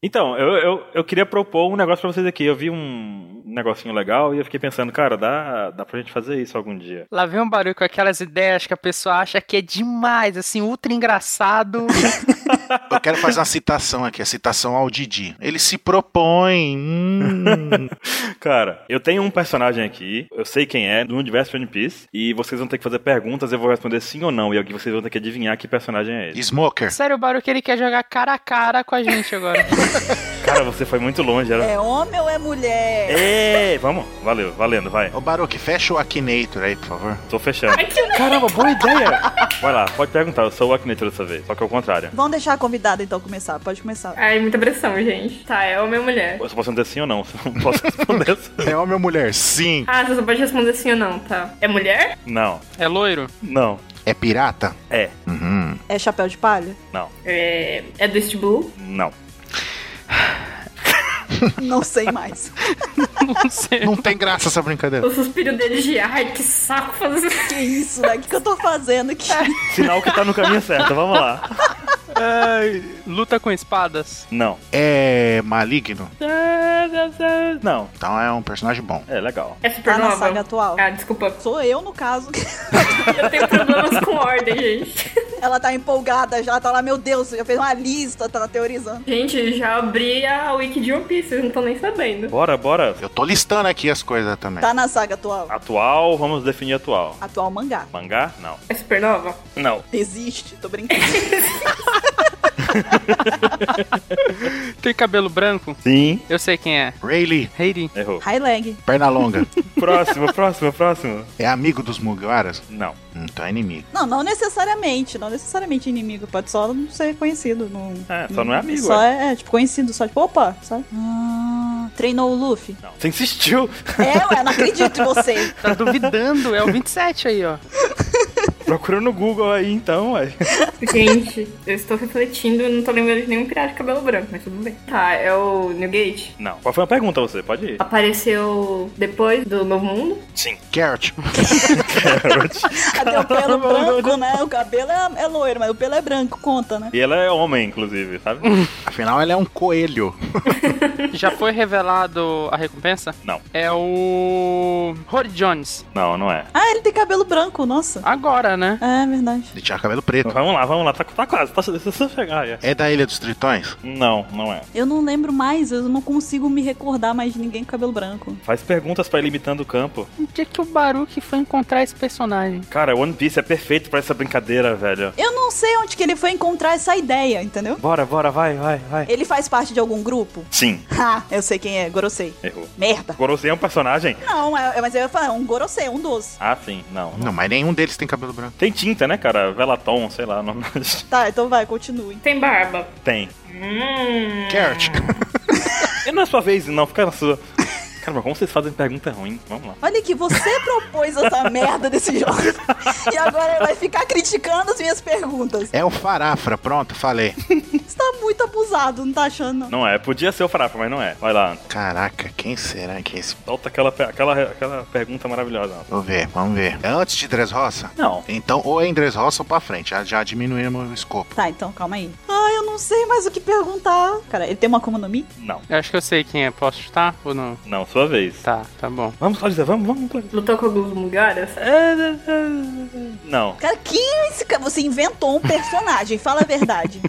Então, eu, eu, eu queria propor um negócio pra vocês aqui. Eu vi um negocinho legal e eu fiquei pensando, cara, dá, dá pra gente fazer isso algum dia. Lá vem um barulho com aquelas ideias que a pessoa acha que é demais, assim, ultra engraçado. Eu quero fazer uma citação aqui, a citação ao Didi. Ele se propõe. hum. Cara, eu tenho um personagem aqui, eu sei quem é, do universo de One Piece, e vocês vão ter que fazer perguntas, eu vou responder sim ou não, e alguém vocês vão ter que adivinhar que personagem é esse. Smoker. Sério, o barulho que ele quer jogar cara a cara com a gente agora. Cara, você foi muito longe, era. É homem ou é mulher? É, vamos, valeu, valendo, vai. Ô Baruque, fecha o Akinator aí, por favor. Tô fechando. Caramba, boa ideia! Vai lá, pode perguntar, eu sou o Akinator dessa vez, só que é o contrário. Vamos deixar a convidada então começar, pode começar. Ai, muita pressão, gente. Tá, é homem ou mulher? Eu só posso responder sim ou não, se eu não posso responder sim. É homem ou mulher? Sim. Ah, você só pode responder sim ou não, tá. É mulher? Não, É loiro? não, É pirata? é, Uhum. É chapéu de palha? não, É, é do East Blue? não. Não sei mais. Não sei. Não tem graça essa brincadeira. O suspiro dele de ai, que saco fazer isso. que isso, né? O que, que eu tô fazendo aqui? Sinal que tá no caminho certo, vamos lá. Ai, luta com espadas? Não, É maligno? não, Então é um personagem bom. é legal. É Tá na supernova? saga atual. Ah, desculpa. Sou eu, no caso. Eu tenho problemas com ordem, gente. Ela tá empolgada já, tá lá, meu Deus, já fez uma lista, tá teorizando. Gente, já abri a wiki de One Piece, vocês não estão nem sabendo. Bora, bora. Eu tô listando aqui as coisas também. Tá na saga atual. Atual, vamos definir atual. Atual mangá. Mangá? Não. É supernova? Não. Existe, tô brincando. Tem cabelo branco? Sim. Eu sei quem é. Rayleigh, Heidi. Errou. High leg. perna longa. Próximo, próximo, próximo. É amigo dos Mugiwaras? Não. Então é inimigo. Não, não necessariamente. Não necessariamente inimigo. Pode só não ser conhecido. Não, É, só não é amigo, Só é. é, é, tipo, conhecido. Só tipo, opa, sabe? Ah, treinou o Luffy. Não. Você insistiu. É, ué, não acredito em você. Tá duvidando, é o 27 aí, ó. Procura no Google aí então, ué. Gente, eu estou refletindo e não tô lembrando de nenhum pirata de cabelo branco, mas tudo bem. Tá, é o Newgate? Não. Qual foi a pergunta você? Pode ir. Apareceu depois do Novo Mundo? Sim. Carrot. Até o pelo branco, né? O cabelo é, é loiro, mas o pelo é branco, conta, né? E ela é homem, inclusive, sabe? Afinal, ele é um coelho. Já foi revelado a recompensa? Não. É o. Rory Jones. Não, não é. Ah, ele tem cabelo branco, nossa. Agora, né? É, verdade. Ele tinha cabelo preto. Vamos lá, vamos lá. Tá, tá quase. Tá, se você chegar, é. É da Ilha dos Tritões? Não, não é. Eu não lembro mais, eu não consigo me recordar mais de ninguém com cabelo branco. Faz perguntas pra ir limitando o campo. Onde é que o Baruque foi encontrar esse personagem? Cara, One Piece é perfeito pra essa brincadeira, velho. Eu não sei onde que ele foi encontrar essa ideia, entendeu? Bora, bora, vai, vai, vai. Ele faz parte de algum grupo? Sim. Ha, eu sei quem é, Gorosei. Errou. Merda. Gorosei é um personagem? Não, é, é- mas eu ia falar, é um Gorosei, é um doce. Ah, sim. Não, não. Não, mas nenhum deles tem cabelo branco. Tem tinta, né, cara? Velaton, sei lá. Não... Tá, então vai, continue. Tem barba. Tem. Hum. Carrot. E não é sua vez, não. Fica na sua. Caramba, como vocês fazem pergunta ruim? Vamos lá. Olha que você propôs essa merda desse jogo. E agora ele vai ficar criticando as minhas perguntas. É o Farafra, pronto, falei. Você tá muito abusado, não tá achando? não? Não é. Podia ser o Farapa, mas não é. Vai lá. Caraca, quem será que é esse? Solta aquela, pe- aquela, aquela pergunta maravilhosa. Vou ver, vamos ver. É antes de Dressrosa? Não. Então, ou é em Dressrosa ou pra frente. Já, já diminuímos o escopo. Tá, então calma aí. Ai, eu não sei mais o que perguntar. Cara, ele tem uma Akuma no Mi? Não. Eu acho que eu sei quem é. Posso chutar ou não? Não, sua vez. Tá, tá bom. Vamos, Claudita, vamos, vamos, Claudita. Lutou com alguns Mugaras? Não. Cara, quem é esse cara? Você inventou um personagem, fala a verdade.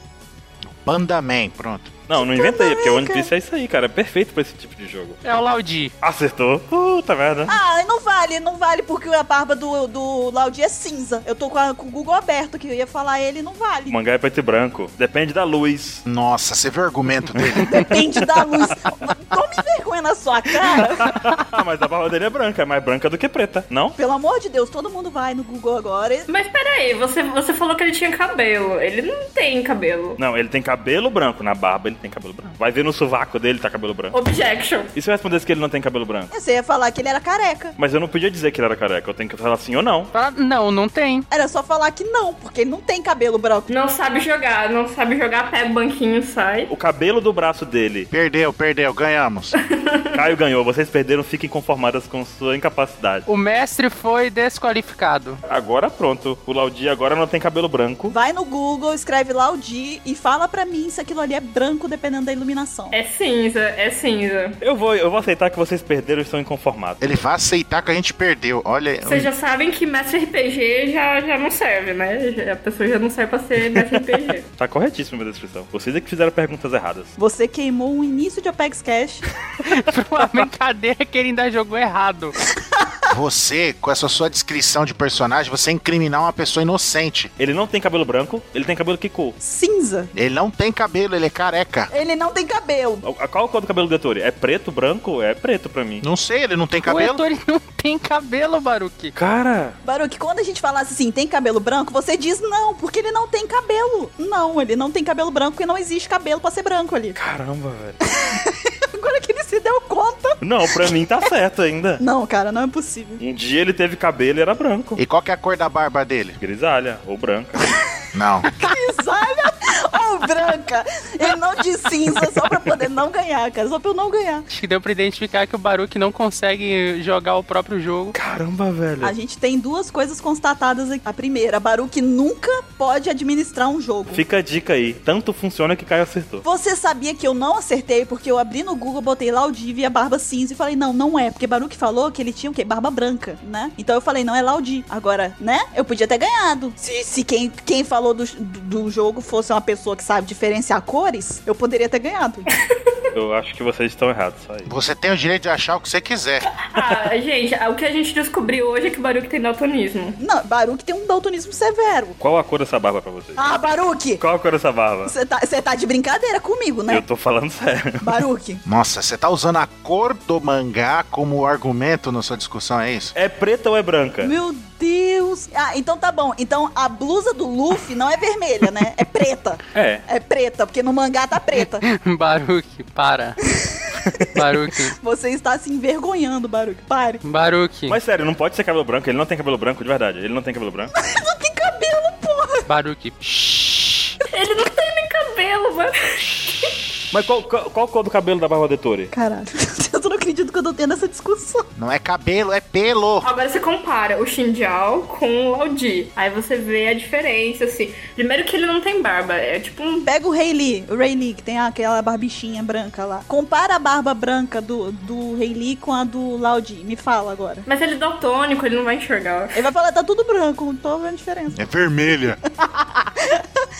Pandaman, pronto. Não, não inventei, porque One Piece é isso aí, cara. É perfeito pra esse tipo de jogo. É o Laudi. Acertou. Puta merda. Ah, não vale, não vale porque a barba do, do Laudi é cinza. Eu tô com, a- com o Google aberto que eu ia falar ele, não O vale. mangá é preto e branco. Depende da luz. Nossa, você viu o argumento dele? Depende da luz. Tome vergonha na sua cara. Ah, mas a barba dele é branca. É mais branca do que preta, não? Pelo amor de Deus, todo mundo vai no Google agora. e- Mas peraí, você, você falou que ele tinha cabelo. Ele não tem cabelo. Não, ele tem cabelo branco. Na barba ele tem cabelo branco. Vai ver no sovaco dele, tá cabelo branco. Objection. E se eu respondesse que ele não tem cabelo branco? Você ia falar que ele era careca. Mas eu não podia dizer que ele era careca. Eu tenho que falar sim ou não. Fala, não, não tem. Era só falar que não, porque ele não tem cabelo branco. Não sabe jogar, não sabe jogar, pega o banquinho e sai. O cabelo do braço dele perdeu, perdeu, ganhamos. Caio ganhou, vocês perderam, fiquem conformadas com sua incapacidade. O mestre foi desqualificado. Agora pronto, o Laudi agora não tem cabelo branco. Vai no Google, escreve lá o Di e fala pra mim se aquilo ali é branco dependendo da iluminação. É cinza, é cinza. Eu vou, eu vou aceitar que vocês perderam e estão inconformados. Ele vai aceitar que a gente perdeu. Olha, Vocês já sabem que mestre RPG já, já não serve, né? Já- A pessoa já não serve pra ser mestre RPG. Tá corretíssimo a descrição. Vocês é que fizeram perguntas erradas. Você queimou o início de Apex Cash. Pra uma brincadeira que ele ainda jogou errado. você, com essa sua descrição de personagem, você é incriminar uma pessoa inocente. Ele não tem cabelo branco, ele tem cabelo que cor? Cinza. Ele não tem cabelo, ele é careca. Ele não tem cabelo. A- Qual a cor do cabelo do Ettore? É preto, branco? É preto pra mim. Não sei, ele não tem O cabelo. Ettore não tem cabelo, Baruque. Cara, Baruque, quando a gente falasse assim, tem cabelo branco, você diz não, porque ele não tem cabelo. Não, ele não tem cabelo branco e não existe cabelo pra ser branco ali. caramba, velho. Agora que ele se deu conta. Não, pra mim tá certo ainda. Não, cara, não é possível. Um dia ele teve cabelo e era branco. E qual que é a cor da barba dele? Grisalha ou branca. Não. Grisalha ou branca? Ele não diz cinza só pra poder não ganhar, cara. Só pra eu não ganhar. Acho que deu pra identificar que o Baruque não consegue jogar o próprio jogo. Caramba, velho. A gente tem duas coisas constatadas aqui. A primeira, Baruque nunca pode administrar um jogo. Fica a dica aí. Tanto funciona que Caio acertou. Você sabia que eu não acertei porque eu abri no Google, botei Laudive e a barba cinza e falei, não, não é. Porque Baruque falou que ele tinha o quê? Barba branca, né? Então eu falei, não é Laudi. Agora, né? Eu podia ter ganhado. Se, se quem, quem falou do, do, do jogo fosse uma pessoa que sabe diferenciar cores, eu poderia ter ganhado. Eu acho que vocês estão errados. Só isso. Você tem o direito de achar o que você quiser. Ah, gente, o que a gente descobriu hoje é que o Baruque tem daltonismo. não, Baruque tem um daltonismo severo. Qual a cor dessa barba pra vocês? Ah, Baruque! Qual a cor dessa barba? Você tá, você tá de brincadeira comigo, né? Eu tô falando sério. Baruque. Nossa, você tá usando a cor do mangá como argumento na sua discussão, é isso? É preta ou é branca? Meu Deus! Ah, então tá bom. Então a blusa do Luffy não é vermelha, né? É preta. É. É preta, porque no mangá tá preta. Baruque, para. Baruque, Você está se envergonhando, Baruque. Pare. Baruque, Mas sério, não pode ser cabelo branco. Ele não tem cabelo branco, de verdade. Ele não tem cabelo branco. Não tem cabelo, porra. Baruque. Shhh. Ele não tem nem cabelo, mano. Mas qual, qual, qual a cor do cabelo da barba de Ettore? Caralho, eu não acredito que eu tô tendo essa discussão. Não é cabelo, é pelo. Agora você compara o Xinjiao com o Laudi. Aí você vê a diferença, assim. Primeiro que ele não tem barba. É tipo um. Pega o Rei Lee, o Rei Lee, que tem aquela barbichinha branca lá. Compara a barba branca do, do Rei Lee com a do Laudi. Me fala agora. Mas ele é daltônico, ele não vai enxergar. Ele vai falar, tá tudo branco, não tô vendo diferença. É vermelha.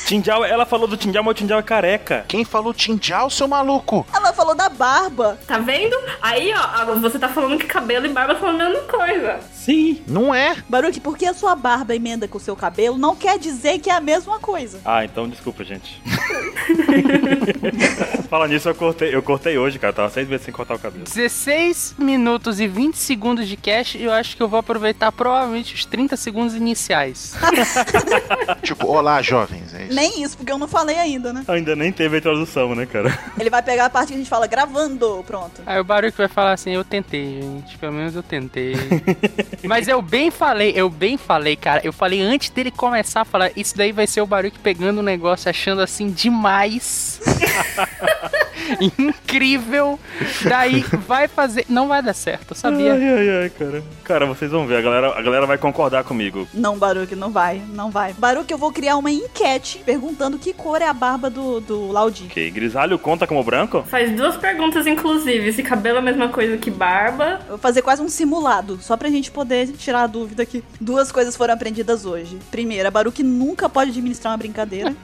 Tindial, ela falou do Tindial, mas o Tindial é careca. Quem falou tinjal, seu maluco? Ela falou da barba. Tá vendo? Aí, ó, agora você tá falando que cabelo e barba são a mesma coisa. Sim. Não é. Baruque, porque a sua barba emenda com o seu cabelo não quer dizer que é a mesma coisa. Ah, então desculpa, gente. Fala nisso, eu cortei, eu cortei hoje, cara. Tava seis meses sem cortar o cabelo. 16 minutos e 20 segundos de cast e eu acho que eu vou aproveitar provavelmente os 30 segundos iniciais. Tipo, olá, jovens, é isso. Nem isso, porque eu não falei ainda, né? Ainda nem teve a tradução, né, cara? Ele vai pegar a parte que a gente fala gravando, pronto. Aí o Baruque vai falar assim, eu tentei, gente, pelo menos eu tentei. Mas eu bem falei, eu bem falei, cara, eu falei antes dele começar a falar, isso daí vai ser o Baruque pegando o negócio, achando assim demais. Incrível. Daí vai fazer, não vai dar certo, eu sabia? Ai, ai, ai, cara. Cara, vocês vão ver, a galera, a galera vai concordar comigo. Não, Baruque, não vai, não vai. Baruque, eu vou criar uma enquete perguntando que cor é a barba do, do Laudi. Ok, grisalho conta como branco? Faz duas perguntas, inclusive. Se cabelo é a mesma coisa que barba. Eu Vou fazer quase um simulado, só pra gente poder tirar a dúvida aqui. Duas coisas foram aprendidas hoje. Primeira, Baruque nunca pode administrar uma brincadeira.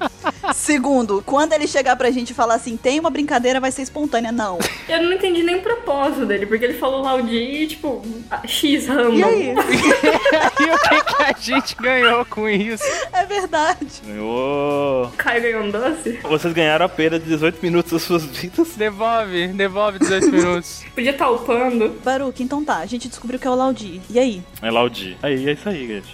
Segundo, quando ele chegar pra gente e falar assim, tem uma brincadeira, vai ser espontânea. Não. Eu não entendi nem o propósito dele, porque ele falou Laudi e, tipo, a- X random. E aí? e o que, que a gente ganhou com isso? É verdade. Ganhou. O Caio ganhou um doce? Vocês ganharam a perda de 18 minutos das suas vidas. Devolve, devolve 18 minutos. Podia estar upando. Baruque, então tá, a gente descobriu que é o Laudi. E aí? É Laudi. Aí, é isso aí, gente.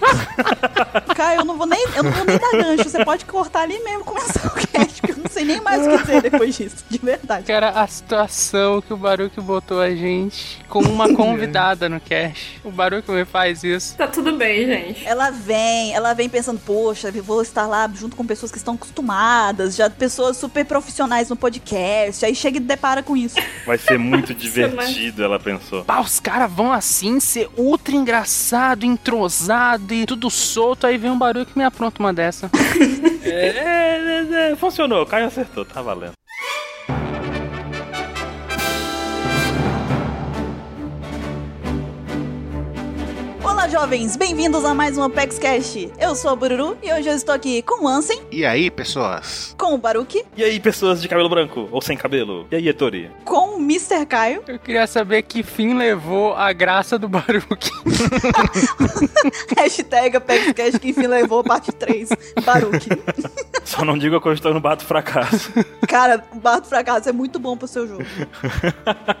Caio, eu não vou nem, eu não vou nem dar gancho. Você pode cortar ali mesmo e começar o cast, porque eu não sei nem mais mais o que dizer depois disso, de verdade. Cara, a situação que o Baruque botou a gente como uma convidada no cast. O Baruque me faz isso. Tá tudo bem, gente. Ela vem, ela vem pensando, poxa, eu vou estar lá junto com pessoas que estão acostumadas, já pessoas super profissionais no podcast, aí chega e depara com isso. Vai ser muito divertido, ela pensou. Pá, os caras vão assim ser ultra engraçado, entrosado e tudo solto. Aí vem um barulho que me apronta uma dessa. É, é, é, funcionou, o Caio acertou, tá valendo. Olá, jovens, bem-vindos a mais um Apex Cash. Eu sou a Bururu e hoje eu estou aqui com o Ansem, E aí, pessoas? com o Baruki, E aí, pessoas de cabelo branco ou sem cabelo? E aí, Etori? com o Mr. Caio. Eu queria saber que fim levou a graça do Baruque. Hashtag Apex Cash que enfim levou parte 3, Baruki. Só não digo a coisa que eu estou no bato fracasso. Cara, o Bardo Fracasso é muito bom pro seu jogo.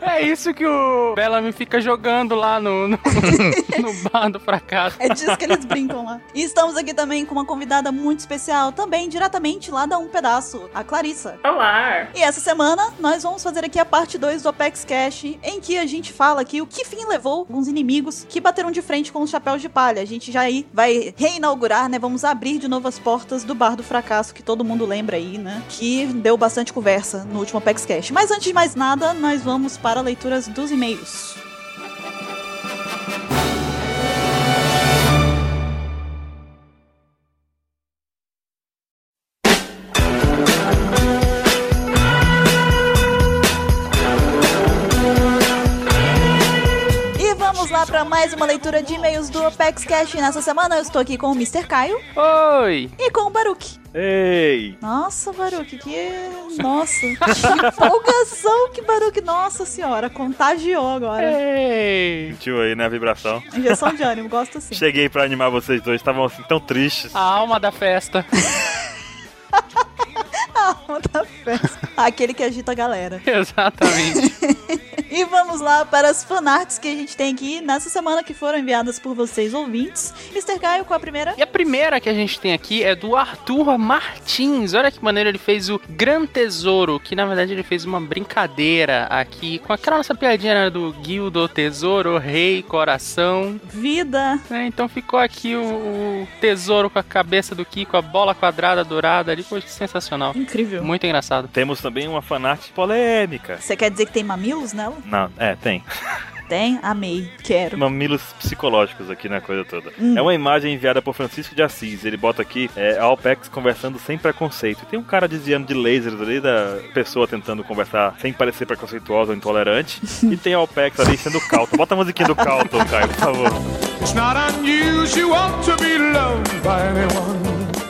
É isso que o Bellamy fica jogando lá no, no, no bar do fracasso. É disso que eles brincam lá. E estamos aqui também com uma convidada muito especial, também diretamente lá da Um Pedaço, a Clarissa. Olá! E essa semana nós vamos fazer aqui a parte 2 do Apex Cash, em que a gente fala aqui o que fim levou alguns inimigos que bateram de frente com os chapéus de palha. A gente já aí vai reinaugurar, né? Vamos abrir de novo as portas do Bar do Fracasso, que todo mundo lembra aí, né? Que deu bastante conversa no último Apex Cash. Mas antes de mais nada, nós vamos para leituras dos e-mails. E vamos lá para mais uma leitura de e-mails do Apex Cash. Nessa semana eu estou aqui com o Mr. Caio Oi! e com o Baruque. Ei! Nossa, Baruque, que. Nossa, que empolgação que Baruque, nossa senhora, contagiou agora. Ei! Sentiu aí, né, a vibração? Injeção de ânimo, gosto assim. sim. Cheguei pra animar vocês dois, estavam assim tão tristes. A alma da festa. A alma da festa. Aquele que agita a galera. Exatamente. E vamos lá para as fanarts que a gente tem aqui nessa semana que foram enviadas por vocês ouvintes. Mr. Caio com a primeira. E a primeira que a gente tem aqui é do Arthur Martins. Olha que maneiro, ele fez o Gran Tesouro, que na verdade ele fez uma brincadeira aqui com aquela nossa piadinha né, do Guildo Tesouro, Rei, Coração. Vida. né? então ficou aqui o, o tesouro com a cabeça do Kiko, a bola quadrada dourada ali, foi sensacional. Incrível. Muito engraçado. Temos também uma fanart polêmica. Você quer dizer que tem mamilos nela? Não, é, tem. Tem? Amei. Quero. Mamilos psicológicos aqui na coisa toda. Hum. É uma imagem enviada por Francisco de Assis. Ele bota aqui é, a Alpex conversando sem preconceito. Tem um cara desviando de lasers ali da pessoa tentando conversar sem parecer preconceituosa ou intolerante. e tem a Alpex ali sendo calto. Bota a musiquinha do calto, Caio, por favor. It's not unusual to be loved by anyone.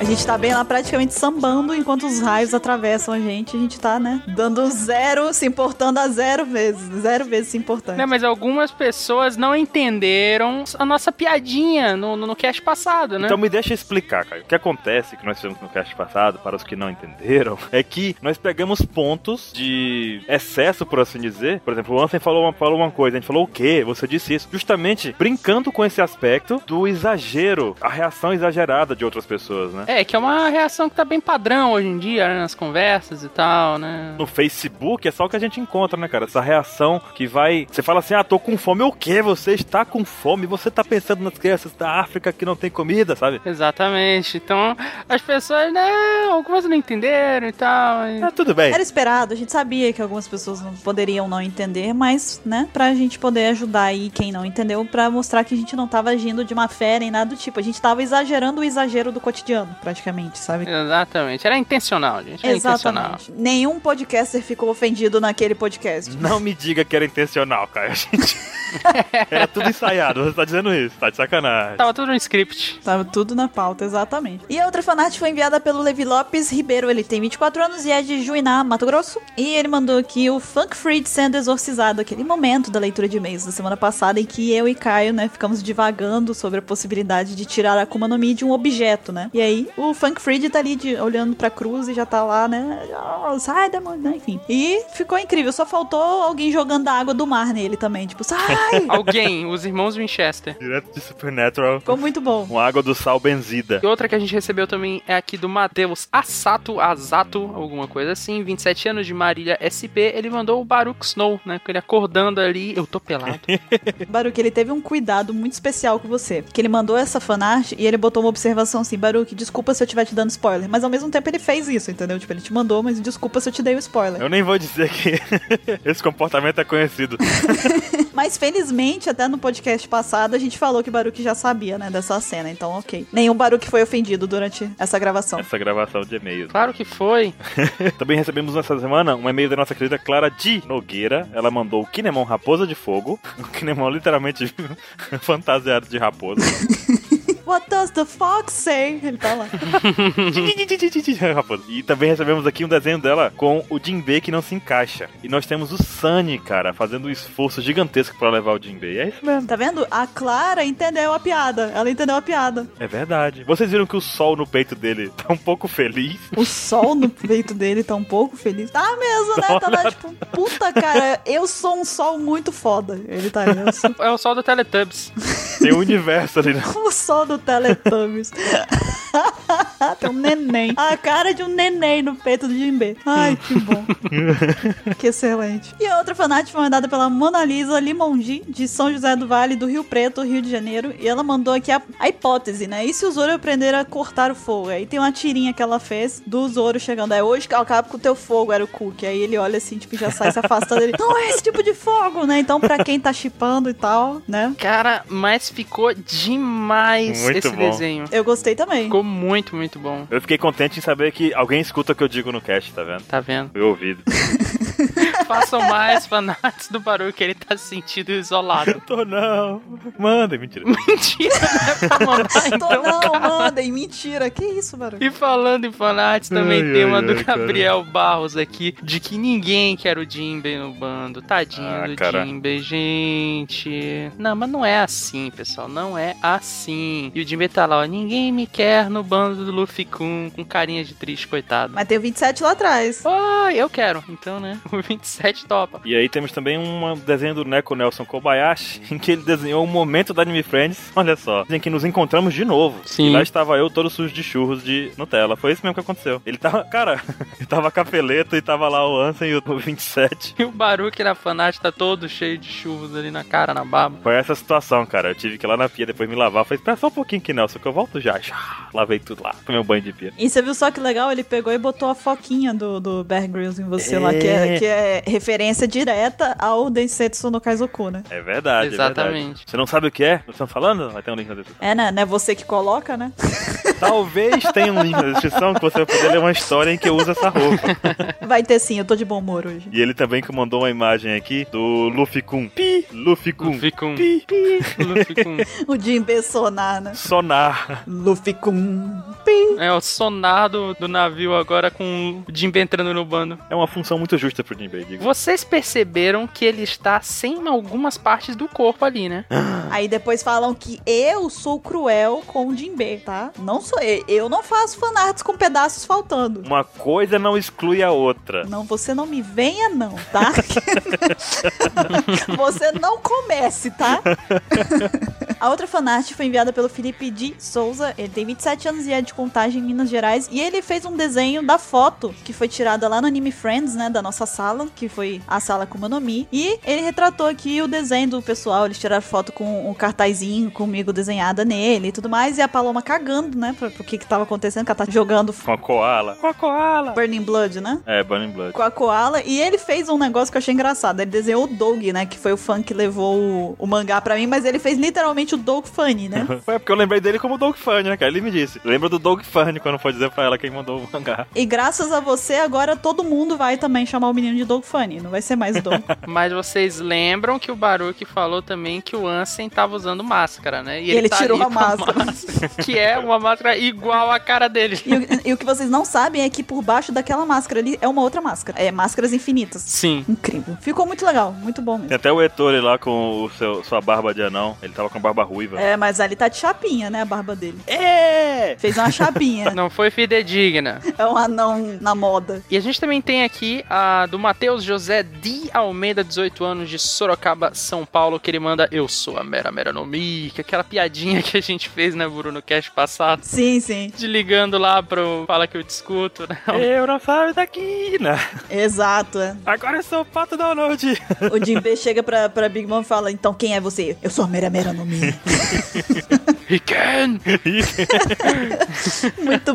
A gente tá bem lá praticamente sambando enquanto os raios atravessam a gente. A gente tá, né? Dando zero, se importando a zero vezes. Zero vezes se importando. Né, mas algumas pessoas não entenderam a nossa piadinha no, no, no cast passado, né? Então me deixa explicar, Caio. O que acontece, que nós fizemos no cast passado, para os que não entenderam, é que nós pegamos pontos de excesso, por assim dizer. Por exemplo, o Ansem falou uma, falou uma coisa, a gente falou o quê? Você disse isso. Justamente brincando com esse aspecto do exagero, a reação exagerada de outras pessoas, né? É, que é uma reação que tá bem padrão hoje em dia, né, nas conversas e tal, né? No Facebook é só o que a gente encontra, né, cara? Essa reação que vai. Você fala assim: ah, tô com fome. O quê? Você está com fome? Você tá pensando nas crianças da África que não tem comida, sabe? Exatamente. Então, as pessoas, né, algumas não entenderam e tal. e- Ah, tudo bem. Era esperado, a gente sabia que algumas pessoas não poderiam não entender, mas, né, pra gente poder ajudar aí quem não entendeu, pra mostrar que a gente não tava agindo de má fé nem nada do tipo. A gente tava exagerando o exagero do cotidiano, praticamente, sabe? Exatamente. Era intencional, gente. Era intencional. Exatamente. Nenhum podcaster ficou ofendido naquele podcast. Não me diga que era intencional, cara. A gente- era tudo ensaiado. Você tá dizendo isso, tá de sacanagem. Tava tudo no script. Tava tudo na pauta, exatamente. E a outra fanart foi enviada pelo Levi Lopes Ribeiro. Ele tem 24 anos e é de Juiná, Mato Grosso. E ele mandou aqui o Funk Freed sendo exorcizado, aquele momento da leitura de e-mails da semana passada em que eu e Caio, né, ficamos divagando sobre a possibilidade de tirar a Akuma no Mi de um objeto, né? E aí o Funk Freed tá ali de- olhando pra cruz e já tá lá, né? "Ah, Sai, demônio, né? Enfim. E ficou incrível. Só faltou alguém jogando a água do mar nele também. Tipo, sai, Ai, Alguém, os irmãos Winchester. Direto de Supernatural. ficou muito bom. Com água do sal benzida. E outra que a gente recebeu também é aqui do Matheus Assato, Azato, alguma coisa assim, 27 anos de Marília SP. Ele mandou o Baruch Snow, né? Com ele acordando ali, eu tô pelado. Baruque, ele teve um cuidado muito especial com você. Que ele mandou essa fanart e ele botou uma observação assim: Baruque, desculpa se eu estiver te dando spoiler. Mas ao mesmo tempo ele fez isso, entendeu? Tipo, ele te mandou, mas desculpa se eu te dei o spoiler. Eu nem vou dizer que esse comportamento é conhecido. Mas felizmente, até no podcast passado, a gente falou que Baruque já sabia, né, dessa cena. Então, ok. Nenhum Baruque foi ofendido durante essa gravação. Essa gravação de e-mails. Claro que foi. Também recebemos nessa semana um e-mail da nossa querida Clara de Nogueira. Ela mandou o Kinemon Raposa de Fogo. O Kinemon literalmente fantasiado de raposa. What does the fox say? Ele tá lá. raposa. E também recebemos aqui um desenho dela com o Jinbei que não se encaixa. E nós temos o Sunny, cara, fazendo um esforço gigantesco pra levar o Jinbei. É isso mesmo. Tá vendo? A Clara entendeu a piada. Ela entendeu a piada. É verdade. Vocês viram que o sol no peito dele tá um pouco feliz? O sol no peito dele tá um pouco feliz. Tá mesmo, né? Tá lá, tipo, puta, cara, eu sou um sol muito foda. Ele tá ali. eu sou- É o sol do Teletubbies. Tem um universo ali, né? O sol do Teletubbies. Tem um neném. A cara de um neném no peito do Jimbe. Ai, que bom. que excelente. E a outra fanart foi mandada pela Mona Lisa Limondi, de São José do Vale, do Rio Preto, Rio de Janeiro. E ela mandou aqui a, a hipótese, né? E se o Zoro aprender a cortar o fogo? Aí tem uma tirinha que ela fez do Zoro chegando. É hoje que eu acabo com o teu fogo, era o Cook. Aí ele olha assim, tipo, já sai se afastando. Ele, não é esse tipo de fogo, né? Então, pra quem tá chipando e tal, né? Cara, mas ficou demais Muito esse bom. desenho. Eu gostei também. Ficou muito, muito bom. Eu fiquei contente em saber que alguém escuta o que eu digo no cast, tá vendo? Tá vendo? Foi ouvido. Façam mais fanarts do Baruch, ele tá se sentindo isolado. Tô não. Manda, mentira. Mentira, né? Pra mandar, então, Tô não, cara. mandem, mentira. Que isso, barulho? E falando em fanart, também Ai, tem ai, uma do ai, cara. Gabriel Barros aqui, de que ninguém quer o Jimbei no bando. Tadinho Ah, do cara. Jimbei, gente. Não, mas não é assim, pessoal. Não é assim. E o Jimbei tá lá, ó. Ninguém me quer no bando do Luffy Kun, com carinha de triste, coitado. Mas tem o 27 lá atrás. Ah, eu quero. Então, né? O 27 topa. E aí temos também um desenho do Neko Nelson Kobayashi, em que ele desenhou o momento da Anime Friends, olha só, em que nos encontramos de novo. Sim. E lá estava eu todo sujo de churros de Nutella. Foi isso mesmo que aconteceu. Ele tava, cara, ele tava capeleto e tava lá o Ansem e o 27. E o Baruque na fanart tá todo cheio de churros ali na cara, na barba. Foi essa situação, cara. Eu tive que ir lá na pia depois me lavar. Falei, espera só um pouquinho aqui, Nelson, que eu volto já. Já Lavei tudo lá. Tomei um banho de pia. E você viu só que legal? Ele pegou e botou a foquinha do, do Bear Grylls em você lá, que É. é, que é referência direta ao Densetsu no Kaizoku, né? É verdade, é verdade. Exatamente. Você não sabe o que é? Vocês estão falando? Vai ter um link na descrição. É, né? Não é você que coloca, né? Talvez tenha um link na descrição que você vai poder ler uma história em que eu uso essa roupa. Vai ter sim, eu tô de bom humor hoje. E ele também que mandou uma imagem aqui do Luffy Kun. Pi, Luffy Kun. Luffy Kun. Pi, pi. Luffy Kun. O Jinbe Sonar, né? Sonar. Luffy Kun. Pim. É o sonar do, do navio agora com o Jimbei entrando no bando. É uma função muito justa pro Jinbei, digo. Vocês perceberam que ele está sem algumas partes do corpo ali, É. né? Aí depois falam que eu sou cruel com o Jinbe, tá? Não sou eu. Eu não faço fanarts com pedaços faltando. Uma coisa não exclui a outra. Não, você não me venha, não, tá? você não comece, tá? A outra fanart foi enviada pelo Felipe de Souza. Ele tem 27 anos e é de Contagem, Minas Gerais. E ele fez um desenho da foto que foi tirada lá no Anime Friends, né? Da nossa sala, que foi a sala Kuma no Mi. E ele retratou aqui o desenho do pessoal. Eles tiraram foto com um cartazinho comigo desenhada nele e tudo mais. E a Paloma cagando, né? Pra, pro que que tava acontecendo, que ela tá jogando Com a Koala. Com a Koala. Burning Blood, né? É, Burning Blood. com a Koala. E ele fez um negócio que eu achei engraçado. Ele desenhou o Doug, né? Que foi o fã que levou o, o mangá pra mim, mas ele fez literalmente o Doug Funny, né? Foi é porque eu lembrei dele como Doug Funny, né, cara? Ele me disse. Lembra do Doug Funny quando foi dizer pra ela quem mandou o mangá. e graças a você, agora todo mundo vai também chamar o menino de Doug Funny. Não vai ser mais Doug. Mas vocês lembram que o Baruch falou também que o Ansem tava usando máscara, né? E ele tá tirou ali a com máscara. que é uma máscara igual à cara dele. e, o, e o que vocês não sabem é que por baixo daquela máscara ali é uma outra máscara. É máscaras infinitas. Sim. Incrível. Ficou muito legal, muito bom mesmo. Tem até o Ettore lá com o seu, sua barba de anão. Ele tava com a barba ruiva. É, mas ali tá de chapinha, né? A barba dele. É! Fez uma chapinha. Não foi fidedigna. é um anão na moda. E a gente também tem aqui a do Matheus Matheus José de Almeida, 18 anos, de Sorocaba, São Paulo, que ele manda Eu sou a Mera Mera no Mi, que é aquela piadinha que a gente fez, né, Bruno, no cast passado. Sim, sim. De ligando lá pro Fala Que Eu Discuto, né? É, Eu não saio daqui, né? Exato. é. Agora eu sou o Pato Donald. O Jim B chega pra, pra Big Mom e fala: Então quem é você? Eu sou a Mera Mera no Mi. He can! Muito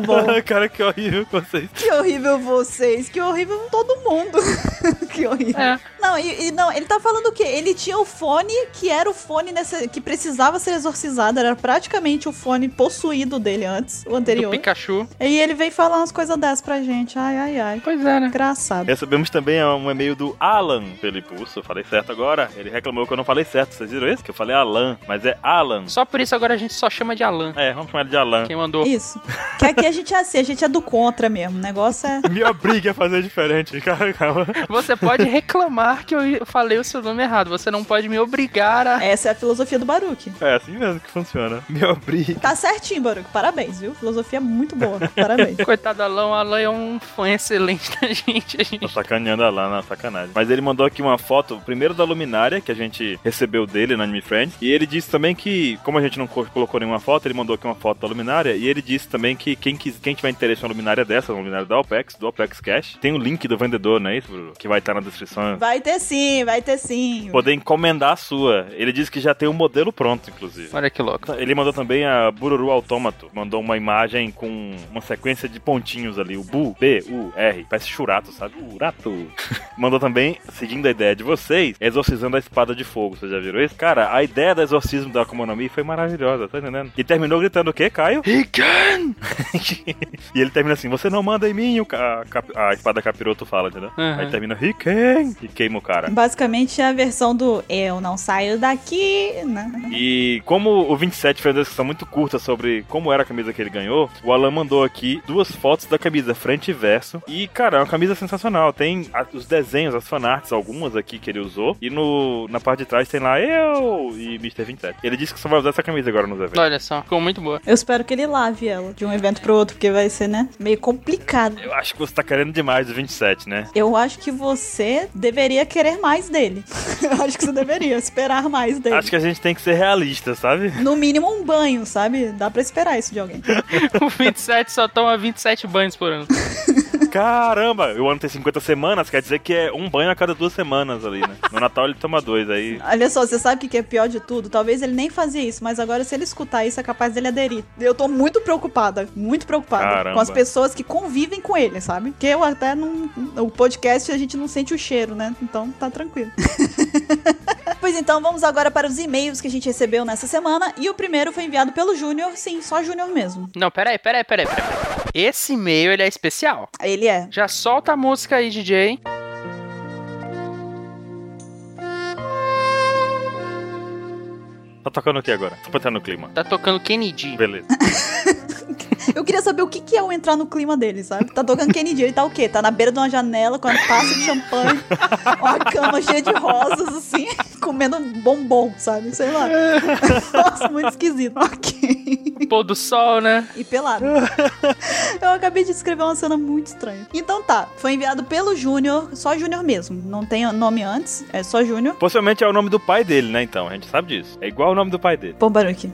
bom. Cara, que horrível com vocês. Que horrível vocês, que horrível todo mundo. que horrível. É. Não, e, e não, ele tá falando o quê? Ele tinha o fone que era o fone nessa, que precisava ser exorcizado, era praticamente o fone possuído dele antes, o Do anterior. Pikachu. E ele vem falar umas coisas dessas pra gente. Ai, ai, ai. Pois é, né? Engraçado. Recebemos também um e-mail do Alan Felipulso, eu falei certo agora. Ele reclamou que eu não falei certo, vocês viram isso? Que eu falei Alan, mas é Alan. Só por isso agora a gente só chama de Alan. É, vamos chamar ele de Alan. Quem mandou? Isso. Que aqui a gente é assim, a gente é do contra mesmo. O negócio é. Me obrigue a fazer diferente, cara, calma. Você pode reclamar que eu falei o seu nome errado. Você não pode me obrigar a. Essa é a filosofia do Baruque. É assim mesmo que funciona. Me obrigue. Tá certinho, Baruque. Parabéns, viu? Filosofia muito boa. Parabéns. Coitado do Alan, o Alan é um fã excelente da gente. A gente Tô sacaneando a Lana, sacanagem. Mas ele mandou aqui uma foto, primeiro da luminária, que a gente recebeu dele na Anime Friends. E ele disse também que, como a gente não co- colocou nenhuma foto, ele mandou aqui uma foto da luminária. E ele disse também que quem, quis, quem tiver interesse na luminária dessa, na luminária da OPEX, do OPEX Cash, tem o link do vendedor, não é isso, Bruno? Que vai estar na descrição. Vai ter sim, vai ter sim. Poder encomendar a sua. Ele disse que já tem um modelo pronto, inclusive. Olha que louco. Ele mandou também a Bururu Automato. Mandou uma imagem com uma sequência de pontinhos ali. O Bu, B, U, R. Parece churato, sabe? Churato. mandou também, seguindo a ideia de vocês, exorcizando a espada de fogo. Vocês já viram isso? Cara, a ideia do exorcismo da Akumonomi foi maravilhosa, tá entendendo? E terminou gritando o quê, Caio? e ele termina assim: Você não manda em mim, o ca- a, cap- a espada capiroto fala, entendeu? Uhum. Aí termina Riken e queima o cara. Basicamente é a versão do Eu não saio daqui, né? E como o 27 fez uma descrição muito curta sobre como era a camisa que ele ganhou, o Alan mandou aqui duas fotos da camisa, frente e verso. E, cara, é uma camisa sensacional. Tem a- os desenhos, as fanarts, algumas aqui que ele usou. E no, na parte de trás tem lá eu e Mr. 27. Ele disse que só vai usar essa camisa agora nos eventos. Olha só, ficou muito boa. Eu espero que ele lave ela de um evento pro outro, porque vai ser, né? Meio complicado. Eu acho que você tá querendo demais do 27, né? Eu acho que você deveria querer mais dele. Eu acho que você deveria esperar mais dele. Acho que a gente tem que ser realista, sabe? No mínimo um banho, sabe? Dá pra esperar isso de alguém. O 27 só toma 27 banhos por ano. Caramba! O ano tem 50 semanas, quer dizer que é um banho a cada duas semanas ali, né? No Natal ele toma dois, aí Olha só, você sabe o que que é pior de tudo? Talvez ele nem fazia isso, mas agora se ele escutar isso é capaz dele aderir. Eu tô muito preocupada, muito preocupada Caramba. com as pessoas que convivem com ele, sabe? Que eu até não. O podcast a gente não sente o cheiro, né? Então tá tranquilo. pois então, vamos agora para os e-mails que a gente recebeu nessa semana. E o primeiro foi enviado pelo Júnior, sim, só Júnior mesmo. Não, peraí, peraí, peraí, peraí. peraí. Esse e-mail ele é especial. Ele é. Já solta a música aí, DJ. Tá tocando o que agora? Só pra entrar no clima. Tá tocando Kennedy. Beleza. Eu queria saber o que, que é o entrar no clima dele, sabe? Tá tocando Kennedy, ele tá o quê? Tá na beira de uma janela com uma taça de champanhe, uma cama cheia de rosas, assim, comendo bombom, sabe? Sei lá. Nossa, muito esquisito. Ok. Pôr do sol, né? E pelado. Eu acabei de escrever uma cena muito estranha. Então tá, foi enviado pelo Júnior, só Júnior mesmo. Não tem nome antes, é só Júnior. Possivelmente é o nome do pai dele, né? Então, a gente sabe disso. É igual o nome do pai dele. Bom Baruque.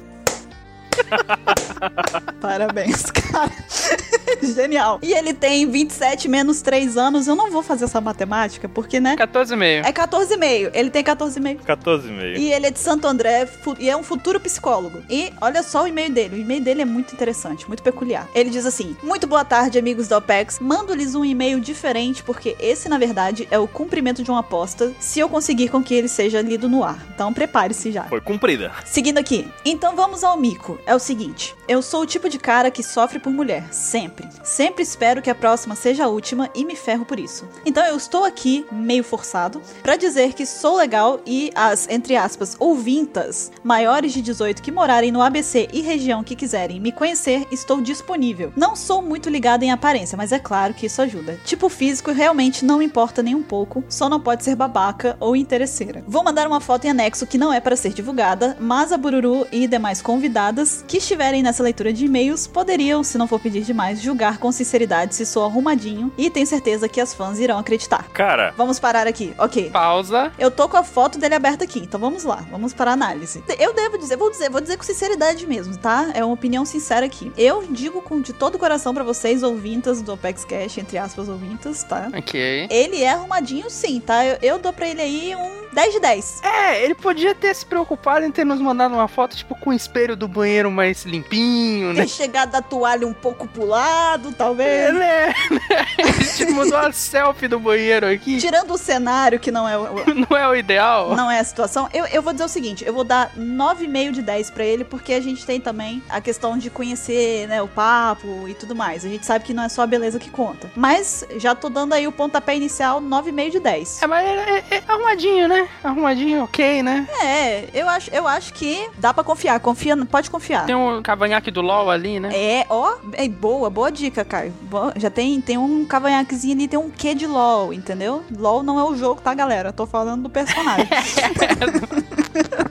Parabéns, cara. Genial. E ele tem 27 menos 3 anos. Eu não vou fazer essa matemática, porque, né? 14 e meio. É 14,5. Ele tem 14,5. 14,5. E ele é de Santo André fu- e é um futuro psicólogo. E olha só o e-mail dele. O e-mail dele é muito interessante, muito peculiar. Ele diz assim: Muito boa tarde, amigos da OPEX. Mando-lhes um e-mail diferente, porque esse, na verdade, é o cumprimento de uma aposta, se eu conseguir com que ele seja lido no ar. Então prepare-se já. Foi cumprida. Seguindo aqui. Então vamos ao mico. É o seguinte: eu sou o tipo de cara que sofre por mulher, sempre. Sempre espero que a próxima seja a última e me ferro por isso. Então eu estou aqui, meio forçado, pra dizer que sou legal e as, entre aspas, ouvintas maiores de 18 que morarem no ABC e região que quiserem me conhecer, estou disponível. Não sou muito ligada em aparência, mas é claro que isso ajuda. Tipo físico realmente não importa nem um pouco, só não pode ser babaca ou interesseira. Vou mandar uma foto em anexo que não é para ser divulgada, mas a Bururu e demais convidadas que estiverem nessa leitura de e-mails poderiam, se não for pedir demais, julgar mangá com sinceridade se soa arrumadinho e tenho certeza que as fãs irão acreditar. Cara, Vamos parar aqui, ok. Pausa. Eu tô com a foto dele aberta aqui, então vamos lá, vamos para a análise. Eu devo dizer, vou dizer, vou dizer com sinceridade mesmo, tá? É uma opinião sincera aqui. Eu digo com de todo o coração pra vocês, ouvintas do Apex Cash, entre aspas, ouvintas, tá? Ok. Ele é arrumadinho sim, tá? Eu, eu dou pra ele aí um 10 de 10. É, ele podia ter se preocupado em ter nos mandado uma foto, tipo, com o espelho do banheiro mais limpinho, né? Ter chegado a toalha um pouco pro lado, É, talvez. né? A gente mandou uma selfie do banheiro aqui. Tirando o cenário, que não é o, o- Não é o ideal? não é a situação, eu, eu vou dizer o seguinte: eu vou dar 9,5 de 10 pra ele, porque a gente tem também a questão de conhecer, né, o papo e tudo mais. A gente sabe que não é só a beleza que conta. Mas já tô dando aí o pontapé inicial 9,5 de 10. É, mas é, é- é arrumadinho, né? Arrumadinho, ok, né? É, eu acho, eu acho que dá pra confiar. Confia, pode confiar. Tem um cavanhaque do LOL ali, né? É, ó, é boa, boa dica, Caio. Boa- já tem, tem um cavanhaquezinho ali, tem um quê de LOL, entendeu? LOL não é o jogo, tá, galera? Eu tô falando do personagem.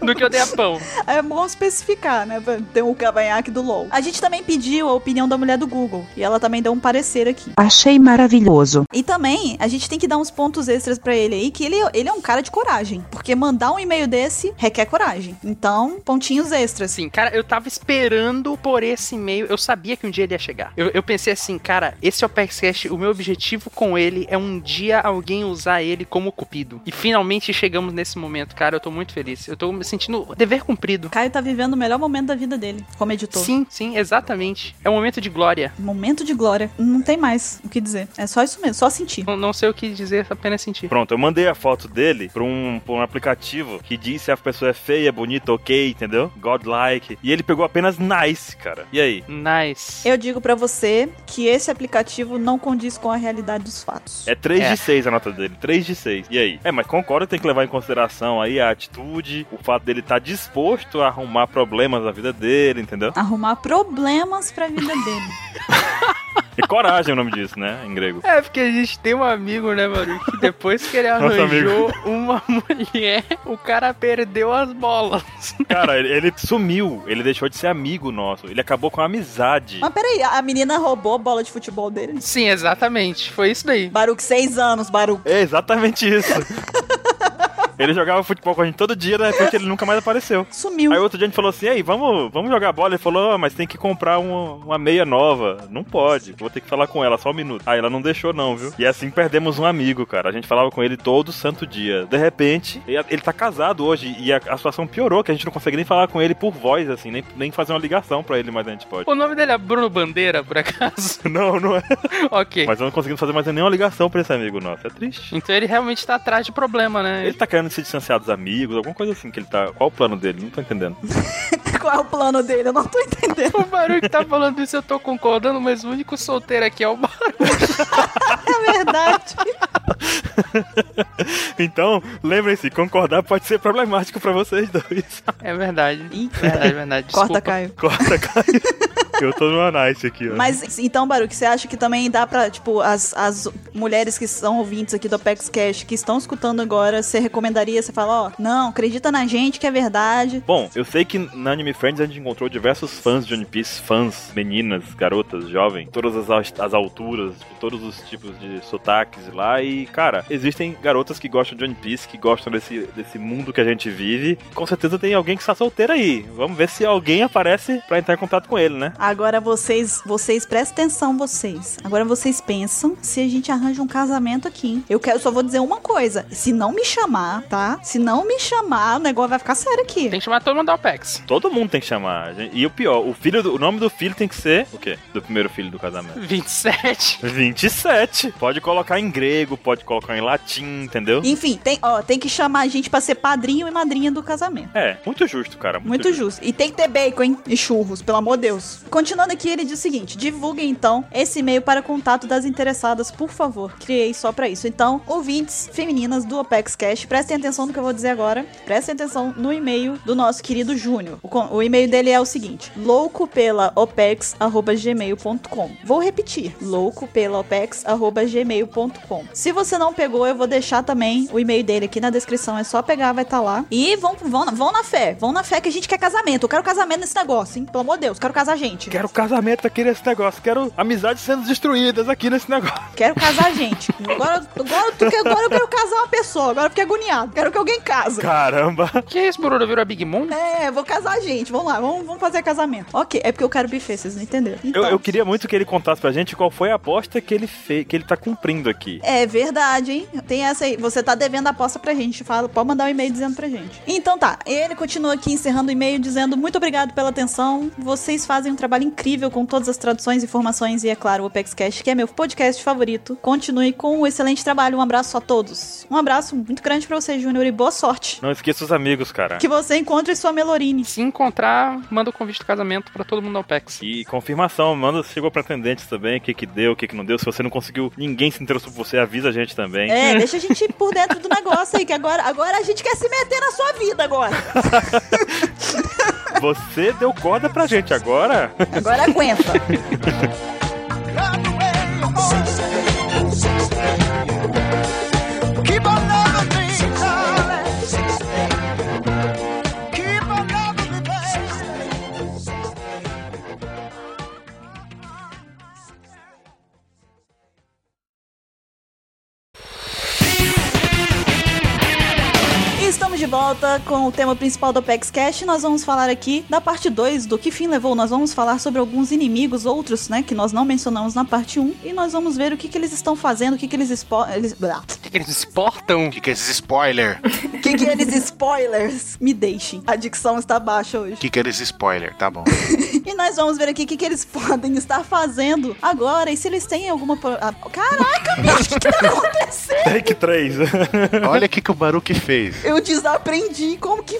Do que eu dei a pão. É bom especificar, né? Tem o cavanhaque do LOL. A gente também pediu a opinião da mulher do Google. E ela também deu um parecer aqui. Achei maravilhoso. E também, a gente tem que dar uns pontos extras pra ele aí, que ele, ele é um cara de coragem. Porque mandar um e-mail desse requer coragem. Então, pontinhos extras. Assim, cara, eu tava esperando por esse e-mail. Eu sabia que um dia ele ia chegar. Eu, eu pensei assim, cara, esse OPEXCast, o meu objetivo com ele é um dia alguém usar ele como cupido. E finalmente chegamos nesse momento, cara. Eu tô muito feliz. Eu tô me sentindo dever cumprido. Caio tá vivendo o melhor momento da vida dele, como editor. Sim, sim, exatamente. É um momento de glória. Momento de glória. Não tem mais o que dizer. É só isso mesmo, só sentir. Não, não sei o que dizer, apenas sentir. pronto, eu mandei a foto dele pra um, pra um aplicativo que diz se a pessoa é feia, bonita, ok, entendeu? Godlike. E ele pegou apenas nice, cara. E aí? Nice. Eu digo pra você que esse aplicativo não condiz com a realidade dos fatos. É 3 É. de 6 a nota dele, 3 de 6. E aí? É, mas concordo que tem que levar em consideração aí a atitude, o fato dele estar disposto a arrumar problemas na vida dele, entendeu? Arrumar problemas pra vida dele. E coragem é o nome disso, né, em grego. É, porque a gente tem um amigo, né, mano? Que depois que ele Nosso arranjou uma mulher, o cara perdeu as bolas. Cara, ele, ele sumiu, ele deixou de ser amigo nosso, ele acabou com a amizade. Mas peraí, a menina roubou a bola de futebol dele? Sim, exatamente. Foi isso daí. Baruque, seis anos, Baruque. É exatamente isso. Ele jogava futebol com a gente todo dia, de repente ele nunca mais apareceu. Sumiu. Aí outro dia a gente falou assim, aí, vamos, vamos jogar bola? Ele falou, "Ah, mas tem que comprar um- uma meia nova. Não pode, vou ter que falar com ela, só um minuto. Aí ela não deixou não, viu? E assim perdemos um amigo, cara. A gente falava com ele todo santo dia. De repente, ele ele tá casado hoje e a, a situação piorou, que a gente não consegue nem falar com ele por voz, assim, nem, nem fazer uma ligação pra ele, mas a gente pode. O nome dele é Bruno Bandeira, por acaso? Não, não é. ok. Mas eu não conseguimos fazer mais nenhuma ligação pra esse amigo nosso, é triste. Então ele realmente tá atrás de problema, né? Ele tá querendo se distanciar dos amigos, alguma coisa assim que ele tá. Qual o plano dele? Não tô entendendo. Qual é o plano dele? Eu não tô entendendo. O barulho que tá falando isso eu tô concordando, mas o único solteiro aqui é o Bar. É verdade. Então, lembrem-se, concordar pode ser problemático pra vocês dois. É verdade. Ih, Verdade, é verdade. Corta, Desculpa. Caio. Corta, Caio. Eu tô numa night aqui, ó. Mas então, Baruque, você acha que também dá pra, tipo, as, as mulheres que são ouvintes aqui do Apex Cash, que estão escutando agora, você recomendaria? Você fala, ó, não, acredita na gente que é verdade. Bom, eu sei que na Anime Friends a gente encontrou diversos fãs de One Piece, fãs, meninas, garotas, jovens, todas as, al- as alturas, tipo, todos os tipos de sotaques lá. E, cara, existem garotas que gostam de One Piece, que gostam desse, desse mundo que a gente vive. Com certeza tem alguém que está solteiro aí. Vamos ver se alguém aparece pra entrar em contato com ele, né? Agora vocês, vocês, prestem atenção, vocês. Agora vocês pensam se a gente arranja um casamento aqui, hein? Eu quero, só vou dizer uma coisa. Se não me chamar, tá? Se não me chamar, o negócio vai ficar sério aqui. Tem que chamar todo mundo da OPEX. Todo mundo tem que chamar. gente. E o pior, o filho do- o nome do filho tem que ser o quê? Do primeiro filho do casamento. 27. 27. Pode colocar em grego, pode colocar em latim, entendeu? Enfim, tem, ó, tem que chamar a gente pra ser padrinho e madrinha do casamento. É, muito justo, cara. Muito, Muito justo. E tem que ter bacon, hein? E churros, pelo amor de Deus. Continuando aqui, ele diz o seguinte: divulguem então esse e-mail para contato das interessadas, por favor. Criei só pra isso. Então, ouvintes femininas do Opex Cash, prestem atenção no que eu vou dizer agora. Prestem atenção no e-mail do nosso querido Júnior. O, con- o e-mail dele é o seguinte: louco pela opex@gmail.com. Vou repetir: louco pela opex@gmail.com. Se você não pegou, eu vou deixar também o e-mail dele aqui na descrição. É só pegar, vai estar lá. E vão, vão, vão na fé. Vão na fé que a gente quer casamento. Eu quero casamento nesse negócio, hein? Pelo amor de Deus, quero casar gente. Quero casamento aqui nesse negócio. Quero amizades sendo destruídas aqui nesse negócio. Quero casar gente. Agora, agora, tu quer- agora eu quero casar uma pessoa. Agora eu fiquei agoniado. Quero que alguém casa. Caramba. Que isso, Bruno? Virou a Big Mom? É, vou casar gente. Vamos lá, vamos, vamos fazer casamento. Ok, é porque eu quero buffet, vocês não entenderam. Eu, Então, eu queria muito que ele contasse pra gente qual foi a aposta que ele fez, que ele tá cumprindo aqui. É verdade, hein? Tem essa aí. Você tá devendo a aposta pra gente. Fala, pode mandar um e-mail dizendo pra gente. Então tá, ele continua aqui encerrando o e-mail dizendo muito obrigado pela atenção. Vocês fazem um trabalho incrível com todas as traduções, informações e, é claro, o OpexCast, que é meu podcast favorito. Continue com o excelente trabalho. Um abraço a todos. Um abraço muito grande pra você, Júnior, e boa sorte. Não esqueça os amigos, cara. Que você encontre sua Melorine. Se encontrar, manda o convite de casamento pra todo mundo ao PEX. E confirmação, manda se chegou pretendentes também, o que que deu, o que que não deu. Se você não conseguiu, ninguém se interessou por você, avisa a gente também. É, deixa a gente ir por dentro do negócio aí, que agora, agora a gente quer se meter na sua vida agora. Você deu corda pra gente agora? Agora aguenta. Keep on loving me, darling. Keep on loving me, baby. E Estamos de volta com o tema principal do Apex Cash. Nós vamos falar aqui da parte 2 do que fim levou. Nós vamos falar sobre alguns inimigos, outros, né, que nós não mencionamos na parte 1. E nós vamos ver o que, que eles estão fazendo, o que, que eles, expo eles- blá. O que, que eles exportam? O que, que é esses spoiler? O O que, que eles spoilers me deixem. A dicção está baixa hoje. que, que é esses spoiler? Tá bom. E nós vamos ver aqui o que, que eles podem estar fazendo agora e se eles têm alguma. pro- ah, Caraca, bicho, o que, que tá acontecendo? Take 3. Olha o que, que o Baruque fez. Eu desaprendi. Como que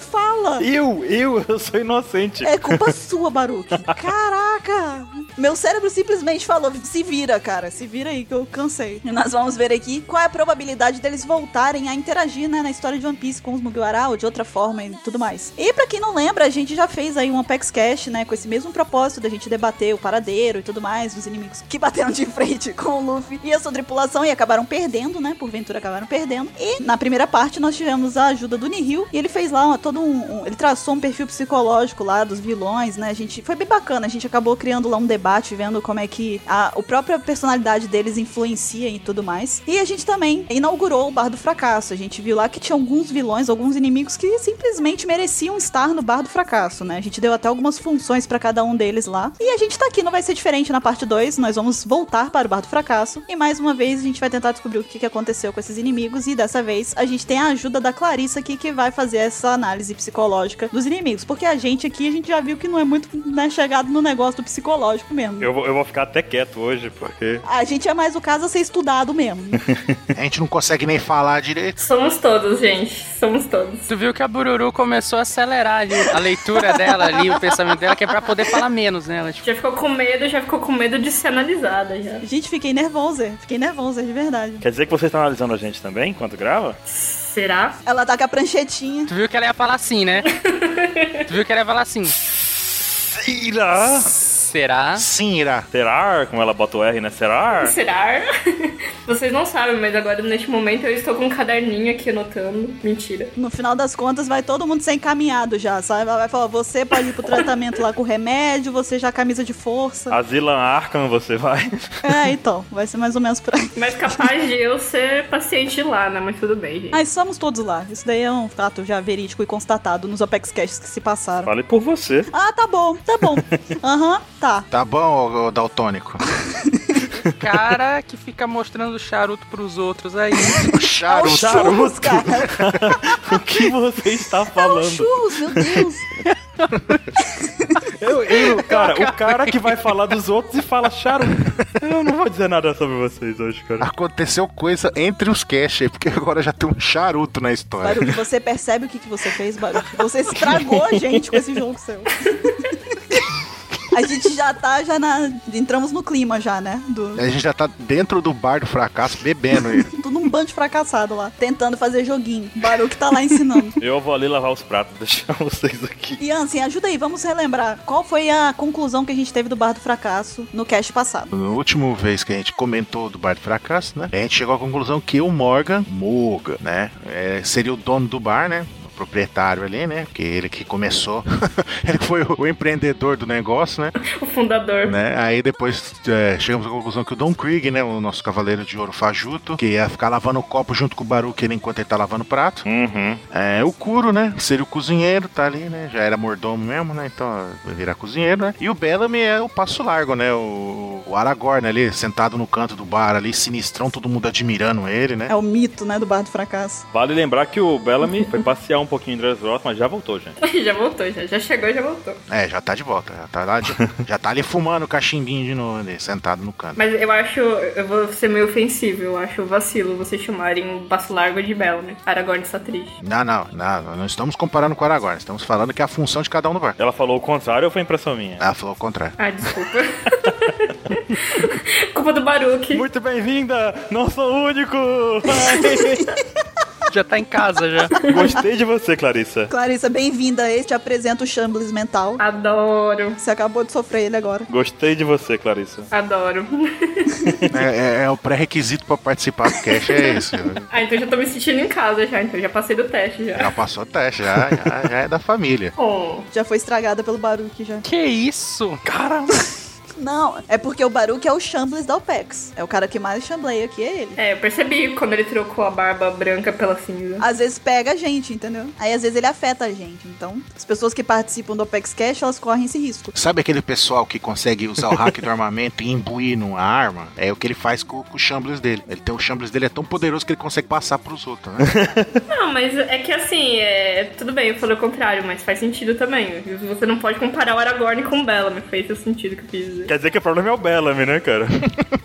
fala? eu, eu, eu sou inocente. É culpa sua, Baruque. Caraca! Meu cérebro simplesmente falou: se vira, cara, se vira aí que eu cansei. E nós vamos ver aqui qual é a probabilidade deles voltarem a interagir, né, na história de One Piece com os Mugiwara ou de outra forma e tudo mais. E pra quem não lembra, a gente já fez aí um Apex Cash, né, com esse mesmo propósito da gente debater o paradeiro e tudo mais, os inimigos que bateram de frente com o Luffy e a sua tripulação e acabaram perdendo, né, porventura acabaram perdendo. E na primeira parte nós tivemos a ajuda do Nihil e ele fez lá uma- todo um, um- ele traçou um perfil psicológico lá dos vilões, né? A gente foi bem bacana, a gente acabou criando lá um debate vendo como é que a, a própria personalidade deles influencia e tudo mais. E a gente também inaugurou o Bar do Fracasso. A gente viu lá que tinha alguns vilões, alguns inimigos que simplesmente mereciam estar no Bar do Fracasso, né? A gente deu até algumas funções pra cada um deles lá. E a gente tá aqui, não vai ser diferente na parte 2. Nós vamos voltar para o Bar do Fracasso. E mais uma vez a gente vai tentar descobrir o que, que aconteceu com esses inimigos. E dessa vez a gente tem a ajuda da Clarissa aqui que vai fazer essa análise psicológica dos inimigos. Porque a gente aqui, a gente já viu que não é muito né, chegado no negócio do psicológico mesmo. Eu, vou- eu vou ficar até quieto hoje, porque. A gente é mais o caso a ser estudado mesmo. A gente não consegue nem falar direito. Somos todos, gente. Somos todos. Tu viu que a Bururu começou a acelerar ali a leitura dela ali, o pensamento dela, que é pra poder falar menos, né? Ela, tipo, Já ficou com medo, já ficou com medo de ser analisada já. gente, fiquei nervosa. Fiquei nervosa, de verdade. Quer dizer que você está analisando a gente também enquanto grava? Será? Ela tá com a pranchetinha. tu viu que ela ia falar assim, né? Tu viu que ela ia falar assim. Será? Será? Sim, irá. Será? Como ela bota o R, né? Será? Será? Vocês não sabem, mas agora neste momento eu estou com um caderninho aqui anotando. Mentira. No final das contas, vai todo mundo ser encaminhado já, sabe? Ela Vai falar, você pode ir pro tratamento lá com remédio, você já camisa de força. Asila Arkham, você vai. É, então, vai ser mais ou menos por aí. Mas capaz de eu ser paciente lá, né? Mas tudo bem, gente. Mas somos todos lá. Isso daí é um fato já verídico e constatado nos Apex Casts que se passaram. Fale por você. Ah, tá bom, tá bom. Aham, tá. Tá bom, ô, ô, daltônico? Cara que fica mostrando charuto pros outros aí. O É o charuto. churros, charuto. cara. o que você está É o falando? churros, meu Deus. Eu, eu, cara, o cara que vai falar dos outros e fala charuto. Eu não vou dizer nada sobre vocês hoje, cara. Aconteceu coisa entre os cash aí, porque agora já tem um charuto na história. Baruque, você percebe o que, que você fez, Baruque? Você estragou a gente com esse jogo seu. A gente já tá, já na... Entramos no clima já, né? Do... A gente já tá dentro do bar do fracasso bebendo ele. Tu não um bando de fracassado lá, tentando fazer joguinho. Baruque tá lá ensinando. Eu vou ali lavar os pratos, deixar vocês aqui. E Ansem, ajuda aí, vamos relembrar. Qual foi a conclusão que a gente teve do Bar do Fracasso no cast passado? Na última vez que a gente comentou do bar de fracasso, né? A gente chegou à conclusão que o Morgan, Morgan, né? é, seria o dono do bar, né? o proprietário ali, né? Porque ele que começou, ele que foi o, o empreendedor do negócio, né? O fundador. Né? Aí depois é, chegamos à conclusão que o Don Krieg, né? O nosso cavaleiro de ouro fajuto, que ia ficar lavando o copo junto com o Baruque ele enquanto ele tá lavando o prato. Uhum. É, o Kuro, né? Seria o cozinheiro, tá ali, né? Já era mordomo mesmo, né? Então ó, vai virar cozinheiro, né? E o Bellamy é o passo largo, né? O, o Aragorn ali, sentado no canto do bar ali, sinistrão, todo mundo admirando ele, né? É o mito, né, do Bar do Fracasso. Vale lembrar que o Bellamy foi passear um pouquinho em Dresdorf, mas já voltou, gente. Já voltou, já, já chegou e já voltou. É, já tá de volta, já tá, lá de- já tá ali fumando o cachimbinho de novo ali, sentado no canto. Mas eu acho, eu vou ser meio ofensivo, eu acho vacilo vocês chamarem o Passo Largo de Belo, né? Aragorn está triste. Não, não, não, nós não estamos comparando com o Aragorn, estamos falando que é a função de cada um no bar. Ela falou o contrário ou foi impressão minha? Ela falou o contrário. Ah, desculpa. Culpa do Baruque. Muito bem-vinda! Não sou o único! Já tá em casa já. Gostei de você, Clarissa. Clarissa, bem-vinda. Este apresenta o Shambles Mental. Adoro, Você acabou de sofrer ele agora. Gostei de você, Clarissa. adoro. É, é- é o pré-requisito pra participar do cast, é isso. Ah, então já tô me sentindo em casa já, então já passei do teste já. Já passou o teste, já, já, já é da família. Oh, Já foi estragada pelo Baruque já. Que isso? Caramba! Não, é porque o Baruque é o Shambles da OPEX. É o cara que mais chambleia aqui, é ele. é, eu percebi quando ele trocou a barba branca pela cinza. Às vezes pega a gente, entendeu? Aí às vezes ele afeta a gente. Então, as pessoas que participam do OPEX Cash, elas correm esse risco. Sabe aquele pessoal que consegue usar o hack do armamento e imbuir numa arma? É o que ele faz com, com o Shambles dele. Ele tem o Shambles dele é tão poderoso que ele consegue passar pros outros, né? Não, mas é que assim, é... tudo bem, eu falei o contrário, mas faz sentido também. Você não pode comparar o Aragorn com o Bellamy, foi esse o sentido que eu quis dizer. Quer dizer que o problema é o Bellamy, né, cara?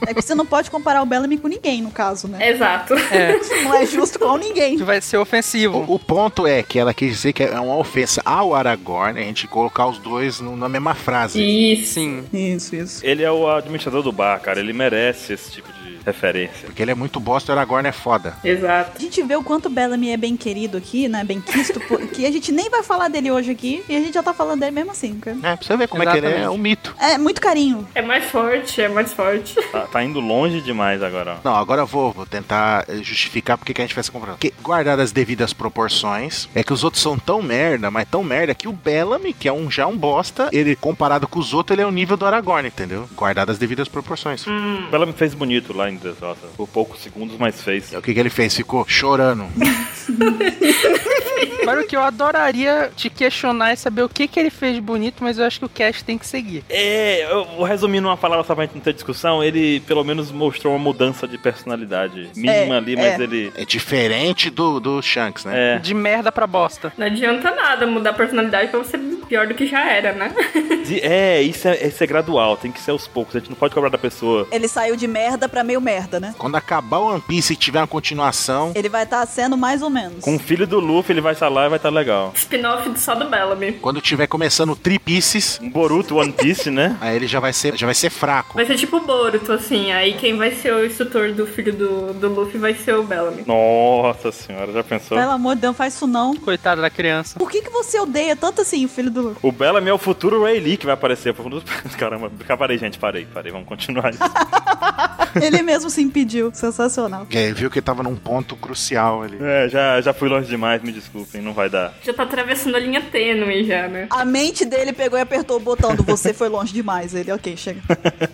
É que você não pode comparar o Bellamy com ninguém, no caso, né? Exato. É, Não é justo com ninguém. isso vai ser ofensivo. o, o ponto é que ela quis dizer que é uma ofensa ao Aragorn a gente colocar os dois no- na mesma frase. Isso. Sim. Isso, isso. Ele é o administrador do bar, cara. Ele merece esse tipo de referência. Porque ele é muito bosta e o Aragorn é foda. Exato. A gente vê o quanto Bellamy é bem querido aqui, né? Bem quisto, porque a gente nem vai falar dele hoje aqui e a gente já tá falando dele mesmo assim, cara. É, pra você ver como é que ele é, é um Exatamente. mito. É, muito carinho. É mais forte, é mais forte. Tá, tá indo longe demais agora, ó. Não, agora eu vou, vou tentar eh, justificar porque que a gente fez essa comparação. Porque, guardadas as devidas proporções, é que os outros são tão merda, mas tão merda, que o Bellamy, que é um já um bosta, ele comparado com os outros, ele é o nível do Aragorn, entendeu? Guardadas as devidas proporções. O Bellamy fez bonito lá em Desota. Por poucos segundos, mas fez. É O que, que ele fez? Ficou chorando. Claro que eu adoraria te questionar e saber o que, que ele fez de bonito, mas eu acho que o cast tem que seguir. É, eu vou resumir numa palavra só pra gente não ter discussão. Ele pelo menos mostrou uma mudança de personalidade mínima É, ali, mas é. ele. É diferente do, do Shanks, né? É. De merda pra bosta. Não adianta nada mudar a personalidade pra você pior do que já era, né? de- é, isso é, isso é gradual, tem que ser aos poucos. A gente não pode cobrar da pessoa. Ele saiu de merda pra meio merda, né? Quando acabar o One Piece e tiver uma continuação, Ele vai estar sendo mais ou menos. Com o filho do Luffy, ele vai estar lá e vai estar legal. Spin-off só do Bellamy. quando tiver começando o Three Pieces, Um Boruto One Piece, né? aí ele já vai ser, já vai ser fraco. Vai ser tipo o Boruto, assim. Aí quem vai ser o instrutor do filho do, do Luffy vai ser o Bellamy. Nossa senhora, já pensou? Pelo amor de Deus, não faz isso não. Coitado da criança. Por que, que você odeia tanto assim o filho do Luffy? O Bellamy é o futuro Ray Lee que vai aparecer. Foi um dos- Caramba, parei, gente, parei, parei, vamos continuar isso. Ele mesmo se impediu. Sensacional. Porque ele viu que tava num ponto crucial ali. é, já, já fui longe demais, me desculpem, não vai dar. Já tá atravessando a linha tênue já, né? A mente dele pegou e apertou o botão do você foi longe demais. Ele, ok, chega.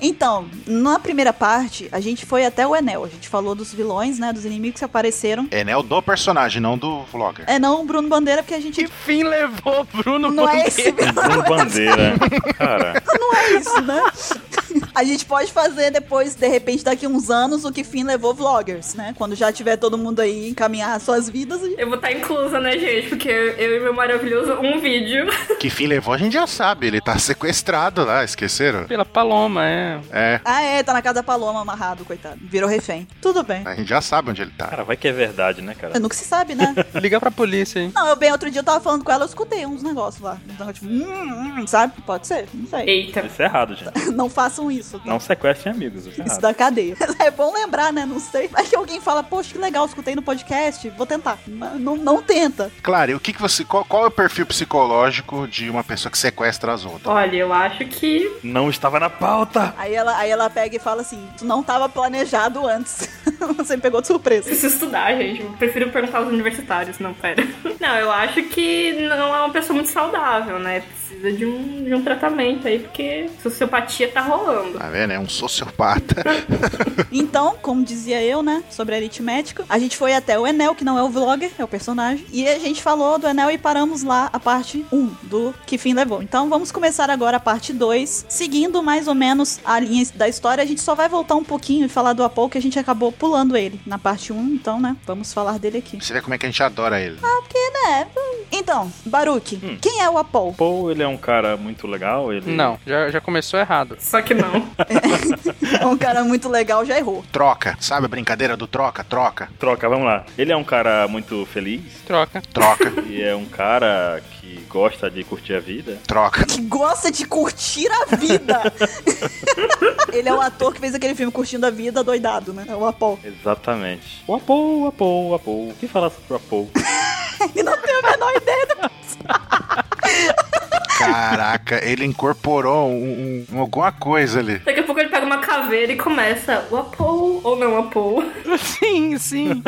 Então, na primeira parte, a gente foi até o Enel. A gente falou dos vilões, né? Dos inimigos que apareceram. É, né? O do personagem, não do vlogger. É não o Bruno Bandeira, porque a gente. tipo, Que fim levou o Bruno Não é Bandeira? esse Bruno Bandeira, cara. Não é isso, né? A gente pode fazer depois, de repente, daqui uns anos, o que fim levou vloggers, né? Quando já tiver todo mundo aí encaminhar suas vidas. a gente- Eu vou estar inclusa, né, gente? Porque eu e meu maravilhoso, um vídeo. Que fim levou a gente já sabe, ele tá sequestrado lá, esqueceram? Pela Paloma, é. É, Ah, é, tá na casa da Paloma amarrado, coitado. Virou refém. Tudo bem. a gente já sabe onde ele tá. Cara, vai que é verdade, né, cara? Nunca se sabe, né? Liga pra polícia, hein? Não, eu bem, outro dia eu tava falando com ela, eu escutei uns negócios lá. Uns negócios tipo, hum, hum, sabe? hum, Pode ser, não sei. Eita. Isso é errado, gente. Não façam isso. tá? Não sequestrem amigos. Isso é Isso errado. da cadeia. É bom lembrar, né? Não sei. Mas que alguém fala, poxa, que legal, escutei no podcast, vou tentar. N- Não, não tenta. Claro, e o que, que você. Qual, qual é o perfil psicológico de uma pessoa que sequestra as outras? Olha, eu acho que Não estava na pauta. Aí ela, aí ela pega e fala assim: tu não tava planejado antes. Você me pegou de surpresa. preciso estudar, gente. Eu prefiro perguntar aos universitários, não, pera. Não, eu acho que não é uma pessoa muito saudável, né? Precisa de um, de um tratamento aí, porque sociopatia tá rolando. Tá vendo? É um sociopata. Então, como dizia eu, né? Sobre aritmética, a gente foi até o Enel, que não é o vlogger, é o personagem. E a gente falou do Enel e paramos lá a parte 1 do Que Fim Levou. Então vamos começar agora a parte 2. Seguindo mais ou menos a linha da história, a gente só vai voltar um pouquinho e falar do Apol, que a gente acabou pulando ele na parte 1. Então, né? Vamos falar dele aqui. Você vê como é que a gente adora ele. É. hum. Então, Baruque, quem é o Apol? Paul, ele é um cara muito legal. Ele... Não, já, já começou errado. Só que não. É um cara muito legal, já errou. Troca. Sabe a brincadeira do troca? Troca. Troca, vamos lá. Ele é um cara muito feliz. Troca. Troca. E é um cara que gosta de curtir a vida. Troca. Que gosta de curtir a vida. Ele é o ator que fez aquele filme Curtindo a Vida, doidado, né? É o Apol. Exatamente. O Apol, o Apol, o Apol. O que falar sobre o Apol? Ele não tem a menor ideia. Caraca, ele incorporou um- um- alguma coisa ali. Daqui a pouco ele pega uma caveira e começa o Apol ou não Apol. Sim, sim.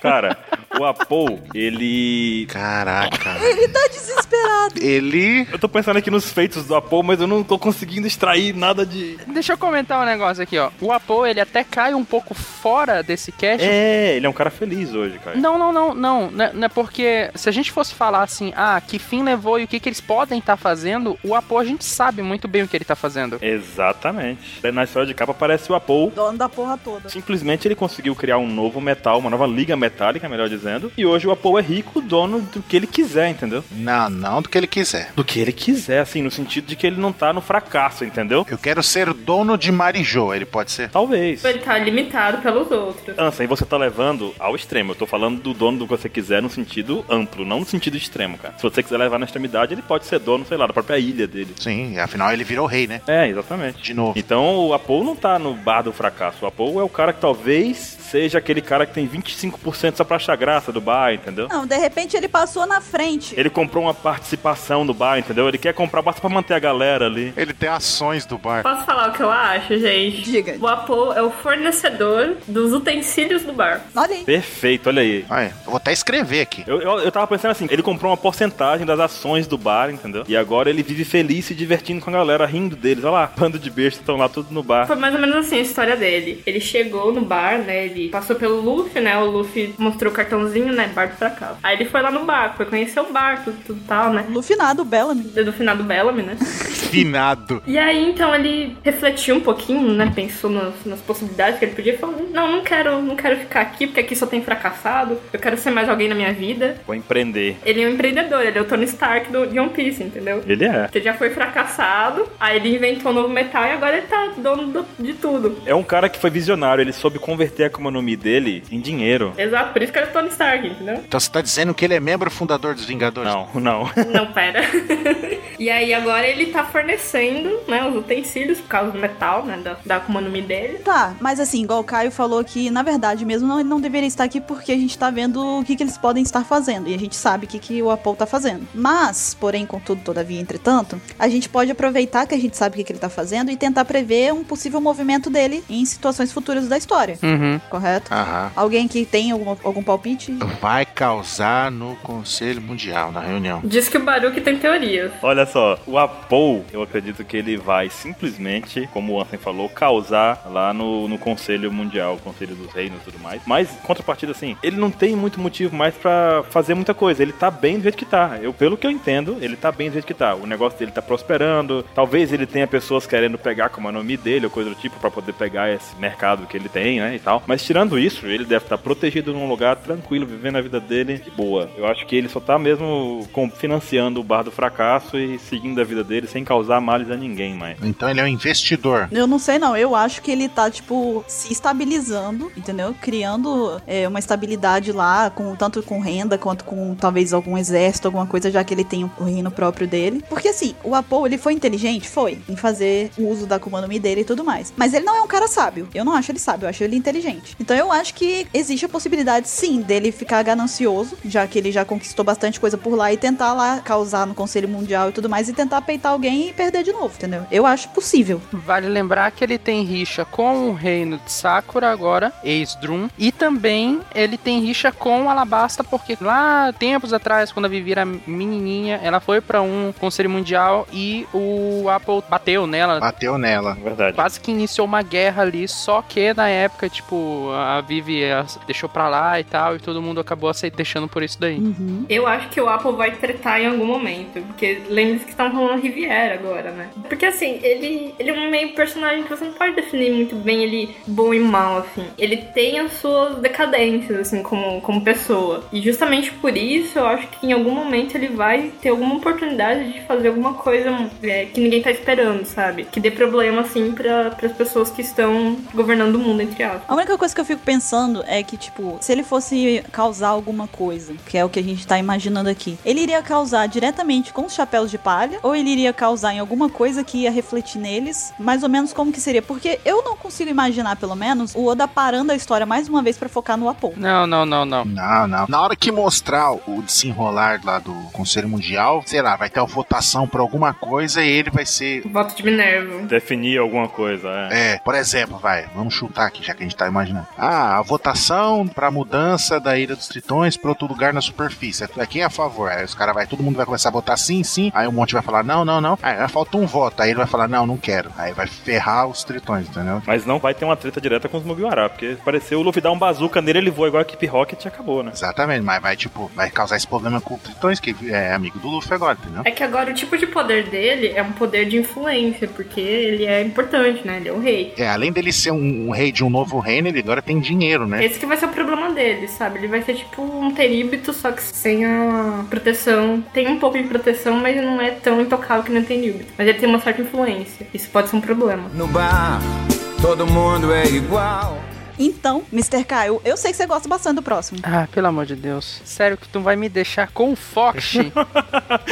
Cara, o Apol, ele... Caraca. Ele tá desesperado. Ele. Eu tô pensando aqui nos feitos do Apol, mas eu não tô conseguindo extrair nada de... Deixa eu comentar um negócio aqui, ó. O Apo, ele até cai um pouco fora desse cast. É, ele é um cara feliz hoje, cara. Não, não, não, não. Não é- não é porque se a gente fosse falar assim, ah, que fim levou e o que, que eles podem estar fazendo, o Apo a gente sabe muito bem o que ele tá fazendo. Exatamente. Daí Na história de capa aparece o Apol. Dono da porra toda. Simplesmente ele conseguiu criar um novo metal, uma nova liga metálica, melhor dizendo. E hoje o Apol é rico, dono do que ele quiser, entendeu? Não, não do que ele quiser. Do que ele quiser, assim, no sentido de que ele não tá no fracasso, entendeu? Eu quero ser o dono de Marijô, ele pode ser? Talvez. Ele tá limitado pelos outros. Ansem, você tá levando ao extremo. Eu tô falando do dono do que você quiser no sentido amplo, não no sentido extremo, cara. Se você quiser levar na extremidade, ele pode ser dono, sei lá, da própria ilha dele. Sim, afinal ele virou rei, né? É, exatamente. De novo. Então o Apol não tá no bar do fracasso. O Apol é o cara que talvez seja aquele cara que tem 25% só pra achar graça do bar, entendeu? Não, de repente ele passou na frente. Ele comprou uma participação no bar, entendeu? Ele quer comprar basta pra manter a galera ali. Ele tem ações do bar. Posso falar o que eu acho, gente? Diga. O Apol é o fornecedor dos utensílios do bar. Olha aí. Perfeito, olha aí. Olha, eu vou até escrever aqui. Eu, eu, eu tava pensando assim, ele comprou uma porcentagem das ações do bar, entendeu? E agora ele vive feliz se divertindo com a galera, rindo deles. Olha lá, bando de besta, estão lá tudo no bar. Foi mais ou menos assim a história dele. Ele chegou no bar, né? Ele passou pelo Luffy, né? O Luffy mostrou o cartãozinho, né? Bar do fracasso. Aí ele foi lá no bar, foi conhecer o bar, tudo, tudo tal, né? Lufinado, Bellamy. Do final do Bellamy, né? Finado. E aí, então, ele refletiu um pouquinho, né? Pensou nas, nas possibilidades que ele podia. Falou, não, não quero, não quero ficar aqui, porque aqui só tem fracassado. Eu quero ser mais alguém na minha vida. Vou empreender. Ele é um empreendedor, ele é o Tony Stark do, de One Piece, entendeu? Ele é. Ele já foi fracassado, aí ele inventou um novo metal e agora ele tá dono do- de tudo. É um cara que foi visionário, ele soube converter a Akuma no Mi dele em dinheiro. Exato, por isso que ele é o Tony Stark, entendeu? Então você tá dizendo que ele é membro fundador dos Vingadores? Não, não. Não, pera. e aí agora ele tá fornecendo, né, os utensílios por causa do metal, né, da, da Akuma no Mi dele. Tá, mas assim, igual o Caio falou que, na verdade mesmo, não, ele não deveria estar aqui porque a gente tá vendo o que, que eles podem estar fazendo. E a gente sabe o que, que o Apol tá fazendo. Mas, porém, contudo, todavia, entretanto, a gente pode aproveitar que a gente sabe o que, que ele tá fazendo e tentar prever um possível movimento dele em situações futuras da história. Uhum. Correto? Aham. Alguém que tem algum, algum palpite? Vai causar no Conselho Mundial, na reunião. Diz que o Baruque tem teorias. Olha só, o Apol, eu acredito que ele vai simplesmente, como o Ansem falou, causar lá no, no Conselho Mundial, Conselho dos Reinos e tudo mais. Mas, contrapartida, assim, ele não tem muito motivo mais pra fazer muita coisa. Ele tá bem do jeito que tá. Eu, pelo que eu entendo, ele tá bem do jeito que tá. O negócio dele tá prosperando. Talvez ele tenha pessoas querendo pegar como a nome dele ou coisa do tipo pra poder pegar esse mercado que ele tem, né, e tal. Mas, tirando isso, ele deve estar protegido num lugar tranquilo, vivendo a vida dele de boa. Eu acho que ele só tá mesmo com- financiando o bar do fracasso e seguindo a vida dele sem causar males a ninguém mais. Então ele é um investidor. Eu não sei, não. Eu acho que ele tá, tipo, se estabilizando, entendeu? Criando é, uma estabilidade lá, com, tanto com renda quanto com talvez algum exército, alguma coisa, já que ele tem o reino próprio dele. Porque assim, o Apo, ele foi inteligente? Foi. Em fazer o uso da Akuma no Mi dele e tudo mais. Mas ele não é um cara sábio. Eu não acho ele sábio, eu acho ele inteligente. Então eu acho que existe a possibilidade, sim, dele ficar ganancioso, já que ele já conquistou bastante coisa por lá, e tentar lá causar no Conselho Mundial e tudo mais, e tentar peitar alguém e perder de novo, entendeu? Eu acho possível. Vale lembrar que ele tem rixa com o reino de Sakura agora, ex-Drum, e também ele tem rixa com o Alabasta, porque lá tempos atrás, quando a Vivi era menininha, ela foi pra um conselho mundial e o Apple bateu nela. Bateu nela. Na É verdade. Quase que iniciou uma guerra ali, só que na época, tipo, a Vivi ela deixou pra lá e tal, e todo mundo acabou aceit- deixando por isso daí. Eu acho que o Apple vai tretar em algum momento, porque lembre-se que estão falando Riviera agora, né? Porque assim, ele, ele é um meio personagem que você não pode definir muito bem ele bom e mal, assim. Ele tem as suas decadências, assim, como, como pessoa. E justamente por isso eu acho que em algum momento ele vai ter alguma oportunidade de fazer alguma coisa é, que ninguém tá esperando, sabe? Que dê problema, assim, para as pessoas que estão governando o mundo, entre aspas. A única coisa que eu fico pensando é que, tipo, se ele fosse causar alguma coisa, que é o que a gente tá imaginando aqui, ele iria causar diretamente com os chapéus de palha, ou ele iria causar em alguma coisa que ia refletir neles, mais ou menos como que seria? Porque eu não consigo imaginar, pelo menos, o Oda parando a história mais uma vez pra focar no Apple. Não, não, não, não. Não, não. Na hora que mostrar o desenrolar lá do Conselho Mundial, sei lá, vai ter uma votação pra alguma coisa e ele vai ser. Voto de Minerva. Definir alguma coisa, é. É, por exemplo, vai, vamos chutar aqui, já que a gente tá imaginando. Ah, a votação pra mudança da Ilha dos Tritões pra outro lugar na superfície. É quem é a favor? Aí os caras vai, todo mundo vai começar a votar sim, sim. Aí um monte vai falar não, não, não. Aí falta um voto. Aí ele vai falar não, não quero. Aí vai ferrar os Tritões, entendeu? Mas não vai ter uma treta direta com os Mugiwara, porque pareceu o Luffy dar um bazuca nele, ele voa igual a Keep Rocket e acabou, né? Exatamente, mas vai, tipo, vai causar esse problema com o Tritões, que é amigo do Luffy agora, entendeu? É que agora o tipo de poder dele é um poder de influência, porque ele é importante, né? Ele é o rei. É, além dele ser um, um rei de um novo reino, ele agora tem dinheiro, né? Esse que vai ser o problema dele, sabe? Ele vai ser tipo um teríbito, só que sem a proteção. Tem um pouco de proteção, mas não é tão intocável que nem o teríbito. Mas ele tem uma certa influência. Isso pode ser um problema. No bar, todo mundo é igual. Então, Mr. Kyle, eu sei que você gosta bastante do próximo. Ah, pelo amor de Deus. Sério que tu vai me deixar com o Fox?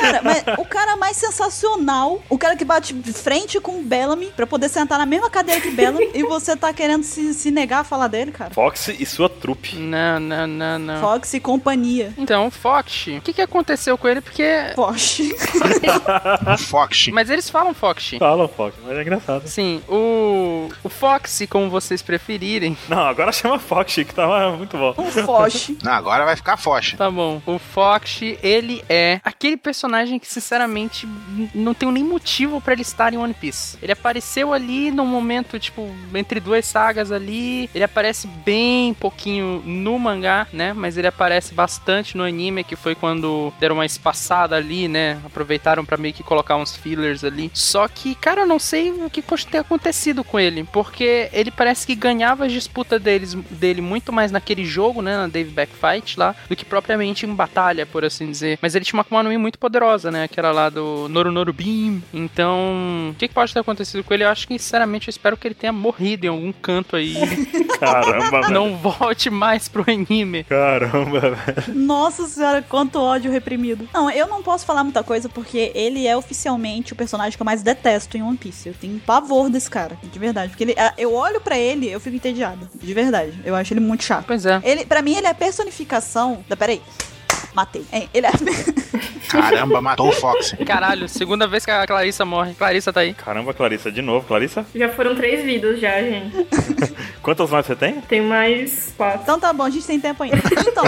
Cara, mas o cara mais sensacional, o cara que bate de frente com o Bellamy pra poder sentar na mesma cadeira que Bellamy, e você tá querendo se, se negar a falar dele, cara? Fox e sua trupe. não, não, não, não. Fox e companhia. Então, o Fox, o que, que aconteceu com ele? Porque. Porsche. O Fox. Mas eles falam Fox. Fala, Fox, mas é engraçado. Sim, o. O Fox, como vocês preferirem. Não, agora chama Fox, que tava muito bom. Um Foch. Não, agora vai ficar Fox. Tá bom. O Fox, ele é aquele personagem que, sinceramente, n- não tenho nem motivo pra ele estar em One Piece. Ele apareceu ali num momento, tipo, entre duas sagas ali. Ele aparece bem pouquinho no mangá, né? Mas ele aparece bastante no anime, que foi quando deram uma espaçada ali, né? Aproveitaram pra meio que colocar uns fillers ali. Só que, cara, eu não sei o que cos- ter acontecido com ele, porque ele parece que ganhava as disputas deles, dele muito mais naquele jogo, né, na Dave Back Fight lá, do que propriamente em batalha, por assim dizer. Mas ele tinha uma Akuma no Mi muito poderosa, né, que era lá do Noru Noru Beam. Então, o que, que pode ter acontecido com ele? Eu acho que, sinceramente, eu espero que ele tenha morrido em algum canto aí. Caramba, velho. não volte mais pro anime. Caramba, velho. Nossa senhora, quanto ódio reprimido. Não, eu não posso falar muita coisa porque ele é oficialmente o personagem que eu mais detesto em One Piece. Eu tenho pavor desse cara, de verdade. Porque ele, ah, eu olho pra ele, eu fico entediada. De verdade. Eu acho ele muito chato. Pois é. Ele, pra mim, ele é a personificação. Da, peraí. Matei. É, Ele é Caramba, matou o Fox. Caralho, segunda vez que a Clarissa morre. Clarissa tá aí. Caramba, Clarissa, de novo. Clarissa, Já foram três vidas já, gente. quantas mais você tem? Tem mais quatro. Então tá bom, a gente tem tempo ainda. Então.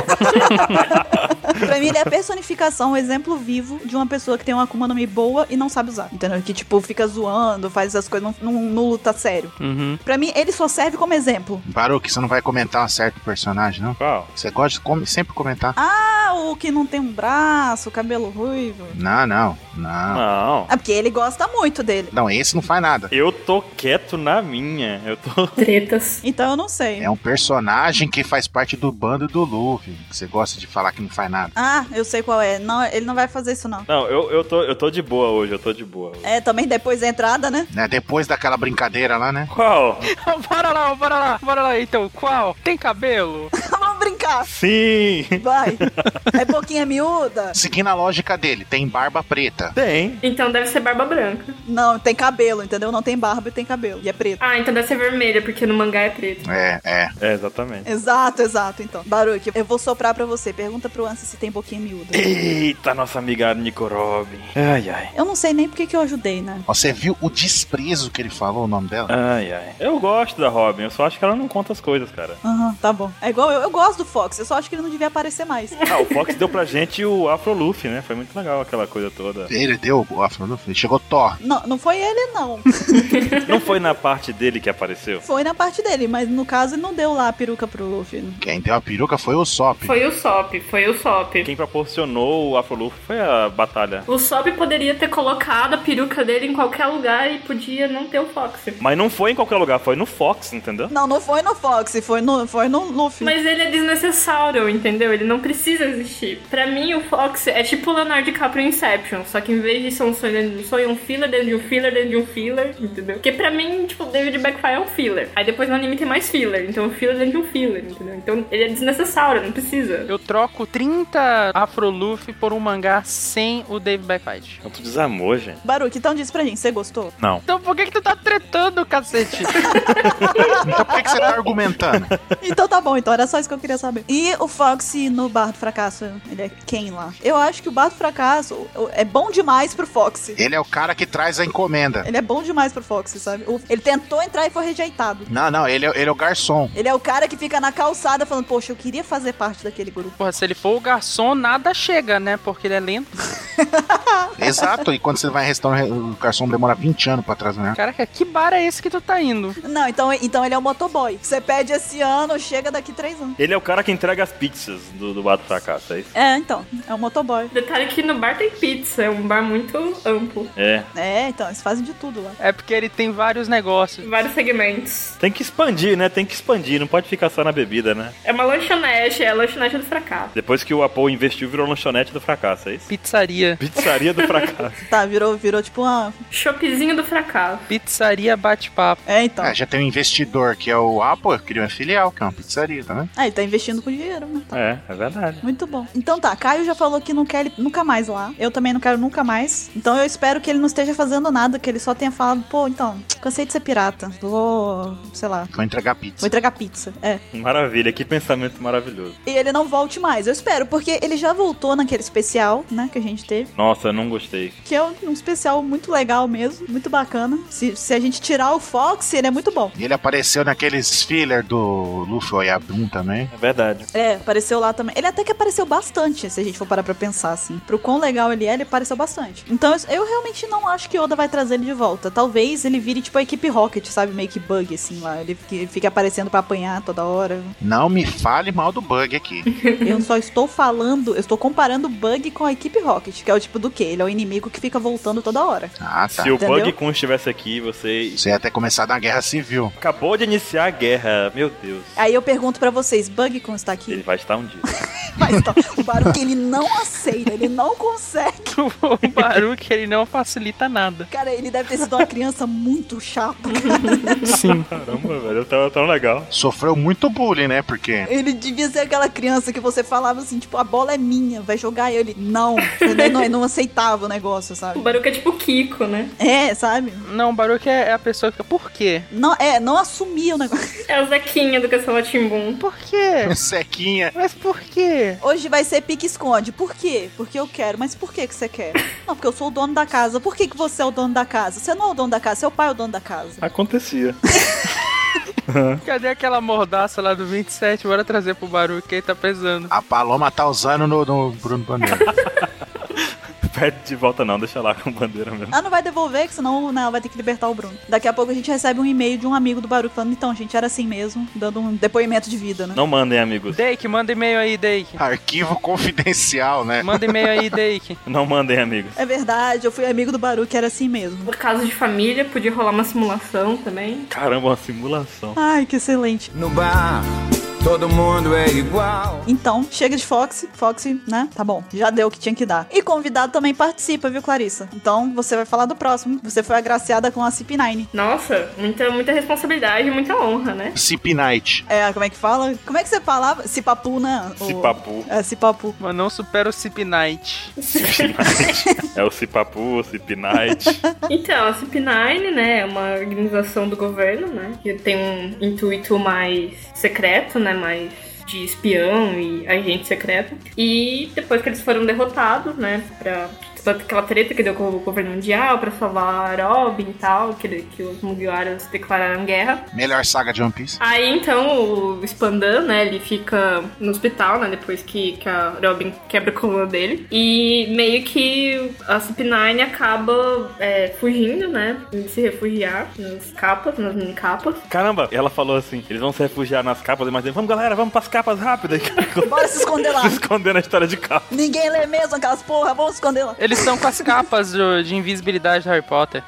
pra mim, ele é a personificação, o exemplo vivo de uma pessoa que tem uma Akuma no Mi boa e não sabe usar. Entendeu? Que, tipo, fica zoando, faz essas coisas, não, não, não luta sério. Uhum. Pra mim, ele só serve como exemplo. Baruque, você não vai comentar um certo personagem, não? Qual? Você gosta de come- sempre comentar. Ah, o o que não tem um braço, o cabelo ruivo. Não, não, não. Não. Ah, porque ele gosta muito dele. Não, esse não faz nada. Eu tô quieto na minha. Eu tô. Tretas. Então eu não sei. É um personagem que faz parte do bando do Luffy. que Você gosta de falar que não faz nada. Ah, eu sei qual é. Não, ele não vai fazer isso, não. Não, eu, eu, tô, eu tô de boa hoje, eu tô de boa. hoje. É, também depois da entrada, né? Né? Depois daquela brincadeira lá, né? Qual? bora lá, bora lá, bora lá. Então, qual? Tem cabelo? Vamos brincar. Sim! Vai. É boquinha miúda? Seguindo a lógica dele, tem barba preta. Tem. Então deve ser barba branca. Não, tem cabelo, entendeu? Não tem barba e tem cabelo. E é preto. Ah, então deve ser vermelha, porque no mangá é preto. É, é. É, exatamente. Exato, exato. Então, Baruque, eu vou soprar pra você. Pergunta pro Ansi se tem boquinha miúda. Eita, nossa amiga Nico Robin. Ai, ai. Eu não sei nem porque que eu ajudei, né? Você viu o desprezo que ele falou o nome dela? Ai, ai. Eu gosto da Robin, eu só acho que ela não conta as coisas, cara. Aham, tá bom. É igual eu, eu gosto do Fox, eu só acho que ele não devia aparecer mais. Ah, o Fox deu pra gente o Afro Luffy, né? Foi muito legal aquela coisa toda. Ele deu o afro no Luffy. Chegou Thor. Não, não foi ele, não. Não foi na parte dele que apareceu? Foi na parte dele, mas no caso ele não deu lá a peruca pro Luffy. né? Quem deu a peruca foi o Sop. Foi o Sop, foi o Sop. Quem proporcionou o Afro Luffy foi a batalha. O Sop poderia ter colocado a peruca dele em qualquer lugar e podia não ter o Fox. Mas não foi em qualquer lugar, foi no Fox, entendeu? Não, não foi no Fox, foi no, foi no Luffy. Mas ele é desnecessário, entendeu? Ele não precisa existir. Pra mim, o Fox é tipo o Leonardo DiCaprio em Inception, só que em vez de ser um sonho dentro de um sonho, é um filler dentro de um filler dentro de um filler, entendeu? Porque pra mim, tipo, o David Backfire é um filler. Aí depois no anime tem mais filler, então é um filler dentro de um filler, entendeu? Então ele é desnecessário, não precisa. Eu troco 30 Afro Luffy por um mangá sem o Dave Backfight. Quanto um desamor, gente. Baruque, então diz pra gente, você gostou? Não. Então por que que tu tá tretando, cacete? Então por que, que você tá argumentando? Então tá bom, então era só isso que eu queria saber. E o Fox no Bar do Fracasso, ele é quem lá? Eu acho que o Bar do Fracasso o- é bom demais pro Fox. Ele é o cara que traz a encomenda. Ele é bom demais pro Fox, sabe? O- Ele tentou entrar e foi rejeitado. Não, não, ele é, ele é o garçom. Ele é o cara que fica na calçada falando, poxa, eu queria fazer parte daquele grupo. Porra, se ele for o garçom, nada chega, né? Porque ele é lento. Exato. E quando você vai em restaurante, o garçom demora 20 anos pra trazer, né? Caraca, que bar é esse que tu tá indo? Não, então, então ele é o motoboy. Você pede esse ano, chega daqui três anos. Ele é o cara que entrega as pizzas do, do Bato Fracasso, é isso? É, então, é o motoboy. Detalhe que no bar tem pizza, é um bar muito amplo. É. É, então, eles fazem de tudo lá. É porque ele tem vários negócios. Vários segmentos. Tem que expandir, né? Tem que expandir, não pode ficar só na bebida, né? É uma lanchonete, é a lanchonete do fracasso. Depois que o Apple investiu, virou lanchonete do fracasso, é isso? Pizzaria. Pizzaria do fracasso. Tá, virou, virou tipo uma. Shopzinho do fracasso. Pizzaria bate-papo. É, então. É, já tem um investidor que é o Apple, criou uma filial, que é uma pizzaria, tá vendo? Ah, ele tá investindo com dinheiro, né? Tá. É, é verdade. Muito bom. Então tá, Caio já falou que não quer ele nunca mais lá. Eu também não quero nunca mais. Então eu espero que ele não esteja fazendo nada, que ele só tenha falado, pô, então, cansei de ser pirata. Vou, sei lá, Vou entregar vou pizza. entregar pizza. É. Maravilha, que pensamento maravilhoso. E ele não volte mais. Eu espero, porque ele já voltou naquele especial, né, que a gente teve. Nossa, eu não gostei. Que é um especial muito legal mesmo, muito bacana. Se, se a gente tirar o Fox, ele é muito bom. E ele apareceu naqueles filler do Luffy Oyabun também. É verdade. É, apareceu lá também. Ele até que apareceu bastante, se a gente for parar pra pensar, assim. Pro quão legal ele é, ele apareceu bastante. Então, eu- eu realmente não acho que Oda vai trazer ele de volta. Talvez ele vire, tipo, a equipe Rocket, sabe? Meio que bug, assim, lá. Ele fique, fique aparecendo pra apanhar toda hora. Não me fale mal do bug aqui. Eu só estou falando, eu estou comparando o bug com a equipe Rocket, que é o tipo do quê? Ele é o inimigo que fica voltando toda hora. Ah, tá. Se o Entendeu? Bug Kun estivesse aqui, você Você ia até começar na guerra civil. acabou de iniciar a guerra. Meu Deus. Aí eu pergunto pra vocês, Bug como está Ele aqui? vai estar um dia. Mas então, o Baruque ele não aceita, ele não consegue. o Baruque, ele não facilita nada. Cara, ele deve ter sido uma criança muito chata, cara. Sim. Caramba, velho, tá tão legal. Sofreu muito bullying, né? Porque Ele devia ser aquela criança que você falava assim, tipo, a bola é minha, vai jogar eu. ele. Não, entendeu? não, não aceitava o negócio, O sabe? Baruca é tipo o Kiko, né? É, sabe? Não, o Baruque é é a pessoa que... Por quê? Não, é, não assumia o negócio. É o Zequinha do Castelo Timbum. Por quê? Sequinha. Mas por quê? Hoje vai ser pique-esconde. Por quê? Porque eu quero. Mas por que que você quer? Não, porque eu sou o dono da casa. Por que que você é o dono da casa? Você não é o dono da casa, seu pai é o dono da casa. Acontecia. Cadê aquela mordaça lá do 27? Bora trazer pro Baruque, ele tá pesando. A Paloma tá usando no, no Bruno Bandeira. perto de volta, não. Deixa lá com a bandeira mesmo. Ah, não vai devolver, que senão não, vai ter que libertar o Bruno. Daqui a pouco a gente recebe um e-mail de um amigo do Baruque falando, então, gente, era assim mesmo, dando um depoimento de vida, né? Não mandem, amigos. Dake, manda e-mail aí, Dake. Arquivo confidencial, né? Manda e-mail aí, Dake. Não mandem, amigos. É verdade, eu fui amigo do Baruque, era assim mesmo. Por caso de família, podia rolar uma simulação também. Caramba, uma simulação. Ai, que excelente. No bar, todo mundo é igual. Então, chega de Foxy. Foxy, né? Tá bom. Já deu o que tinha que dar. E convidado também participa, viu, Clarissa? Então, você vai falar do próximo. Você foi agraciada com a CP9. Nossa, muita, muita responsabilidade, muita honra, né? Cip Night. É, como é que fala? Como é que você falava? Cipapu, né? O- Cipapu. É, Cipapu. Mano, não supera o Cip Night. É o Cipapu, o Cip Night. Então, a CP9, né, é uma organização do governo, né, que tem um intuito mais secreto, né, mais de espião e agente secreto. E depois que eles foram derrotados, né, pra pra aquela treta que deu com o governo mundial pra salvar Robin e tal, que, que os Mugiwaras declararam guerra. Melhor saga de One Piece. Aí então o Spandam, né, ele fica no hospital, né, depois que, que a Robin quebra a coluna dele. E meio que a Cip9 acaba é, fugindo, né, de se refugiar nas capas, nas minicapas. Caramba, ela falou assim: eles vão se refugiar nas capas, mas vamos, galera, vamos pras capas rápido. Bora se esconder lá. Se esconder na história de capa. Ninguém lê mesmo aquelas porra, vamos esconder lá. Eles estão com as capas do- de invisibilidade do Harry Potter.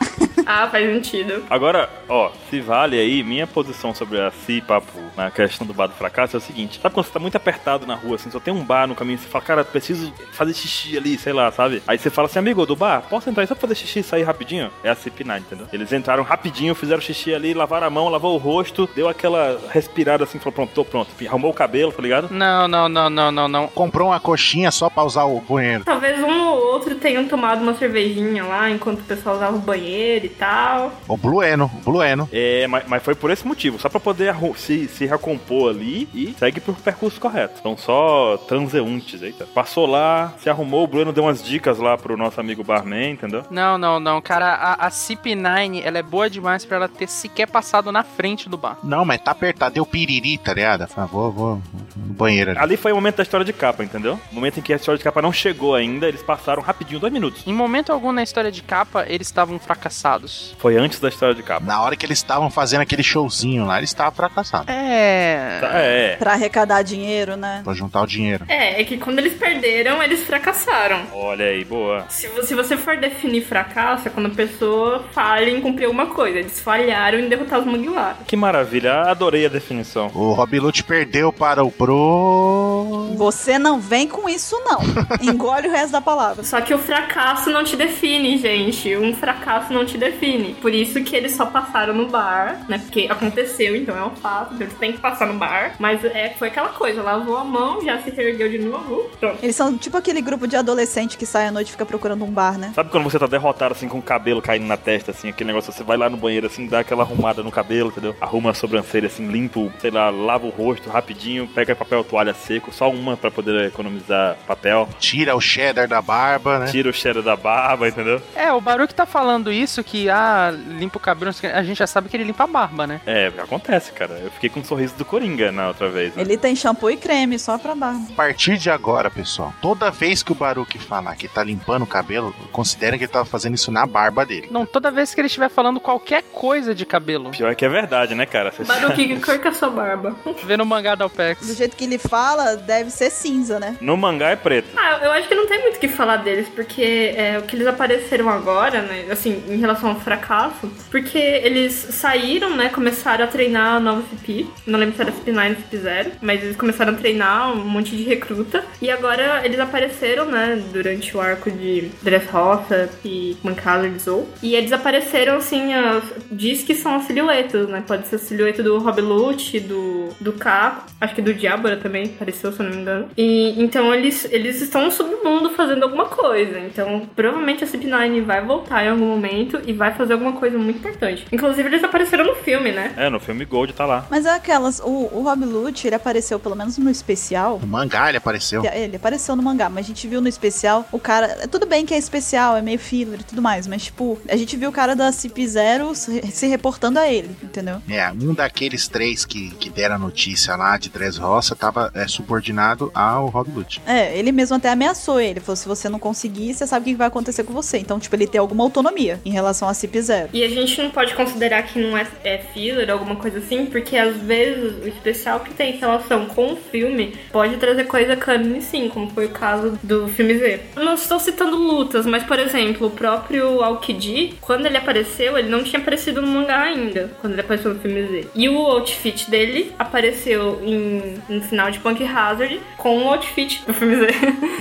ah, faz sentido. Agora, ó, se vale aí, minha posição sobre a Cipapu na questão do bar do fracasso é o seguinte: sabe quando você tá muito apertado na rua, assim, só tem um bar no caminho, você fala, cara, preciso fazer xixi ali, sei lá, sabe? Aí você fala assim, amigo do bar, posso entrar aí só pra fazer xixi e sair rapidinho? É a Cipinai, entendeu? Eles entraram rapidinho, fizeram xixi ali, lavaram a mão, lavou o rosto, deu aquela respirada assim, falou, pronto, tô pronto, arrumou o cabelo, tá ligado? Não, não, não, não, não, não. Comprou uma coxinha só pra usar o banheiro. Talvez um ou outro tenham tomado uma cervejinha lá enquanto o pessoal usava o banheiro e tal. O Blueno, o Blueno. É, mas, mas foi por esse motivo, só pra poder arru- se, se recompor ali e segue pro percurso correto. São só transeuntes, eita. Passou lá, se arrumou, o Bruno deu umas dicas lá pro nosso amigo barman, entendeu? Não, não, não, cara, a, a CP9, ela é boa demais pra ela ter sequer passado na frente do bar. Não, mas tá apertado, deu piriri, tá ligado? Falei, ah, vou, vou vou no banheiro ali. Ali foi o momento da história de capa, entendeu? O momento em que a história de capa não chegou ainda, eles passaram rapidinho, dois minutos. Em momento algum na história de capa, eles estavam fracassados. Foi antes da história de capa. Na hora que eles estavam fazendo aquele showzinho lá, eles estavam fracassados. É... Tá, é, é. Pra arrecadar dinheiro, né? Pra juntar o dinheiro. É, é que quando eles perderam, eles fracassaram. Olha aí, boa. Se vo- se você for definir fracasso, é quando a pessoa falha em cumprir alguma coisa. Eles falharam em derrotar os Mugiwaras. Que maravilha, adorei a definição. O Rob Lute perdeu para o Pro. Você não vem com isso, não. Engole o resto da palavra. Só que o fracasso não te define, gente. Um fracasso não te define. Por isso que eles só passaram no bar, né? Porque aconteceu, então é um fato. Então eles têm que passar no bar. Mas é, foi aquela coisa. Lavou a mão, já se ergueu de novo. Pronto. Eles são tipo aquele grupo de adolescente que sai à noite e fica procurando um bar, né? Sabe quando você tá derrotado, assim, com o cabelo caindo na testa, assim, aquele negócio, você vai lá no banheiro, assim, dá aquela arrumada no cabelo, entendeu? Arruma a sobrancelha, assim, limpa, o- sei lá, lava o rosto rapidinho, pega papel toalha seco, só uma pra poder economizar papel, Tira o cheddar da barba, né? tira o cheiro da barba, entendeu? É, o Baruch tá falando isso, que, ah, limpa o cabelo, não sei o quê. a gente já sabe que ele limpa a barba, né? É, acontece, cara. Eu fiquei com um sorriso do Coringa na outra vez, né? Ele tem shampoo e creme só pra barba. A partir de agora, pessoal, toda vez que o Baruque falar que tá limpando o cabelo, considera que ele tá fazendo isso na barba dele. Não, toda vez que ele estiver falando qualquer coisa de cabelo, Pior que é verdade, né, cara? Cês- Baruque, que cor que é a sua barba? vê no mangá da Do Alpex. jeito que ele fala, deve ser cinza, né? No mangá é preto. Ah, eu acho que não tem muito o que falar deles, porque é, o que eles apareceram agora, né, assim, em relação ao fracasso, porque eles saíram, né, começaram a treinar a nova CP, não lembro se era CP9 ou CP0, mas eles começaram a treinar um monte de recruta, e agora eles apareceram, né, durante o arco de Dressrosa e Mancala e Zou, e eles apareceram, assim, as- diz que são as silhuetas, né, pode ser a silhueta do Rob Lute, do, do Caco, acho que do Diabora também apareceu, se eu não me engano, e então eles, eles estão no submundo fazendo alguma coisa. Então, provavelmente a CP9 vai voltar em algum momento e vai fazer alguma coisa muito importante. Inclusive, eles apareceram no filme, né? É, no filme Gold tá lá. Mas é aquelas. O, o Rob Lute, ele apareceu, pelo menos no especial. O mangá ele apareceu. que- Ele apareceu no mangá, mas a gente viu no especial o cara. Tudo bem que é especial, é meio filler e tudo mais, mas tipo, a gente viu o cara da CP0 se se reportando a ele, entendeu? É, um daqueles três que, que deram a notícia lá de Dres Roça tava é, subordinado ao Rob Lute. É, ele mesmo até ameaçou ele. Falou: se você não seguir, você sabe o que vai acontecer com você. Então, tipo, ele tem alguma autonomia em relação a CIP0. E a gente não pode considerar que não é, é filler, alguma coisa assim, porque às vezes o especial que tem relação com o filme pode trazer coisa cânone sim, como foi o caso do filme Z. Eu não estou citando lutas, mas por exemplo, o próprio Aokiji, quando ele apareceu, ele não tinha aparecido no mangá ainda, quando ele apareceu no filme Z. E o outfit dele apareceu em, no final de Punk Hazard com o outfit do filme Z.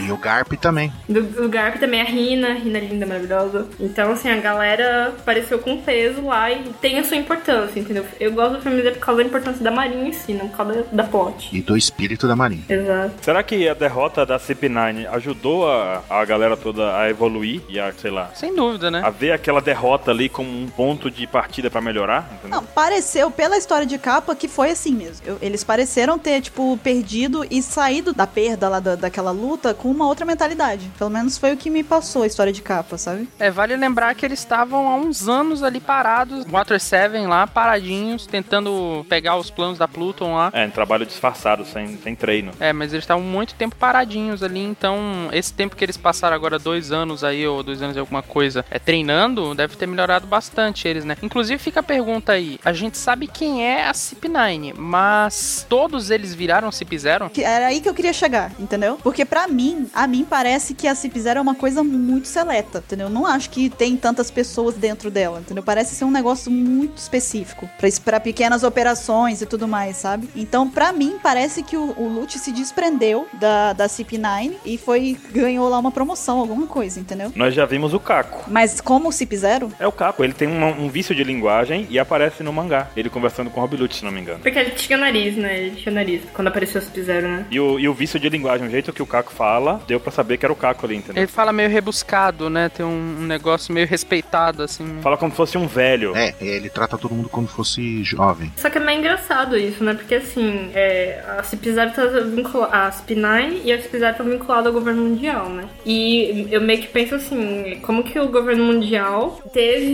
E o Garp também. Do, do Garp também é a Rina, Rina linda, maravilhosa. Então, assim, a galera apareceu com peso lá e tem a sua importância, entendeu? Eu gosto do filme Z por causa da importância da Marinha em si, não por causa da plot. E do espírito da Marinha. Exato. Será que a derrota da CP9 ajudou a, a galera toda a evoluir e a, sei lá, Sem dúvida, né? a ver aquela derrota ali como um ponto de partida pra melhorar? Entendeu? Não, pareceu pela história de capa que foi assim mesmo. Eu- eles pareceram ter, tipo, perdido e saído da perda lá da, daquela luta com uma outra mentalidade. Pelo menos foi o que me passou a história de capa, sabe? É, vale lembrar que eles estavam há uns anos ali parados, Water 7 lá, paradinhos, tentando pegar os planos da Pluton lá. É, um trabalho disfarçado, sem, sem treino. É, mas eles estavam muito tempo paradinhos ali, então esse tempo que eles passaram agora, dois anos aí, ou dois anos e alguma coisa, é, treinando, deve ter melhorado bastante eles, né? Inclusive fica a pergunta aí, a gente sabe quem é a CIP9, mas todos eles viraram CIP0? Que era aí que eu queria chegar, entendeu? Porque pra mim, a mim parece que a CIP0 é uma coisa muito seleta, entendeu? Eu Não acho que tem tantas pessoas dentro dela, entendeu? Parece ser um negócio muito específico pra es- pra pequenas operações e tudo mais, sabe? Então, pra mim, parece que o, o Lute se desprendeu da, da CIP9 e foi ganhou lá uma promoção, alguma coisa, entendeu? Nós já vimos o Caco. Mas como o CIP0, É o Caco, ele tem um, um vício de linguagem e aparece no mangá. Ele conversando com o Rob Lute, se não me engano. Porque ele tinha o nariz, né? Ele tinha o nariz quando apareceu o Sub-Zero, né? E o, e o vício de linguagem, o jeito que o Caco fala, deu pra saber que era o Caco ali, entendeu? Ele fala meio rebuscado, né? Tem um, um negócio meio respeitado, assim. Fala como se fosse um velho. É, ele trata todo mundo como fosse jovem. Só que é meio engraçado isso, né? Porque assim, é, a CIP0 tá vinculada. A CIP9 e a CIP0 tá vinculada ao governo mundial, né? E eu meio que penso assim, como que o governo mundial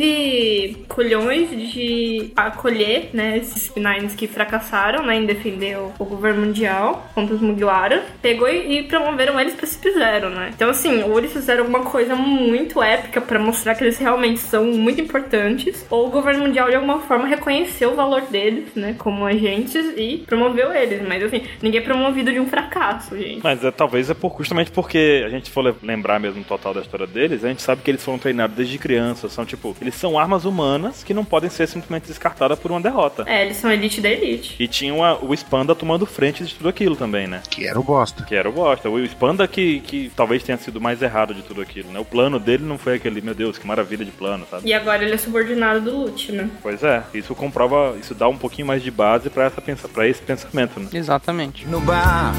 teve colhões de acolher, né, esses CIP9s que fracassaram, né, em defender o, o governo mundial contra os Mugiwara, pegou e, e promoveram eles pra CIP0, né? Então assim, ou eles fizeram alguma coisa muito épica pra mostrar que eles realmente são muito importantes, ou o governo mundial de alguma forma reconheceu o valor deles, né, como agentes e promoveu eles, mas assim, ninguém é promovido de um fracasso, gente. Mas é, talvez é por, justamente porque a gente for le- lembrar mesmo o total da história deles, a gente sabe que eles foram treinados desde criança. São tipo, eles são armas humanas que não podem ser simplesmente descartadas por uma derrota. É, eles são a elite da elite. E tinha uma- o Spanda tomando frente de tudo aquilo também, né? Que era o bosta. Que era o Bosta. O Spanda que, que talvez tenha sido o mais errado de tudo aquilo, né? O plano dele não foi aquele, meu Deus, que maravilha de plano, sabe? E agora ele é subordinado do Lute, né? Pois é, isso comprova, isso dá um pouquinho mais de base pra essa pensa, para esse pensamento, né? Exatamente. No bar,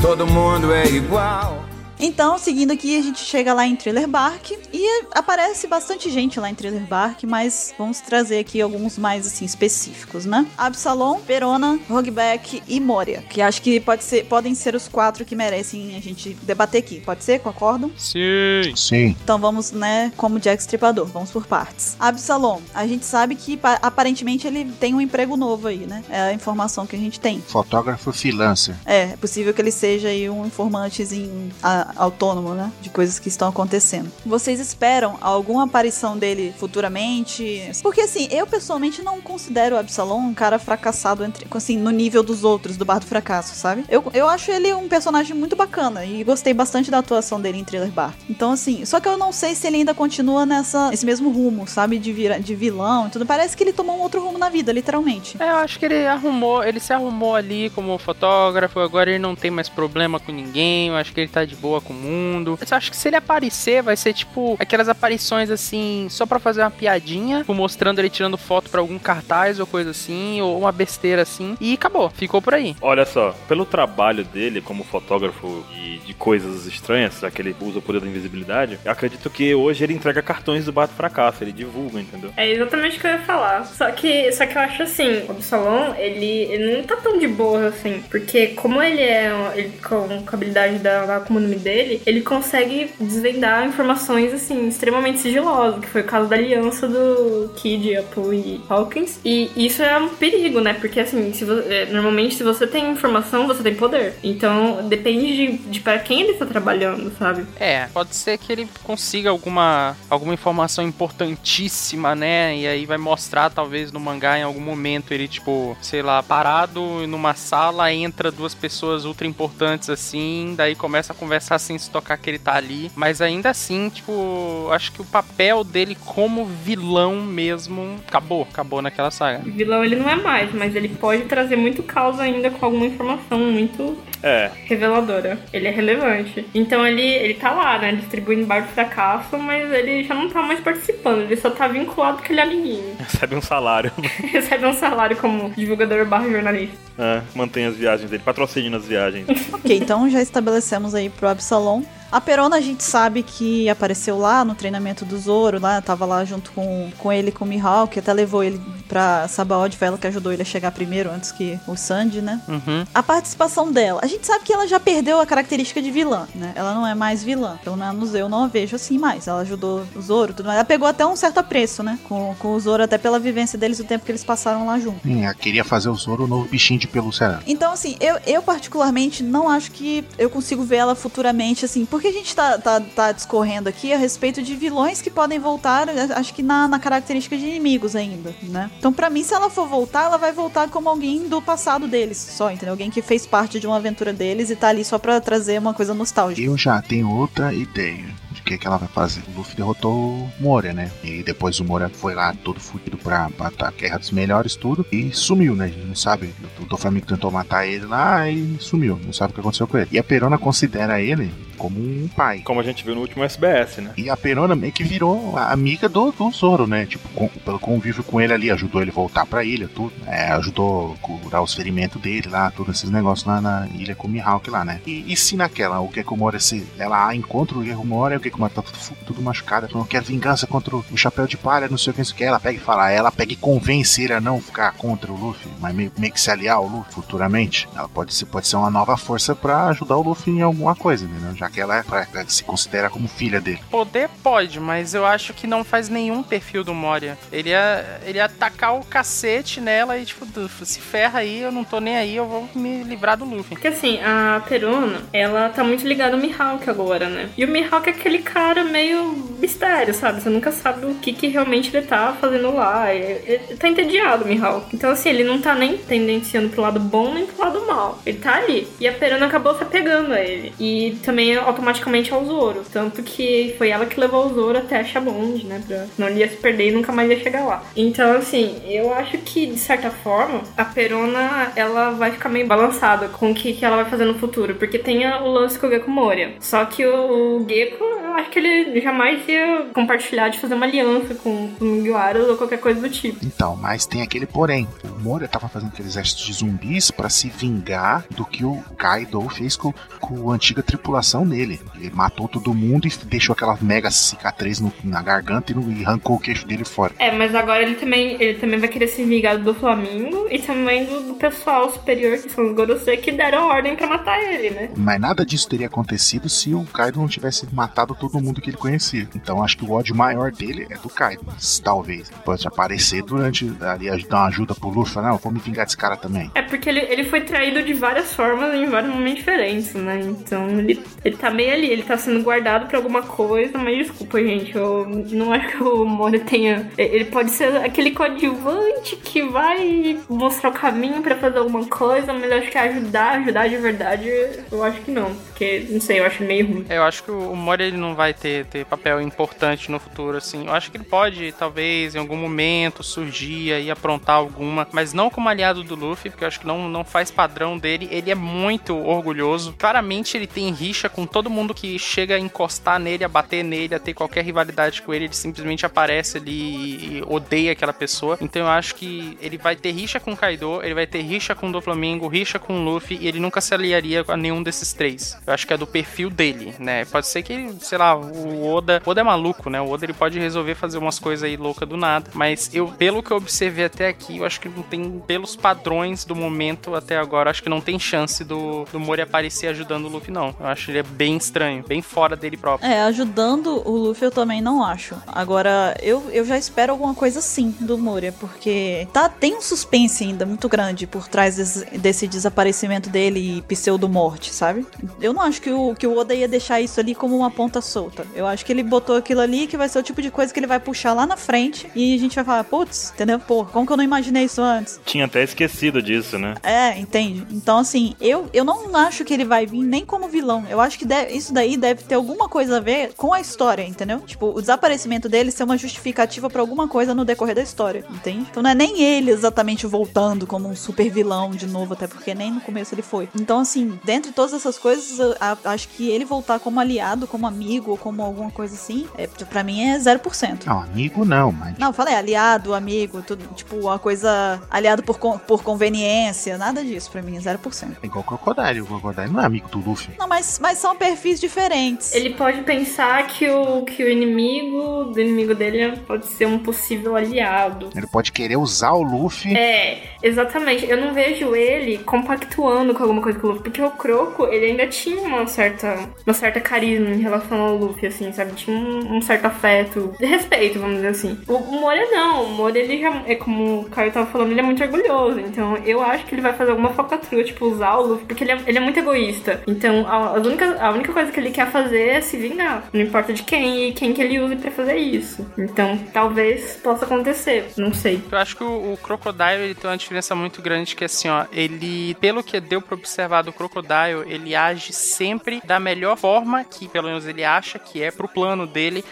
todo mundo é igual. Então, seguindo aqui, a gente chega lá em Thriller Bark e aparece bastante gente lá em Thriller Bark, mas vamos trazer aqui alguns mais assim específicos, né? Absalom, Verona, Hogback e Moria, que acho que pode ser, podem ser os quatro que merecem a gente debater aqui. Pode ser? Concordam? Sim. Sim. Então vamos, né, como Jack Stripador, vamos por partes. Absalom, a gente sabe que pa- aparentemente ele tem um emprego novo aí, né? É a informação que a gente tem. Fotógrafo freelancer. É, é possível que ele seja aí um informantezinho a- autônomo, né? De coisas que estão acontecendo. Vocês esperam alguma aparição dele futuramente? Porque assim, eu pessoalmente não considero o Absalom um cara fracassado entre, assim, no nível dos outros, do bar do fracasso, sabe? Eu, eu acho ele um personagem muito bacana e gostei bastante da atuação dele em Thriller Bar. Então assim, só que eu não sei se ele ainda continua nessa, nesse mesmo rumo, sabe? De, vira, de vilão e tudo. Parece que ele tomou um outro rumo na vida, literalmente. É, eu acho que ele arrumou, ele se arrumou ali como um fotógrafo, agora ele não tem mais problema com ninguém, eu acho que ele tá de boa com o mundo. Eu acho que se ele aparecer, vai ser tipo aquelas aparições assim, só pra fazer uma piadinha, tipo, mostrando ele tirando foto pra algum cartaz ou coisa assim, ou uma besteira assim, e acabou, ficou por aí. Olha só, pelo trabalho dele como fotógrafo e de coisas estranhas, já que ele usa o poder da invisibilidade, eu acredito que hoje ele entrega cartões do Bato Fracasso, ele divulga, entendeu? É exatamente o que eu ia falar. Só que, só que eu acho assim, o Absalom, ele, ele não tá tão de boa assim. Porque como ele é um- ele, com, com a habilidade da. lá, Como é o nome dele, ele consegue desvendar informações, assim, extremamente sigilosas, que foi o caso da aliança do Kid, Apple e Hawkins. E isso é um perigo, né? Porque, assim, se vo- é, normalmente se você tem informação, você tem poder. Então, depende de, de para quem ele tá trabalhando, sabe? É, pode ser que ele consiga alguma, alguma informação importantíssima, né? E aí vai mostrar, talvez, no mangá, em algum momento, ele, tipo, sei lá, parado numa sala, entra duas pessoas ultra importantes, assim, daí começa a conversar sem se tocar que ele tá ali. Mas ainda assim, tipo, acho que o papel dele como vilão mesmo acabou, acabou naquela saga. Vilão ele não é mais, mas ele pode trazer muito caos ainda com alguma informação muito É, reveladora. Ele é relevante. Então ele, ele tá lá, né? Distribuindo barco da caça, mas ele já não tá mais participando. Ele só tá vinculado porque ele é amiguinho. recebe um salário. Recebe um salário como divulgador barra jornalista. É, mantém as viagens dele, patrocina as viagens. Ok, então já estabelecemos aí pro Absalom. A Perona a gente sabe que apareceu lá no treinamento do Zoro, lá, tava lá junto com, com ele, com o Mihawk, até levou ele pra Sabaody, foi ela que ajudou ele a chegar primeiro, antes que o Sandy, né? Uhum. A participação dela, a gente sabe que ela já perdeu a característica de vilã, né? Ela não é mais vilã, pelo menos eu não a vejo assim mais. Ela ajudou o Zoro, tudo mais. Ela pegou até um certo apreço, né? Com, com o Zoro, até pela vivência deles, o tempo que eles passaram lá junto. Hum, eu queria fazer o Zoro o novo bichinho de pelúcia. Então, assim, eu, eu particularmente não acho que eu consigo ver ela futuramente, assim, porque a gente tá, tá, tá discorrendo aqui a respeito de vilões que podem voltar, a- acho que na, na característica de inimigos ainda, né? Então, pra mim, se ela for voltar, ela vai voltar como alguém do passado deles, só, entendeu? Alguém que fez parte de uma aventura deles e tá ali só pra trazer uma coisa nostálgica. Eu já tenho outra ideia de o que, que ela vai fazer. O Luffy derrotou o Moria, né? E depois o Moria foi lá todo fudido pra matar a Guerra dos Melhores, tudo. E sumiu, né? A gente não sabe. O Doflamingo tentou matar ele lá e sumiu. Não sabe o que aconteceu com ele. E a Perona considera ele como um pai. Como a gente viu no último SBS, né? E a Perona meio que virou a amiga do, do Zoro, né? Tipo, com- pelo convívio com ele ali, ajudou ele voltar pra ilha, tudo. É, ajudou curar os ferimentos dele lá, todos esses negócios lá na ilha com o Mihawk lá, né? E, e se naquela, o Gekomori, se ela encontra o Gekomori, o Gekomori tá tudo, fu- tudo machucado, ela falou, eu quero vingança contra o Chapéu de Palha, não sei o que, não sei o que. Ela pega e fala, ela pega e convence ele a não ficar contra o Luffy, mas meio, meio que se aliar ao Luffy futuramente. Ela pode ser, pode ser uma nova força pra ajudar o Luffy em alguma coisa, entendeu? Já que ela é pra- pra- se considera como filha dele. Poder pode, mas eu acho que não faz nenhum perfil do Moria. Ele ia, ele ia atacar o cacete nela e, tipo, du- se ferra aí, eu não tô nem aí, eu vou me livrar do Luffy. Porque assim, a Perona, ela tá muito ligada ao Mihawk agora, né? E o Mihawk é aquele cara meio mistério, sabe? Você nunca sabe o que, que realmente ele tá fazendo lá. Ele, ele tá entediado, o Mihawk. Então assim, ele não tá nem tendenciando pro lado bom nem pro lado mal. Ele tá ali. E a Perona acabou se apegando a ele. E também automaticamente ao Zoro. Tanto que foi ela que levou o Zoro até a Shabond, né? Pra não ele ia se perder e nunca mais ia chegar lá. Então, assim, eu acho que, de certa forma, a Perona, ela vai ficar meio balançada com o que, que ela vai fazer no futuro. Porque tem a- o lance com o Gecko Moria. Só que o, o Gecko, eu acho que ele jamais ia compartilhar de fazer uma aliança com, com o Mugiwara ou qualquer coisa do tipo. Então, mas tem aquele porém. O Moria tava fazendo aqueles exércitos de zumbis pra se vingar do que o Kaido fez com, com a antiga tripulação dele. Ele matou todo mundo e deixou aquela mega cicatriz no- na garganta e, no- e arrancou o queixo dele fora. É, mas agora ele também, ele também vai querer se vingar do Flamengo e também do, do pessoal superior, que são os Gorosei, que deram ordem pra matar ele, né? Mas nada disso teria acontecido se o Kaido não tivesse matado todo mundo que ele conhecia. Então acho que o ódio maior dele é do Kaido. Talvez. Pode aparecer durante ali, aj- dar uma ajuda pro Luffy. falar, Não, eu vou me vingar desse cara também. É porque ele, ele foi traído de várias formas em vários momentos diferentes, né? Então ele, ele tá meio ali, ele tá sendo guardado pra alguma coisa, mas desculpa, gente, eu não acho que o Moro tenha. e- Ele pode ser aquele coadjuvante que vai mostrar o caminho pra fazer alguma coisa, mas eu acho que ajudar, ajudar de verdade, eu acho que não. Porque, não sei, eu acho meio ruim. É, Eu acho que o Moria ele não vai ter, ter papel importante no futuro, assim. Eu acho que ele pode, talvez, em algum momento, surgir aí, aprontar alguma, mas não como aliado do Luffy, porque eu acho que não, não faz padrão dele. Ele é muito orgulhoso. Claramente ele tem rixa com todo mundo que chega a encostar nele, a bater nele, a ter qualquer rivalidade com ele. Ele simplesmente aparece ali e, e odeia aquela pessoa. Então eu acho que ele vai ter rixa com o Kaido, ele vai ter ter rixa com o do Flamengo, rixa com o Luffy, e ele nunca se aliaria a nenhum desses três. Eu acho que é do perfil dele, né? Pode ser que, sei lá, o Oda. O Oda é maluco, né? O Oda ele pode resolver fazer umas coisas aí louca do nada. Mas eu, pelo que eu observei até aqui, eu acho que não tem, pelos padrões do momento até agora, eu acho que não tem chance do, do Mori aparecer ajudando o Luffy, não. Eu acho que ele é bem estranho, bem fora dele próprio. É, ajudando o Luffy eu também não acho. Agora, eu, eu já espero alguma coisa sim do Moria, porque tá, tem um suspense ainda muito grande por trás desse, desse desaparecimento dele e pseudo-morte, sabe? Eu não acho que o, que o Oda ia deixar isso ali como uma ponta solta. Eu acho que ele botou aquilo ali que vai ser o tipo de coisa que ele vai puxar lá na frente e a gente vai falar, putz, entendeu? Pô, como que eu não imaginei isso antes? Tinha até esquecido disso, né? É, entende? Então, assim, eu, eu não acho que ele vai vir nem como vilão. Eu acho que deve- isso daí deve ter alguma coisa a ver com a história, entendeu? Tipo, o desaparecimento dele ser uma justificativa pra alguma coisa no decorrer da história, entende? Então não é nem ele exatamente voltando como um super vilão de novo, até porque nem no começo ele foi. Então, assim, dentre todas essas coisas, eu a- acho que ele voltar como aliado, como amigo, ou como alguma coisa assim, é, para mim é 0%. Não, amigo não, mas. Não, eu falei aliado, amigo, tudo, tipo, uma coisa aliado por, con- por conveniência, nada disso pra mim, é 0%. É igual o Crocodile. O Crocodile não é amigo do Luffy. Não, mas, mas são perfis diferentes. Ele pode pensar que o, que o inimigo do inimigo dele pode ser um possível aliado. Ele pode querer usar o Luffy. É, exatamente. Eu não vejo ele compactuando com alguma coisa com o Luffy, porque o Croco, ele ainda tinha uma certa, uma certa carisma em relação ao Luffy, assim, sabe? Tinha um, um certo afeto, de respeito, vamos dizer assim. O, o Moria não, o Moria, ele já, é como o Caio tava falando, ele é muito orgulhoso, então eu acho que ele vai fazer alguma falcatrua, tipo, usar o Luffy, porque ele é, ele é muito egoísta. Então, a, as únicas- a única coisa que ele quer fazer é se vingar, não importa de quem e quem que ele use pra fazer isso. Então, talvez possa acontecer, não sei. Eu acho que o, o Crocodile ele tem uma diferença muito grande que assim, ó, ele, pelo que deu pra observar do Crocodile, ele age sempre da melhor forma que pelo menos ele acha que é pro plano dele,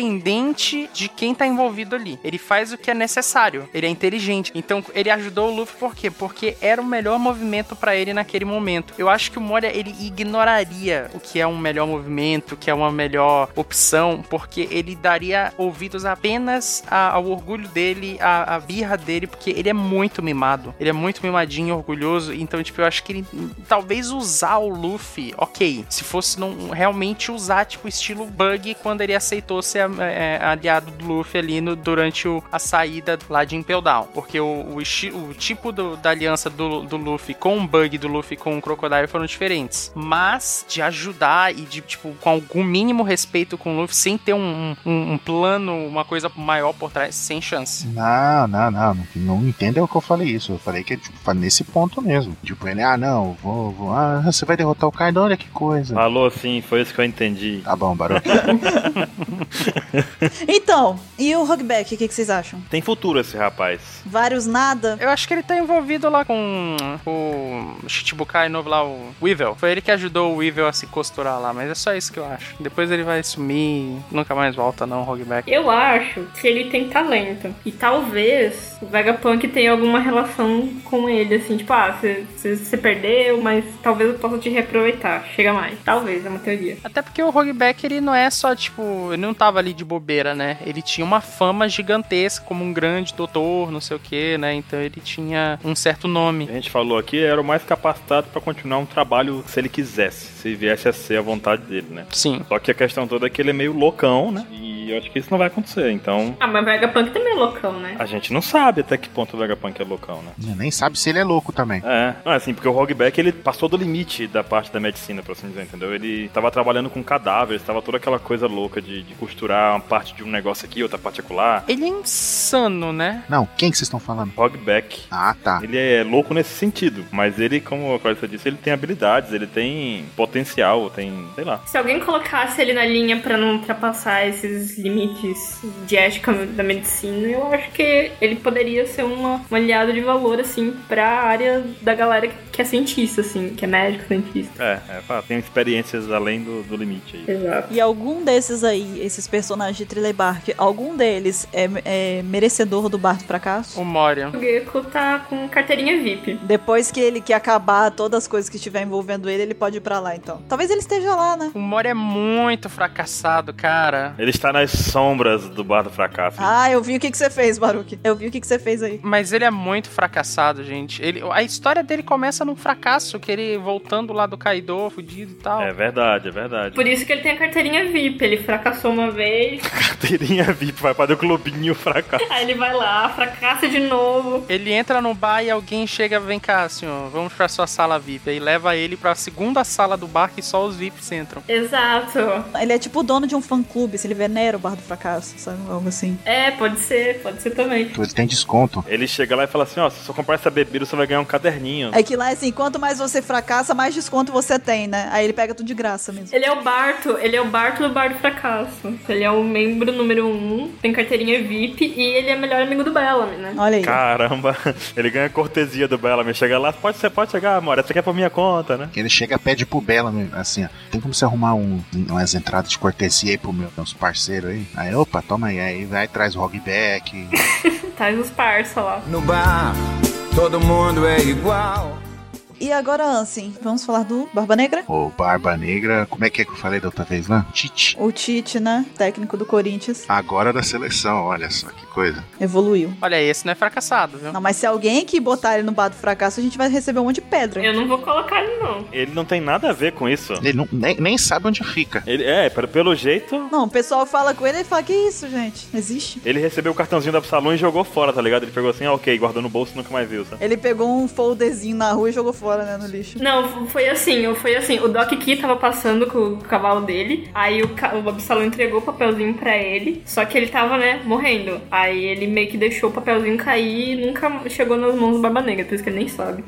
independente de quem tá envolvido ali. Ele faz o que é necessário. Ele é inteligente. Então, ele ajudou o Luffy por quê? Porque era o melhor movimento pra ele naquele momento. Eu acho que o Moria ele ignoraria o que é um melhor movimento, o que é uma melhor opção, porque ele daria ouvidos apenas a- ao orgulho dele, à, à birra dele, porque ele é muito mimado. Ele é muito mimadinho, orgulhoso. Então, tipo, eu acho que ele talvez usar o Luffy, ok. Se fosse não realmente usar, tipo, estilo Bug quando ele aceitou ser é, é, aliado do Luffy ali no- durante o- a saída lá de Impel Down. Porque o, o esti- o tipo do- da aliança do, do Luffy com o Bug do Luffy com o Crocodile foram diferentes. Mas de ajudar e de, tipo, com algum mínimo respeito com o Luffy, sem ter um, um- um plano, uma coisa maior por trás, sem chance. Não, não, não, não, não entenda o que eu falei isso. Eu falei que tipo, fa- nesse ponto mesmo. Tipo, ele, ah, não, vou, vou, ah, você vai derrotar o Kaido, olha que coisa. Falou sim, foi isso que eu entendi. Tá bom, Baroque. Então, e o Rockback, o que, que vocês acham? Tem futuro esse rapaz. Vários nada? Eu acho que ele tá envolvido lá com o Shichibukai novo lá, o Weevil. Foi ele que ajudou o Weevil a se costurar lá, mas é só isso que eu acho. Depois ele vai sumir, nunca mais volta não, Hogback. Eu acho que ele tem talento. E talvez o Vegapunk tenha alguma relação com ele, assim, tipo, ah, você- você você perdeu, mas talvez eu possa te reaproveitar. Chega mais. Talvez, é uma teoria. Até porque o Hogback, ele não é só, tipo, ele não tava ali de bobeira, né? Ele tinha uma fama gigantesca como um grande doutor, não sei o que, né? Então ele tinha um certo nome. A gente falou aqui, era o mais capacitado pra continuar um trabalho se ele quisesse, se viesse a ser a vontade dele, né? Sim. Só que a questão toda é que ele é meio loucão, né? E eu acho que isso não vai acontecer, então Ah, mas o Vegapunk também é loucão, né? a gente não sabe até que ponto o Vegapunk é loucão, né? Nem sabe se ele é louco também. É, não, assim, porque o Hogback ele passou do limite da parte da medicina, pra assim dizer, entendeu? Ele tava trabalhando com cadáveres, tava toda aquela coisa louca de, de costurar uma parte de um negócio aqui, outra parte acolá. Ele é insano, né? Não, quem que vocês estão falando? Hogback. Ah, tá. Ele é louco nesse sentido, mas ele, como a Clarissa disse, ele tem habilidades, ele tem potencial, tem, sei lá. Se alguém colocasse ele na linha pra não ultrapassar esses limites de ética da medicina, eu acho que ele poderia ser uma, um aliado de valor, assim, pra área da galera que é cientista, assim, que é médico, cientista. É, é fato. Tem experiências além do, do limite aí. Exato. E algum desses aí, esses personagens de Thriller Bark, algum deles é, é merecedor do Bardo Fracasso? O Moria. O Gecko tá com carteirinha VIP. Depois que ele que acabar todas as coisas que estiver envolvendo ele, ele pode ir pra lá, então. Talvez ele esteja lá, né? O Moria é muito fracassado, cara. Ele está na nas sombras do bar do fracasso. Ah, eu vi o que, que você fez, Baruque. Eu vi o que, que você fez aí. Mas ele é muito fracassado, gente. Ele, a história dele começa num fracasso, que ele voltando lá do Kaido, fudido e tal. É verdade, é verdade. Por isso que ele tem a carteirinha VIP. Ele fracassou uma vez, Carteirinha VIP, vai fazer o clubinho fracasso. aí ele vai lá, fracassa de novo. Ele entra no bar e alguém chega, vem cá, senhor, vamos pra sua sala VIP. Aí leva ele pra segunda sala do bar que só os VIPs entram. Exato. Ele é tipo o dono de um fã-clube, se ele venera o bar do fracasso, sabe? Algo assim. É, pode ser, pode ser também. Então, Ele tem desconto. Ele chega lá e fala assim: ó, se você comprar essa bebida, você vai ganhar um caderninho. É que lá, assim, quanto mais você fracassa, mais desconto você tem, né? Aí ele pega tudo de graça mesmo. Ele é o Barto, ele é o Barto do Bar do Fracasso. Ele é o membro número um, tem carteirinha VIP e ele é melhor amigo do Bellamy, né? Olha aí. Caramba, ele ganha cortesia do Bellamy. Chega lá, pode, você pode chegar, amor, essa aqui é pra minha conta, né? Que Ele chega pede pro Bela, meu, assim, ó, tem como você arrumar um, umas entradas de cortesia aí pro meu, meus parceiros aí? Aí, opa, toma aí, aí vai, traz o Hogback. Traz os parça lá. No bar, todo mundo é igual. E agora, Ansem, vamos falar do Barba Negra? Ô, Barba Negra, como é que é que eu falei da outra vez lá? Tite. O Tite, né? Técnico do Corinthians. Agora da seleção, olha só que coisa. Evoluiu. Olha, esse não é fracassado, viu? Não, mas se alguém que botar ele no bar do fracasso, a gente vai receber um monte de pedra. Eu não vou colocar ele, não. Ele não tem nada a ver com isso. Ele não- nem, nem sabe onde fica. Ele, é, pelo- pelo jeito, Não, o pessoal fala com ele e fala, que isso, gente? Não existe. ele recebeu o cartãozinho da Absalom e jogou fora, tá ligado? Ele pegou assim, ah, ok, guardou no bolso e nunca mais viu, sabe? Ele pegou um folderzinho na rua e jogou fora, né, no lixo. Não, foi assim, foi assim. O Doc Key tava passando com o cavalo dele, aí o, ca- o Absalão entregou o papelzinho pra ele, só que ele tava, né, morrendo. Aí ele meio que deixou o papelzinho cair e nunca chegou nas mãos do Barba Negra, por isso que ele nem sabe.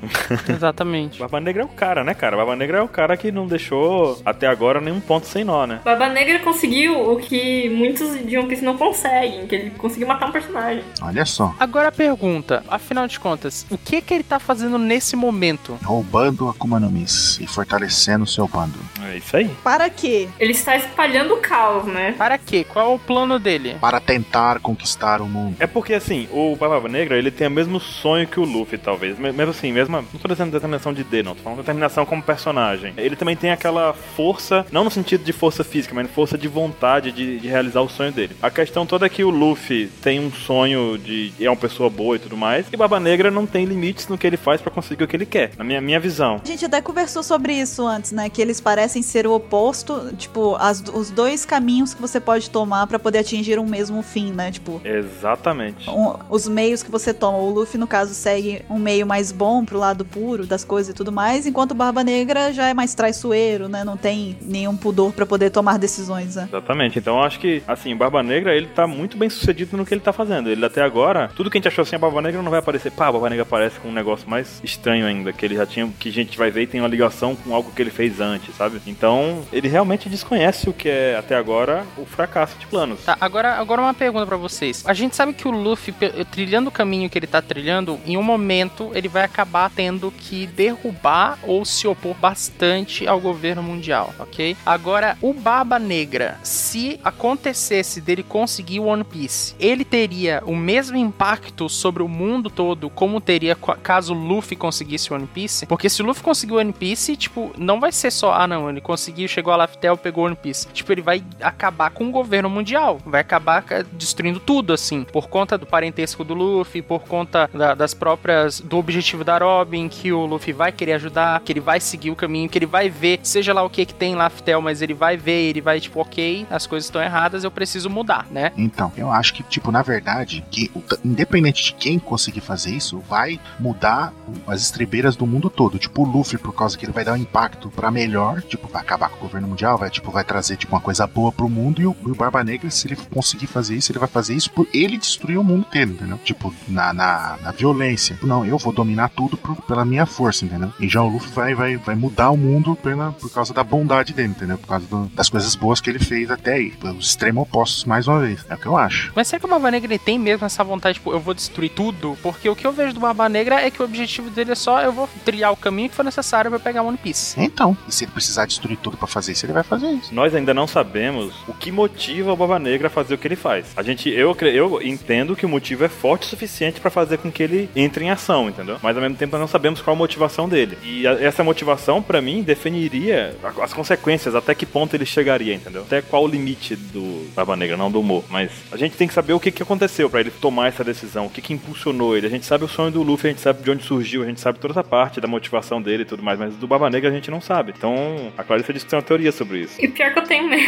Exatamente. Barba Negra é o cara, né, cara? Barba Negra é o cara que não deixou até agora nenhum ponto sem nó, né? Barba Negra conseguiu o que muitos de One Piece não conseguem, que ele conseguiu matar um personagem. Olha só, Agora a pergunta, afinal de contas, o que que ele tá fazendo nesse momento? roubando Akuma no Mi e fortalecendo o seu bando. É isso aí. Para quê? Ele está espalhando o caos, né? Para quê? Qual é o plano dele? Para tentar conquistar o mundo. É porque, assim, o Barba Negra, ele tem o mesmo sonho que o Luffy, talvez. Me- Mesmo assim, mesma... Não tô dizendo determinação de D, não. Tô falando determinação como personagem. Ele também tem aquela força, não no sentido de força física, mas força de vontade de, de realizar o sonho dele. A questão toda é que o Luffy tem um sonho de... É uma pessoa boa e tudo mais. E Barba Negra não tem limites no que ele faz pra conseguir o que ele quer. Na minha, minha visão. A gente até conversou sobre isso antes, né? Que eles parecem ser o oposto, tipo, as- os dois caminhos que você pode tomar pra poder atingir um mesmo fim, né? Tipo, Exatamente. um- os meios que você toma. O Luffy, no caso, segue um meio mais bom pro lado puro das coisas e tudo mais, enquanto o Barba Negra já é mais traiçoeiro, né? Não tem nenhum pudor pra poder tomar decisões, né? Exatamente. Então eu acho que, assim, o Barba Negra, ele tá muito bem sucedido no que ele tá fazendo. Ele até agora, tudo que a gente achou assim, a Barba Negra não vai aparecer. Pá, a Barba Negra aparece com um negócio mais estranho ainda, que ele já tinha, que a gente vai ver e tem uma ligação com algo que ele fez antes, sabe? Então, ele realmente desconhece o que é, até agora, o fracasso de planos. Tá, agora, agora uma pergunta pra vocês. A gente sabe que o Luffy, pe- trilhando o caminho que ele tá trilhando, em um momento ele vai acabar tendo que derrubar ou se opor bastante ao governo mundial, ok? Agora, o Barba Negra, se acontecesse dele conseguir o One Piece, ele teria o mesmo impacto sobre o mundo todo como teria co- caso o Luffy conseguisse o One Piece? Porque se o Luffy conseguir o One Piece, tipo, não vai ser só, ah não, ele conseguiu, chegou a Laftel, pegou o One Piece. Tipo, ele vai acabar com o governo mundial, vai acabar ca- destruindo tudo, assim, por conta do parentesco do Luffy, por conta da- das próprias, do objetivo da Robin, que o Luffy vai querer ajudar, que ele vai seguir o caminho, que ele vai ver, seja lá o que que tem em Laftel, mas ele vai ver, ele vai, tipo, ok, as coisas estão erradas, eu preciso mudar, né? Então, eu acho que, tipo, na verdade, que o t- independente de quem conseguir fazer isso, vai mudar o- as estrebeiras do mundo todo. Tipo, o Luffy, por causa que ele vai dar um impacto pra melhor, tipo, vai acabar com o governo mundial, vai, tipo, vai trazer, tipo, uma coisa boa pro mundo. E o, e o Barba Negra, se ele conseguir fazer isso, ele vai fazer isso por ele destruir o mundo inteiro, entendeu? Tipo, na, na, na violência. Tipo, Não, eu vou dominar tudo por- pela minha força, entendeu? E já o Luffy vai, vai, vai mudar o mundo pela, por causa da bondade dele, entendeu? Por causa do- das coisas boas que ele fez até aí. Os extremos opostos, mais uma vez. É o que eu acho. Mas será que o Barba Negra ele tem mesmo essa vontade, tipo, eu vou destruir tudo? Porque o que eu vejo do Barba Negra é que o objetivo dele é só eu vou trilhar o caminho que for necessário pra pegar One Piece. Então, e se ele precisar destruir tudo pra fazer isso, ele vai fazer isso. Nós ainda não sabemos o que motiva o Barba Negra a fazer o que ele faz. A gente, eu, cre- eu entendo que o motivo é forte o suficiente pra fazer com que ele entre em ação, entendeu? Mas ao mesmo tempo nós não sabemos qual a motivação dele. E a- essa motivação, pra mim, definiria a- as consequências, até que ponto ele chegaria, entendeu? Até qual o limite do Barba Negra, não do humor, mas a gente tem que saber o que, que aconteceu pra ele tomar essa decisão, o que, que impulsionou ele. A gente sabe o sonho do Luffy, a gente sabe de onde surgiu, a gente sabe toda essa parte da motivação dele e tudo mais, mas do Barba Negra a gente não sabe. Então, a Clarissa disse que tem uma teoria sobre isso. E pior que eu tenho mesmo.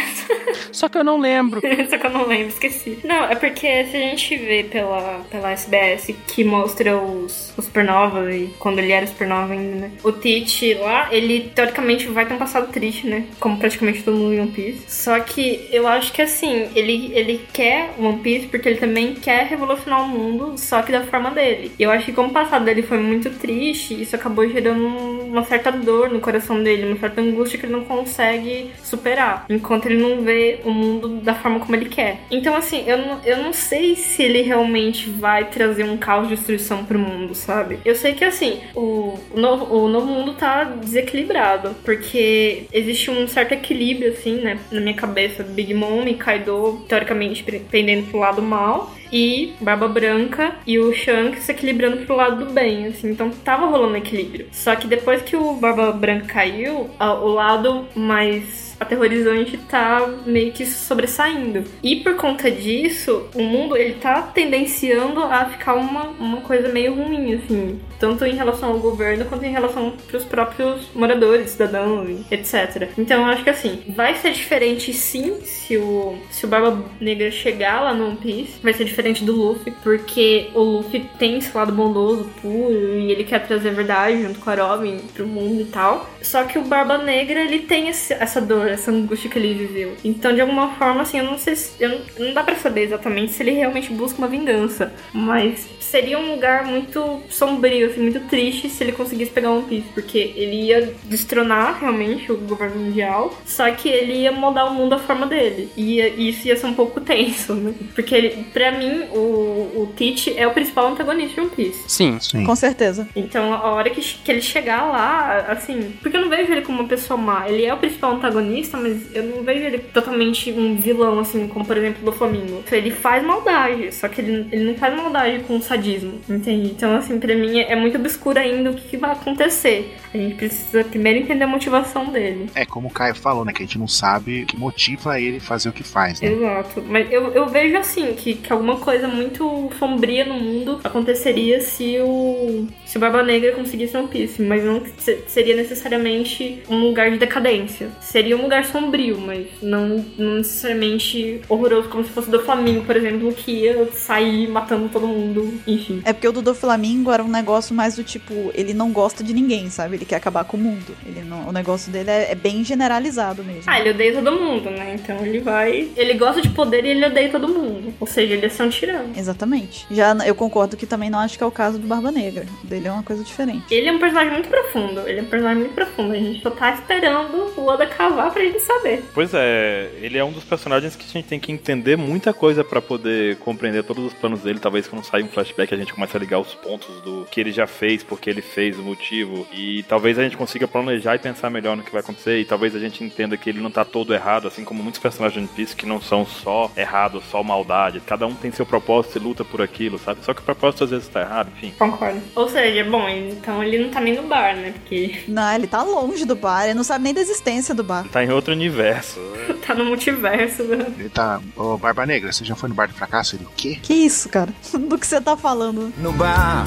Só que eu não lembro. Só que eu não lembro, esqueci. Não, é porque se a gente vê pela, pela SBS que mostra os, os supernovas e quando ele era supernova ainda, né? O Teach lá, ele teoricamente vai ter um passado triste, né? Como praticamente todo mundo em One Piece. Só que eu acho que assim, ele, ele quer One Piece porque ele também quer revolucionar o mundo, só que da forma dele. E eu acho que como o passado dele foi muito triste, isso acabou gerando um- uma certa dor no coração dele, uma certa angústia que ele não consegue superar. Enquanto ele não vê o mundo da forma como ele quer. Então, assim, eu não, eu não sei se ele realmente vai trazer um caos de destruição pro mundo, sabe? Eu sei que, assim, o, o, novo, o novo mundo tá desequilibrado. Porque existe um certo equilíbrio, assim, né? Na minha cabeça, Big Mom e Kaido, teoricamente, pre- pendendo pro lado mal e Barba Branca e o Shanks se equilibrando pro lado do bem, assim, então tava rolando equilíbrio. Só que depois que o Barba Branca caiu, a- o lado mais aterrorizante tá meio que sobressaindo. E por conta disso, o mundo ele tá tendenciando a ficar uma, uma coisa meio ruim, assim, tanto em relação ao governo quanto em relação pros próprios moradores, cidadãos, e etc. Então eu acho que assim, vai ser diferente sim se o, se o Barba Negra chegar lá no One Piece, vai ser diferente do Luffy, porque o Luffy tem esse lado bondoso, puro, e ele quer trazer a verdade junto com a Robin pro mundo e tal. Só que o Barba Negra, ele tem esse- essa dor, essa angústia que ele viveu. Então, de alguma forma, assim, eu não sei se, eu não, não dá pra saber exatamente se ele realmente busca uma vingança, mas seria um lugar muito sombrio, assim, muito triste se ele conseguisse pegar One Piece, porque ele ia destronar realmente o governo mundial, só que ele ia moldar o mundo à forma dele. E ia- e isso ia ser um pouco tenso, né? Porque ele, pra mim, o, o Teach é o principal antagonista de One Piece. Sim. Sim. Com certeza. Então, a hora que, que ele chegar lá, assim. Porque eu não vejo ele como uma pessoa má. Ele é o principal antagonista, mas eu não vejo ele totalmente um vilão, assim, como por exemplo do Flamingo. Ele faz maldade, só que ele, ele não faz maldade com sadismo, entende? Então, assim, pra mim é, é muito obscuro ainda o que, que vai acontecer. A gente precisa primeiro entender a motivação dele. É como o Caio falou, né? Que a gente não sabe o que motiva ele a fazer o que faz, É. né? Exato. Mas eu, eu vejo, assim, que, que alguma coisa muito sombria no mundo aconteceria se o, se o Barba Negra conseguisse One Piece. Mas não se- seria necessariamente um lugar de decadência. Seria um lugar sombrio, mas não, não necessariamente horroroso, como se fosse do Flamengo, por exemplo, que ia sair matando todo mundo. Enfim. É porque o Dudu Flamingo era um negócio mais do tipo, ele não gosta de ninguém, sabe? Ele quer acabar com o mundo. Ele não- o negócio dele é, é bem generalizado mesmo. Ah, ele odeia todo mundo, né? Então ele vai. Ele gosta de poder e ele odeia todo mundo. Ou seja, ele é ser um tirano. Exatamente. Já n- eu concordo que também não acho que é o caso do Barba Negra. O dele é uma coisa diferente. Ele é um personagem muito profundo. Ele é um personagem muito profundo. A gente só tá esperando o Oda cavar pra gente saber. Pois é, ele é um dos personagens que a gente tem que entender muita coisa pra poder compreender todos os planos dele. Talvez quando sair um flashback a gente comece a ligar os pontos do que ele já fez, porque ele fez, o motivo. E talvez a gente consiga planejar e pensar melhor no que vai acontecer. E talvez a gente entenda que ele não tá todo errado, assim como muitos personagens de One Piece que não são só errados, só maldade. Cada um tem seu propósito e luta por aquilo, sabe? Só que o propósito às vezes tá errado, enfim. Concordo. Ou seja, bom, então ele não tá nem no bar, né? Porque Não, ele tá longe do bar, ele não sabe nem da existência do bar. Tá em outro universo. tá no multiverso. né? Ele tá. Ô, Barba Negra, você já foi no bar do fracasso? Ele, o quê? Que isso, cara? Do que você tá falando? No bar,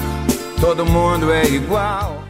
todo mundo é igual.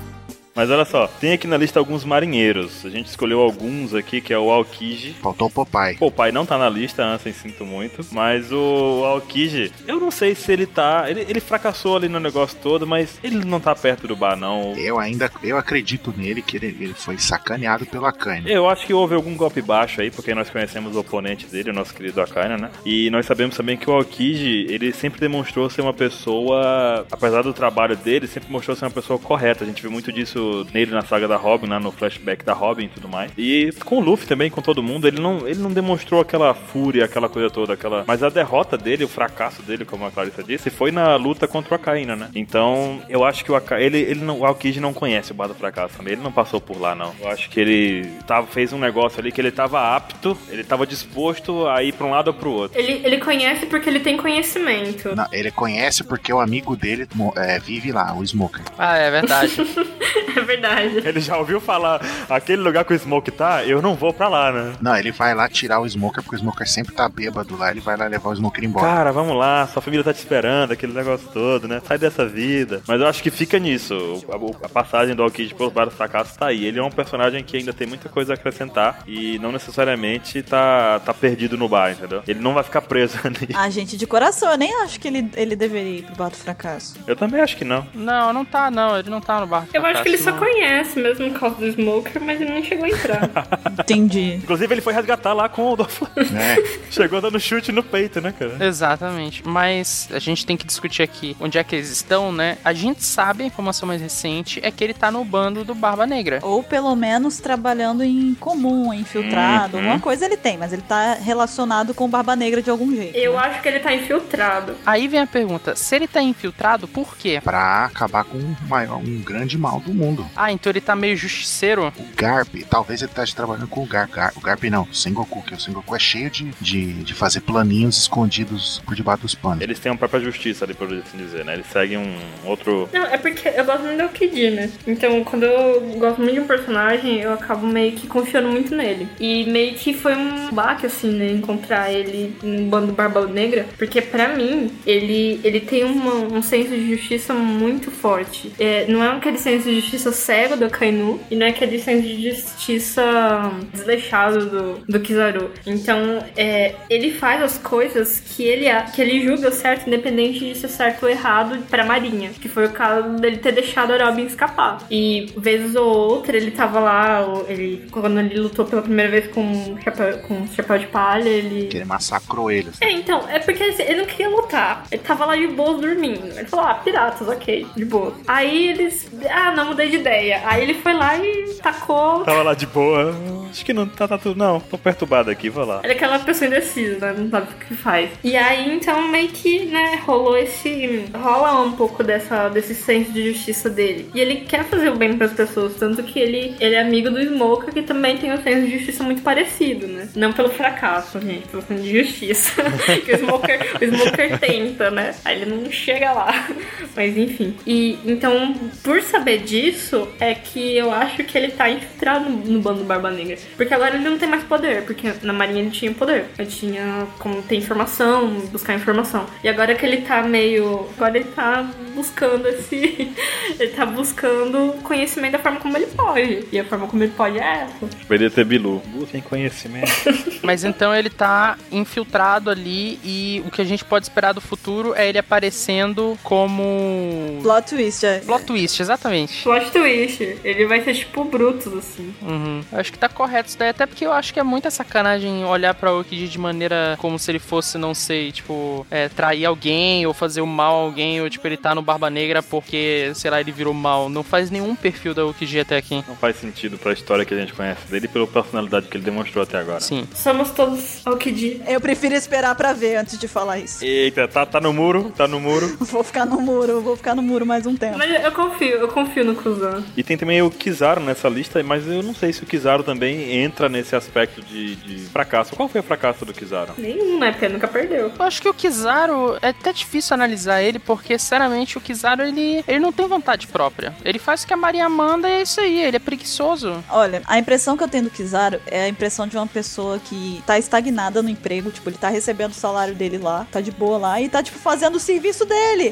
Mas olha só, tem aqui na lista alguns marinheiros. A gente escolheu alguns aqui, que é o Aokiji, Faltou o Popeye. Pô, o pai não tá na lista, Ansem, sinto muito. Mas o Aokiji, eu não sei se ele tá. Ele, ele fracassou ali no negócio todo, mas ele não tá perto do bar, não. Eu ainda. Eu acredito nele que ele, ele foi sacaneado pelo Akane. Eu acho que houve algum golpe baixo aí, porque nós conhecemos o oponente dele, o nosso querido Akaina, né? E nós sabemos também que o Aokiji, ele sempre demonstrou ser uma pessoa, apesar do trabalho dele, sempre mostrou ser uma pessoa correta. A gente viu muito disso nele na saga da Robin, lá no flashback da Robin e tudo mais. E com o Luffy também, com todo mundo, ele não, ele não demonstrou aquela fúria, aquela coisa toda, aquela. Mas a derrota dele, o fracasso dele, como a Clarissa disse, foi na luta contra o Akaina, né? Então, eu acho que o Akaina. Ele, ele não, o Aokiji não conhece o Bar do Fracasso também. Ele não passou por lá, não. Eu acho que ele tava, fez um negócio ali que ele tava apto, ele tava disposto a ir pra um lado ou pro outro. Ele, ele conhece porque ele tem conhecimento. Não, ele conhece porque o amigo dele mo- é, vive lá, o Smoker. Ah, é verdade. É verdade. Ele já ouviu falar, aquele lugar que o Smoke tá, eu não vou pra lá, né? Não, ele vai lá tirar o Smoker, porque o Smoker sempre tá bêbado lá, ele vai lá levar o Smoker embora. Cara, vamos lá, sua família tá te esperando, aquele negócio todo, né? Sai dessa vida. Mas eu acho que fica nisso. O- A, o- a passagem do Alkid pelos vários fracassos tá aí. Ele é um personagem que ainda tem muita coisa a acrescentar e não necessariamente tá, tá perdido no bar, entendeu? Ele não vai ficar preso ali. Ah, gente, de coração, eu nem acho que ele, ele deveria ir pro Bato Fracasso. Eu também acho que não. Não, não tá, não. Ele não tá no bar. Eu acho que ele só Não. conhece mesmo o causa do Smoker, mas ele não chegou a entrar. Entendi. Inclusive, ele foi resgatar lá com o Dolph Lundgren. né? Chegou dando chute no peito, né, cara? Exatamente, mas a gente tem que discutir aqui onde é que eles estão, né? A gente sabe, a informação mais recente é que ele tá no bando do Barba Negra. Ou pelo menos trabalhando em comum, infiltrado, Uhum. alguma coisa ele tem, mas ele tá relacionado com Barba Negra de algum jeito. né? Eu acho que ele tá infiltrado. Aí vem a pergunta: se ele tá infiltrado, por quê? Pra acabar com o maior, um grande mal do mundo. Ah, então ele tá meio justiceiro? O Garp, talvez ele esteja trabalhando com o Garp. Gar- O Garp não, o Sengoku, que o Sengoku é cheio de, de, de fazer planinhos escondidos por debaixo dos panos. Eles têm uma própria justiça ali, por assim dizer, né? Eles seguem um outro. Não, é porque eu gosto muito do Kid, né? Então, quando eu gosto muito de um personagem, eu acabo meio que confiando muito nele. E meio que foi um baque, assim, né? Encontrar ele no bando Barba Negra. Porque, pra mim, ele, ele tem uma- um senso de justiça muito forte. É, não é aquele senso de justiça cego do Kainu. E não é aquele senso de justiça desleixado do, do Kizaru. Então, é, ele faz as coisas que ele, a- que ele julga o certo, independente de se é certo ou errado, pra Marinha. Que foi o caso dele ter deixado a Robin escapar. E, vezes ou outra, ele tava lá, ou ele, quando ele lutou pela primeira vez com o chapéu, com o chapéu de palha, ele. Que ele massacrou eles. É, então, é porque assim, ele não queria lutar. Ele tava lá de boa dormindo. Ele falou, ah, piratas, ok, de boa. Aí eles. Ah, não mudei de ideia. Aí ele foi lá e tacou. Tava lá de boa. Acho que não tá, tá tudo. Não, tô perturbado aqui, vou lá. Ele é aquela pessoa indecisa, né? Não sabe o que faz. E aí, então, meio que, né, rolou esse. rola um pouco dessa, desse senso de justiça dele. E ele quer fazer o bem pras pessoas, tanto que ele, ele é amigo do Smoker, que também tem um senso de justiça muito parecido, né? Não pelo fracasso, gente, pelo senso de justiça. que o Smoker, o Smoker tenta, né? Aí ele não chega lá. Mas enfim. E então, por saber disso, é que eu acho que ele tá infiltrado no, no bando Barba Negra. Porque agora ele não tem mais poder, porque na marinha ele tinha poder. Ele tinha como ter informação, buscar informação. E agora que ele tá meio. Agora ele tá buscando esse. ele tá buscando conhecimento da forma como ele pode. E a forma como ele pode é essa. BDT Bilu. Bilu tem conhecimento. Mas então ele tá infiltrado ali e o que a gente pode esperar do futuro é ele aparecendo como. Plot twist, é. Plot twist, exatamente. Plot twist. Ele vai ser tipo Brutus, assim. Uhum. Eu acho que tá correto isso daí, até porque eu acho que é muita sacanagem olhar pra Orchid de maneira como se ele fosse, não sei, tipo, é, trair alguém ou fazer o mal a alguém, ou tipo, ele tá no Barba Negra porque, sei lá, ele virou mal. Não faz nenhum perfil da Orchid até aqui. Não faz sentido pra história que a gente conhece dele e pela personalidade que ele demonstrou até agora. Sim. Somos todos ao que diz. Eu prefiro esperar pra ver antes de falar isso. Eita, tá, tá no muro, tá no muro. Vou ficar no muro, vou ficar no muro mais um tempo. Mas eu confio, eu confio no Kuzan. E tem também o Kizaru nessa lista, mas eu não sei se o Kizaru também entra nesse aspecto de, de fracasso. Qual foi o fracasso do Kizaru? Nenhum, né? Porque nunca perdeu. Eu acho que o Kizaru é até difícil analisar ele, porque, sinceramente, o Kizaru ele, ele não tem vontade própria. Ele faz o que a Maria manda e é isso aí, ele é preguiçoso. Olha, a impressão que eu tenho do Kizaru é a impressão de uma pessoa que tá estagnada no emprego, tipo, ele tá recebendo o salário dele lá, tá de boa lá e tá, tipo, fazendo o serviço dele.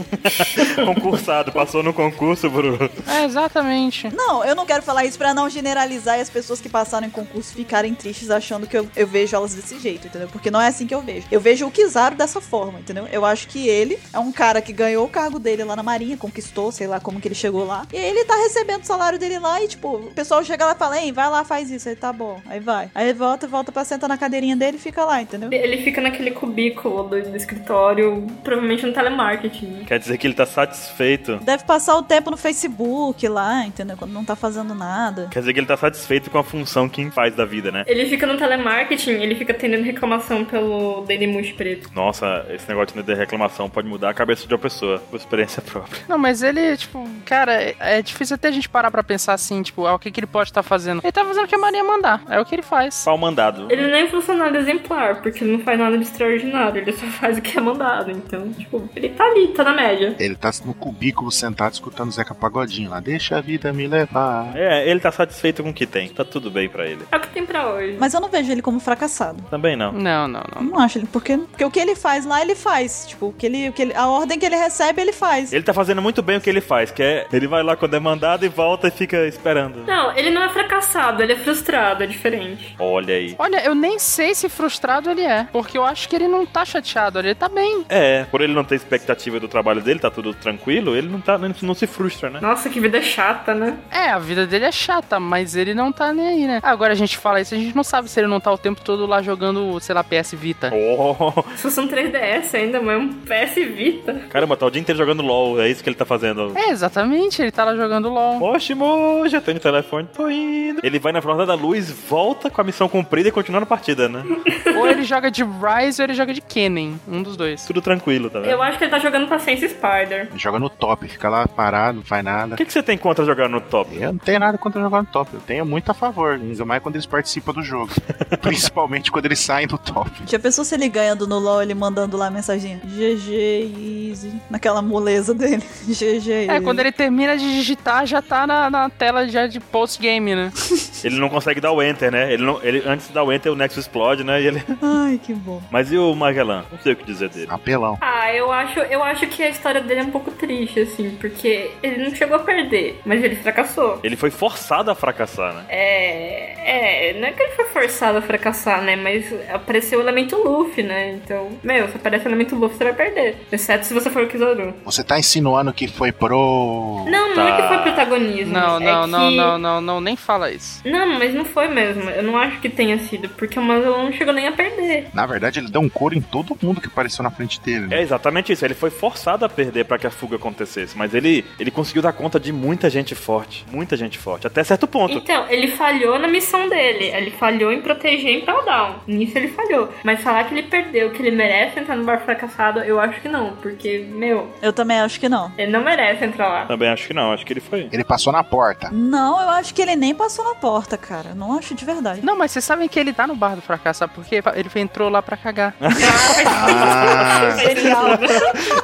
Concursado, passou no concurso, Bruno. É, exatamente. Não, eu não quero falar isso pra não generalizar e as pessoas que passaram em concurso ficarem tristes achando que eu, eu vejo elas desse jeito, entendeu? Porque não é assim que eu vejo. Eu vejo o Kizaru dessa forma, entendeu? Eu acho que ele é um cara que ganhou o cargo dele lá na Marinha, conquistou, sei lá como que ele chegou lá. E aí ele tá recebendo o salário dele lá e, tipo, o pessoal chega lá e fala, ei, vai lá, faz isso. Aí tá bom. Aí vai. Aí volta, volta pra sentar na cadeirinha dele e fica lá, entendeu? Ele fica naquele cubículo do, do escritório, provavelmente no telemarketing. Quer dizer que ele tá satisfeito. Deve passar o tempo no Facebook lá, entendeu? Quando não tá fazendo nada. Quer dizer que ele tá satisfeito com a função que Jin faz da vida, né? Ele fica no telemarketing, ele fica atendendo reclamação pelo Denimux preto. Nossa, esse negócio de reclamação pode mudar a cabeça de uma pessoa, por experiência própria. Não, mas ele, tipo, cara, é- é difícil até a gente parar pra pensar assim, tipo, ah, o que, que ele pode estar fazendo. Ele tá fazendo o que a Maria mandar, é o que ele faz. Pau mandado. Ele nem é um funcionário exemplar, porque ele não faz nada de extraordinário, ele só faz o que é mandado. Então, tipo, ele tá ali, tá na média. Ele tá no cubículo sentado escutando o Zeca Pagodinho lá. Deixa a vida me levar. É, ele tá satisfeito com o que tem. Tá tudo bem pra ele. É o que tem pra hoje. Mas eu não vejo ele como fracassado. Também não. Não, não, Eu não. Não acho ele, porque, porque o que ele faz lá, ele faz. Tipo, o que ele, o que ele, a ordem que ele recebe, ele faz. Ele tá fazendo muito bem o que ele faz, que é ele vai lá quando é mandado e volta e fica esperando. Não, ele não é fracassado, ele é frustrado, é diferente. Olha aí. Olha, eu nem sei se frustrado ele é, porque eu acho que ele não tá chateado, ele tá bem. É, por ele não ter expectativa do trabalho dele, tá tudo tranquilo, ele não tá, não, não se frustra, né? Nossa, que vida chata, né? É, a vida dele é chata, mas ele não tá nem aí, né? Agora a gente fala isso, a gente não sabe se ele não tá o tempo todo lá jogando, sei lá, PS Vita. Oh, Se fosse um 3DS ainda, mas é um PS Vita. caramba, tá o dia inteiro jogando LOL, é isso que ele tá fazendo. É, exatamente, ele tá lá jogando LOL. Moshi, moshi, eu tenho o telefone, tô indo. Ele vai na Frota da Luz, volta com a missão cumprida e continua na partida, né? ou ele joga de Rise ou ele joga de Kennen, um dos dois. Tudo tranquilo, tá vendo? Eu acho que ele tá jogando paciência Spider. Joga no top, fica lá parado, não faz nada. O que, que você tem contra jogar no top? Eu não tenho nada contra jogar no top, eu tenho muito a favor, ainda mais quando eles participam do jogo. Principalmente quando eles saem do top. Já pensou se ele ganhando no LOL, ele mandando lá a mensagem? GG, easy. Naquela moleza dele. GG, É, easy. quando ele termina de digitar, já tá na, na tela já de post-game, né? Ele não consegue dar o enter, né? Ele não, ele, antes de dar o enter, o Nexus explode, né? E ele... Ai, que bom. Mas e o Magellan? Não sei o que dizer dele. Apelão. Ah, eu acho, eu acho que a história dele é um pouco triste, assim, porque ele não chegou a perder, mas ele fracassou. Ele foi forçado a fracassar, né? É, é, não é que ele foi forçado a fracassar, né? Mas apareceu o elemento Luffy, né? Então, meu, se aparece o elemento Luffy, você vai perder. Exceto se você for o Kizaru. Você tá insinuando que foi pro. Não, não é que foi protagonismo. Tá. Não, é não, não, que- não, não, não, nem fala isso. Não, mas não foi mesmo. Eu não acho que tenha sido, porque o Mazelon não chegou nem a perder. Na verdade, ele deu um couro em todo mundo que apareceu na frente dele. né? É exatamente isso. Ele foi forçado a perder pra que a fuga acontecesse. Mas ele, ele conseguiu dar conta de muita gente forte. Muita gente forte. Até certo ponto. Então, ele falhou na missão dele. Ele falhou em proteger em Down. Nisso ele falhou. Mas falar que ele perdeu, que ele merece entrar no bar fracassado, eu acho que não. Porque, meu, Eu também acho que não. ele não merece entrar lá. Também acho que não. Acho que ele foi. Ele passou na porta. Não, eu acho que ele nem passou na porta, cara. Eu Não acho de verdade. Não, mas vocês sabem que ele tá no bar do fracasso, sabe por quê? Ele entrou lá pra cagar. Ah, Genial.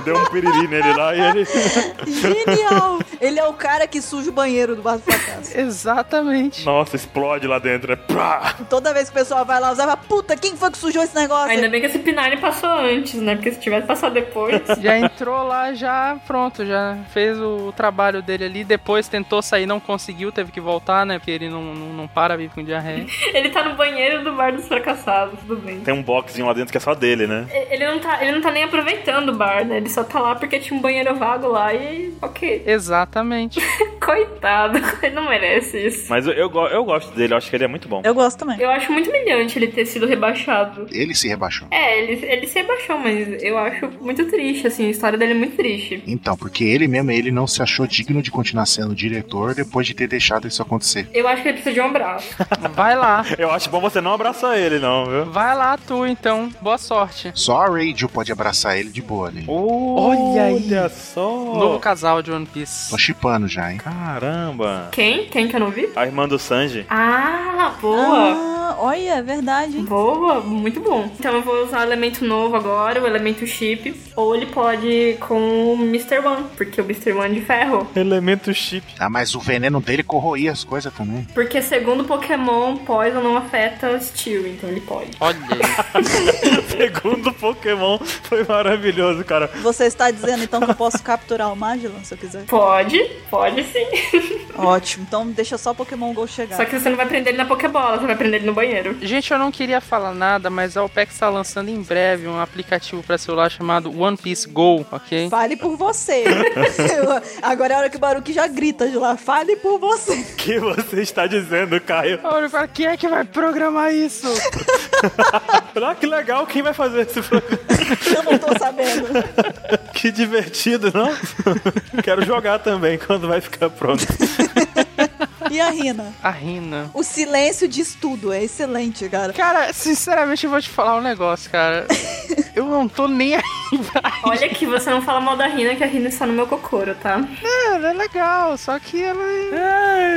Deu um piriri nele lá e ele. Genial. Ele é o cara que suja o banheiro do bar do fracasso. Exatamente. Nossa, explode lá dentro. né? Prá! Toda vez que o pessoal vai lá usar, fala, puta, quem foi que sujou esse negócio? Ainda bem que esse Pinari passou antes, né? Porque se tivesse passado depois. Já entrou lá, já pronto, já fez o trabalho dele ali. Depois tentou sair, não conseguiu, teve que voltar, né? Porque ele não, não, não para vir com diarreia. ele tá no banheiro do bar dos fracassados, tudo bem. Tem um boxinho lá dentro que é só dele, né? E- Ele não, tá, ele não tá nem aproveitando o bar, né? Ele só tá lá porque tinha um banheiro vago lá e. Ok. Exatamente. Coitado, ele não merece isso. Mas eu, eu, go- eu gosto dele. Eu acho que ele é muito bom. Eu gosto também. Eu acho muito humilhante ele ter sido rebaixado. ele se rebaixou. É, ele, ele se rebaixou, mas eu acho muito triste, assim, a história dele é muito triste. Então, porque ele mesmo, ele não se achou digno de continuar sendo diretor depois de ter deixado isso acontecer. Eu acho que ele precisa de um abraço. Vai lá. Eu acho bom você não abraçar ele, não, viu? Vai lá, tu, então. Boa sorte. Só a Radio pode abraçar ele de boa né? ali. Olha, aí. só. Novo casal de One Piece. Tô chipando já, hein? Caramba. Quem? Quem que eu não vi? A irmã do Sanji. Ah, boa! Ah, olha, é verdade, hein? Boa, muito bom. Então eu vou usar o elemento novo agora, o elemento chip. Ou ele pode ir com o Mr. One, porque o Mr. One é de ferro. Elemento chip. Ah, mas o veneno dele corroía as coisas também. Porque segundo o Pokémon, Poison não afeta Steel, então ele pode. Olha aí. Segundo Pokémon, foi maravilhoso, cara. Você está dizendo então que eu posso capturar o Magellan se eu quiser? Pode, pode sim. Ótimo, então deixa só o Pokémon GO chegar. Só que você não vai prender ele na Pokébola, você vai prender ele no banheiro. Gente, eu não queria falar nada, mas a OPEC está lançando em breve um aplicativo para celular chamado One Piece Go, ok? Fale por você. Eu- Agora é a hora que o Baruque já grita de lá. Fale por você. O que você está dizendo, Caio? Olha, fala, quem é que vai programar isso? Ah, que legal, quem vai fazer esse programa? Eu não tô sabendo. Que divertido, não? Quero jogar também quando vai ficar pronto. E a Rina? A Rina. O silêncio diz tudo, é excelente, cara. Cara, sinceramente eu vou te falar um negócio, cara. Eu não tô nem aí pra Olha que você não fala mal da Rina, que a Rina está no meu cocoro, tá? ela, é legal, só que ela é...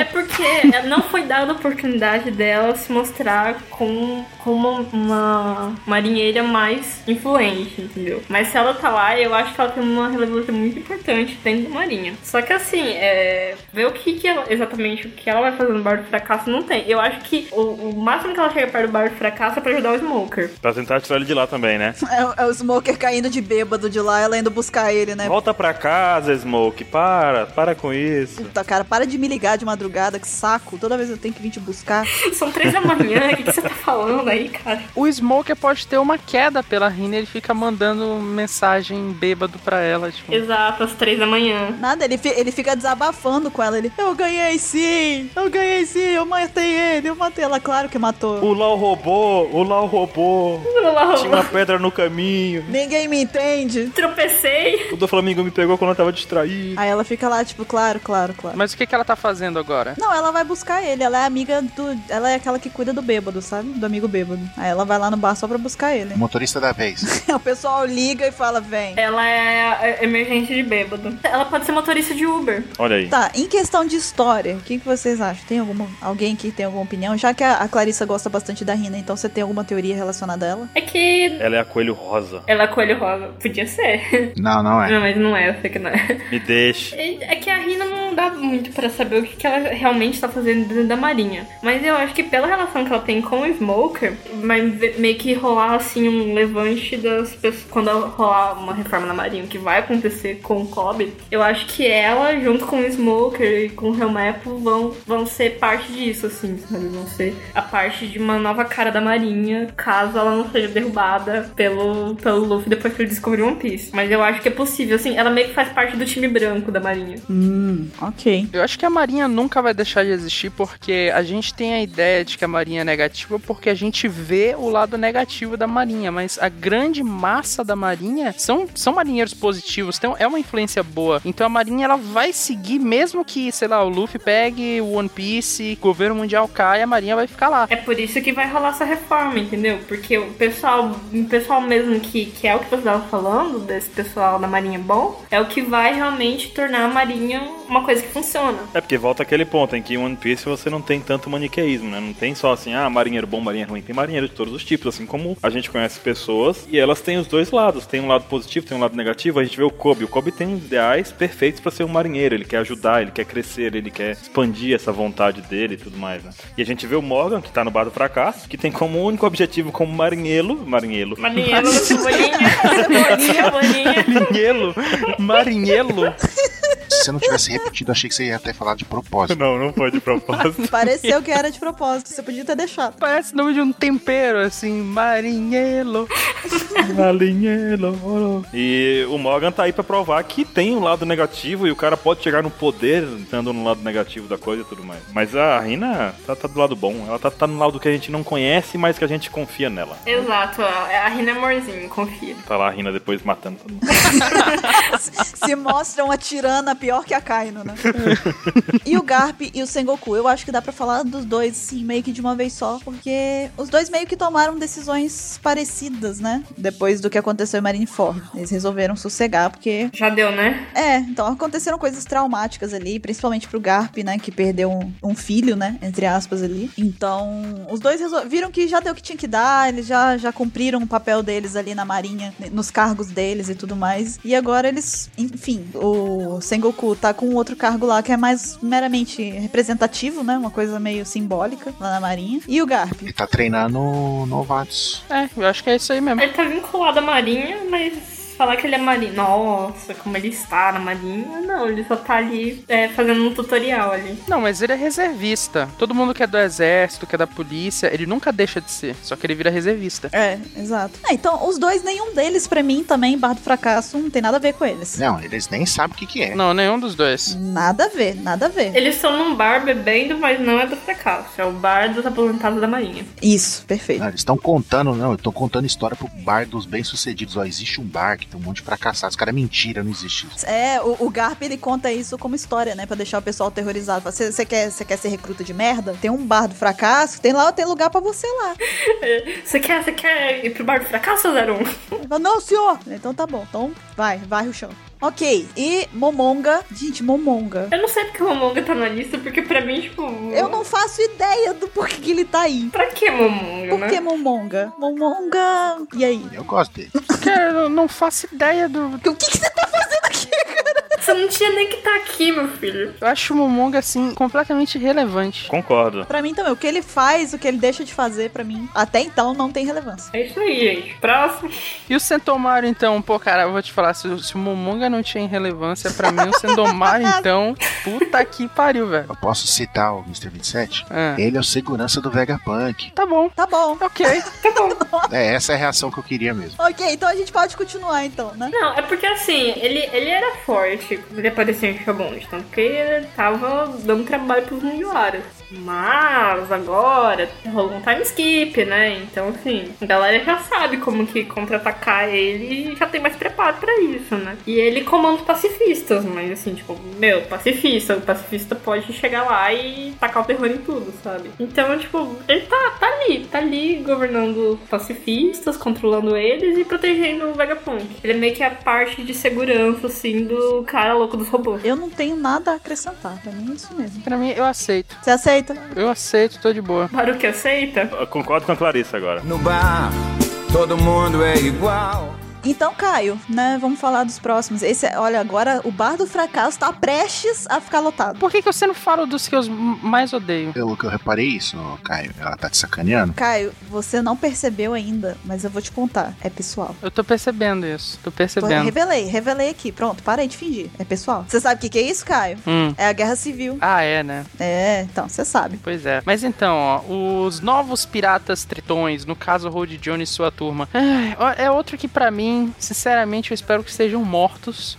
É porque ela não foi dada a oportunidade dela se mostrar como, como uma marinheira mais influente, entendeu? Mas se ela tá lá, eu acho que ela tem uma relevância muito importante dentro da marinha. Só que assim, é, ver o que, que ela- exatamente o que ela vai fazer no bar do fracasso não tem. Eu acho que o, o máximo que ela chega perto do bar do fracasso é pra ajudar o Smoker. Pra tentar tirar ele de lá também, né? É, é o Smoker caindo de bêbado de lá, ela indo buscar ele, né? Volta pra casa, Smoke. Para, para com isso. Puta, cara, para de me ligar de madrugada, que saco. Toda vez eu tenho que vir te buscar. São três da manhã, o que, que você tá falando aí, cara? O Smoker pode ter uma queda pela Rina, ele fica mandando mensagem bêbado pra ela, tipo... Exato, às três da manhã. Nada, ele, fi- ele fica desabafando com ela. Ele, eu ganhei sim, eu ganhei sim, eu matei ele, eu matei ela. Claro que matou. O Lau roubou, o Lau roubou. Tinha uma pedra no caminho. Ninguém me entende. Tropecei. O do Flamengo me pegou quando eu tava distraído. Aí ela fica lá, tipo, claro, claro, claro. Mas o que, que ela tá fazendo agora? Não, ela vai buscar ele. Ela é amiga do. Ela é aquela que cuida do bêbado, sabe? Do amigo bêbado. Aí ela vai lá no bar só pra buscar ele. O motorista da vez. o pessoal liga e fala: vem. Ela é emergente de bêbado. Ela pode ser motorista de Uber. Olha aí. Tá, em questão de história, o que, que vocês acham? Tem alguma, alguém que tem alguma opinião? Já que a, a Clarissa gosta bastante da Rina, então você tem alguma teoria relacionada a ela? É que Ela é a coelho rosa. ela é coelho rosa. Podia ser. Não, não é. Não, mas não é, eu sei que não é. Me deixe. É é que a Rina não dá muito pra saber o que, que ela realmente tá fazendo dentro da marinha. Mas eu acho que pela relação que ela tem com o Smoker, vai ve- meio que rolar assim um levante das pessoas. Quando rolar uma reforma na marinha, o que vai acontecer com o Cobb, eu acho que é ela, junto com o Smoker e com o Helmepo, vão, vão ser parte disso, assim, sabe? Vão ser a parte de uma nova cara da marinha, caso ela não seja derrubada pelo, pelo Luffy depois que ele descobriu One Piece. Mas eu acho que é possível, assim, ela meio que faz parte do time branco da marinha. Hum, ok. Eu acho que a Marinha nunca vai deixar de existir porque a gente tem a ideia de que a Marinha é negativa porque a gente vê o lado negativo da Marinha, mas a grande massa da Marinha são, são marinheiros positivos, então é uma influência boa. Então a Marinha ela vai seguir mesmo que, sei lá, o Luffy pegue o One Piece, o governo mundial caia, a Marinha vai ficar lá. É por isso que vai rolar essa reforma, entendeu? Porque o pessoal, o pessoal mesmo que, que é o que você estava falando, desse pessoal da Marinha bom, é o que vai realmente tornar a Marinha uma coisa que funciona. É porque volta aquele ponto em que em One Piece você não tem tanto maniqueísmo, né? Não tem só assim, ah, marinheiro bom, marinheiro ruim. Tem marinheiro de todos os tipos, assim como a gente conhece pessoas e elas têm os dois lados. Tem um lado positivo, tem um lado negativo. A gente vê o Kobe. O Kobe tem ideais perfeitos pra ser um marinheiro. Ele quer ajudar, ele quer crescer, ele quer expandir essa vontade dele e tudo mais, né? E a gente vê o Morgan, que tá no bar do fracasso, que tem como único objetivo como marinheiro. Marinheiro. Marinheiro, cebolinha, cebolinha, cebolinha. Marinheiro? Marinheiro? Se você não tivesse repetido, achei que você ia até falar de propósito. Não, não foi de propósito. Pareceu que era de propósito, você podia ter deixado. Parece nome de um tempero, assim, marinheiro. E o Morgan tá aí pra provar que tem um lado negativo e o cara pode chegar no poder estando no lado negativo da coisa e tudo mais. Mas a Rina tá, tá do lado bom. Ela tá, tá no lado que a gente não conhece, mas que a gente confia nela. Exato, a a Rina é amorzinho, confia. Tá lá a Rina depois matando todo mundo. Se mostra uma tirana pior que a Kaino, né? e o Garp e o Sengoku, eu acho que dá pra falar dos dois, assim, meio que de uma vez só, porque os dois meio que tomaram decisões parecidas, né? Depois do que aconteceu em Marineford. Eles resolveram sossegar, porque Já deu, né? É, então aconteceram coisas traumáticas ali, principalmente pro Garp, né, que perdeu um, um filho, né, entre aspas ali. Então, os dois resol- viram que já deu o que tinha que dar, eles já, já cumpriram o papel deles ali na marinha, né, nos cargos deles e tudo mais. E agora eles, enfim, o Sengoku tá com outro cargo lá que é mais meramente representativo, né, uma coisa meio simbólica lá na marinha. E o Garp? Ele tá treinando novatos. É, eu acho que é isso aí mesmo. Ele tá vinculado à Marinha, mas falar que ele é marinha. Nossa, como ele está na Marinha. Não, ele só tá ali é, fazendo um tutorial ali. Não, mas ele é reservista. Todo mundo que é do exército, que é da polícia, ele nunca deixa de ser. Só que ele vira reservista. É, exato. É, então, os dois, nenhum deles, pra mim, também, Bar do Fracasso, não tem nada a ver com eles. Não, eles nem sabem o que que é. Não, nenhum dos dois. Nada a ver, nada a ver. Eles estão num bar bebendo, mas não é do fracasso. É o bar dos aposentados da Marinha. Isso, perfeito. Não, eles estão contando, não, eu tô contando história pro bar dos bem-sucedidos. Ó, existe um bar que Tem um monte de fracassados. Os caras é mentira, não existe isso. É, o, o Garp ele conta isso como história, né? Pra deixar o pessoal aterrorizado. Fala, Você você quer, você quer ser recruta de merda? Tem um bar do fracasso, tem lá, tem lugar pra você lá. Você quer, você quer ir pro bar do fracasso, 01? Ele fala, não, senhor! Então tá bom. Então vai, vai o chão. Ok, e Momonga. Gente, Momonga. Eu não sei porque o Momonga tá na lista, porque pra mim, tipo. Eu não faço ideia do porquê que ele tá aí. Pra que Momonga, Por que né? Momonga? Momonga. E aí? Eu gosto dele. Cara, eu não faço ideia do. O que, que você tá fazendo aqui? Você não tinha nem que estar aqui, meu filho. Eu acho o Momonga, assim, completamente irrelevante. Concordo. Pra mim também, o que ele faz, o que ele deixa de fazer, pra mim, até então não tem relevância. É isso aí, gente. Próximo. E o Sentomaru, então? Pô, cara, eu vou te falar, se, o- se o Momonga não tinha relevância pra mim, o Sentomaru, então, puta que pariu, velho. Eu posso citar o Mr. 27? Ah, Ele é o segurança do Vegapunk. tá bom, Tá bom. ok. É, essa é a reação que eu queria mesmo. Ok, então a gente pode continuar então, né? Não, é porque assim, ele, ele era forte quando ele apareceu em Shobond, tanto que então, ele tava dando trabalho pros Mugiwaras. Mas agora rolou um time skip, né? Então assim, a galera já sabe como que contra-atacar ele e já tem mais preparo pra isso, né? E ele comanda os pacifistas, mas assim, tipo, meu, pacifista, o pacifista pode chegar lá e tacar o terror em tudo, sabe? Então, tipo, ele tá, tá ali, tá ali governando os pacifistas, controlando eles e protegendo o Vegapunk. Ele é meio que a parte de segurança, assim, do cara louco dos robôs. Eu não tenho nada a acrescentar, pra mim é isso mesmo. Pra mim, eu aceito. Você aceita? Eu aceito, tô de boa. Baruque aceita? Eu concordo com a Clarice agora. No bar, todo mundo é igual. Então, Caio, né? Vamos falar dos próximos. Esse, é- olha, agora o bar do fracasso tá prestes a ficar lotado. Por que, que você não fala dos que eu mais odeio? Pelo que eu reparei isso, Caio, ela tá te sacaneando. Caio, você não percebeu ainda, mas eu vou te contar. É pessoal. Eu tô percebendo isso, tô Pô, percebendo. revelei, revelei aqui. Pronto, parei de fingir. É pessoal. Você sabe o que, que é isso, Caio? Hum. É a guerra civil. Ah, é, né? É, então, você sabe. Pois é. Mas então, ó, os novos piratas tritões, no caso Road Johnny e sua turma. Ai, ó, É outro que pra mim, sinceramente, eu espero que estejam mortos.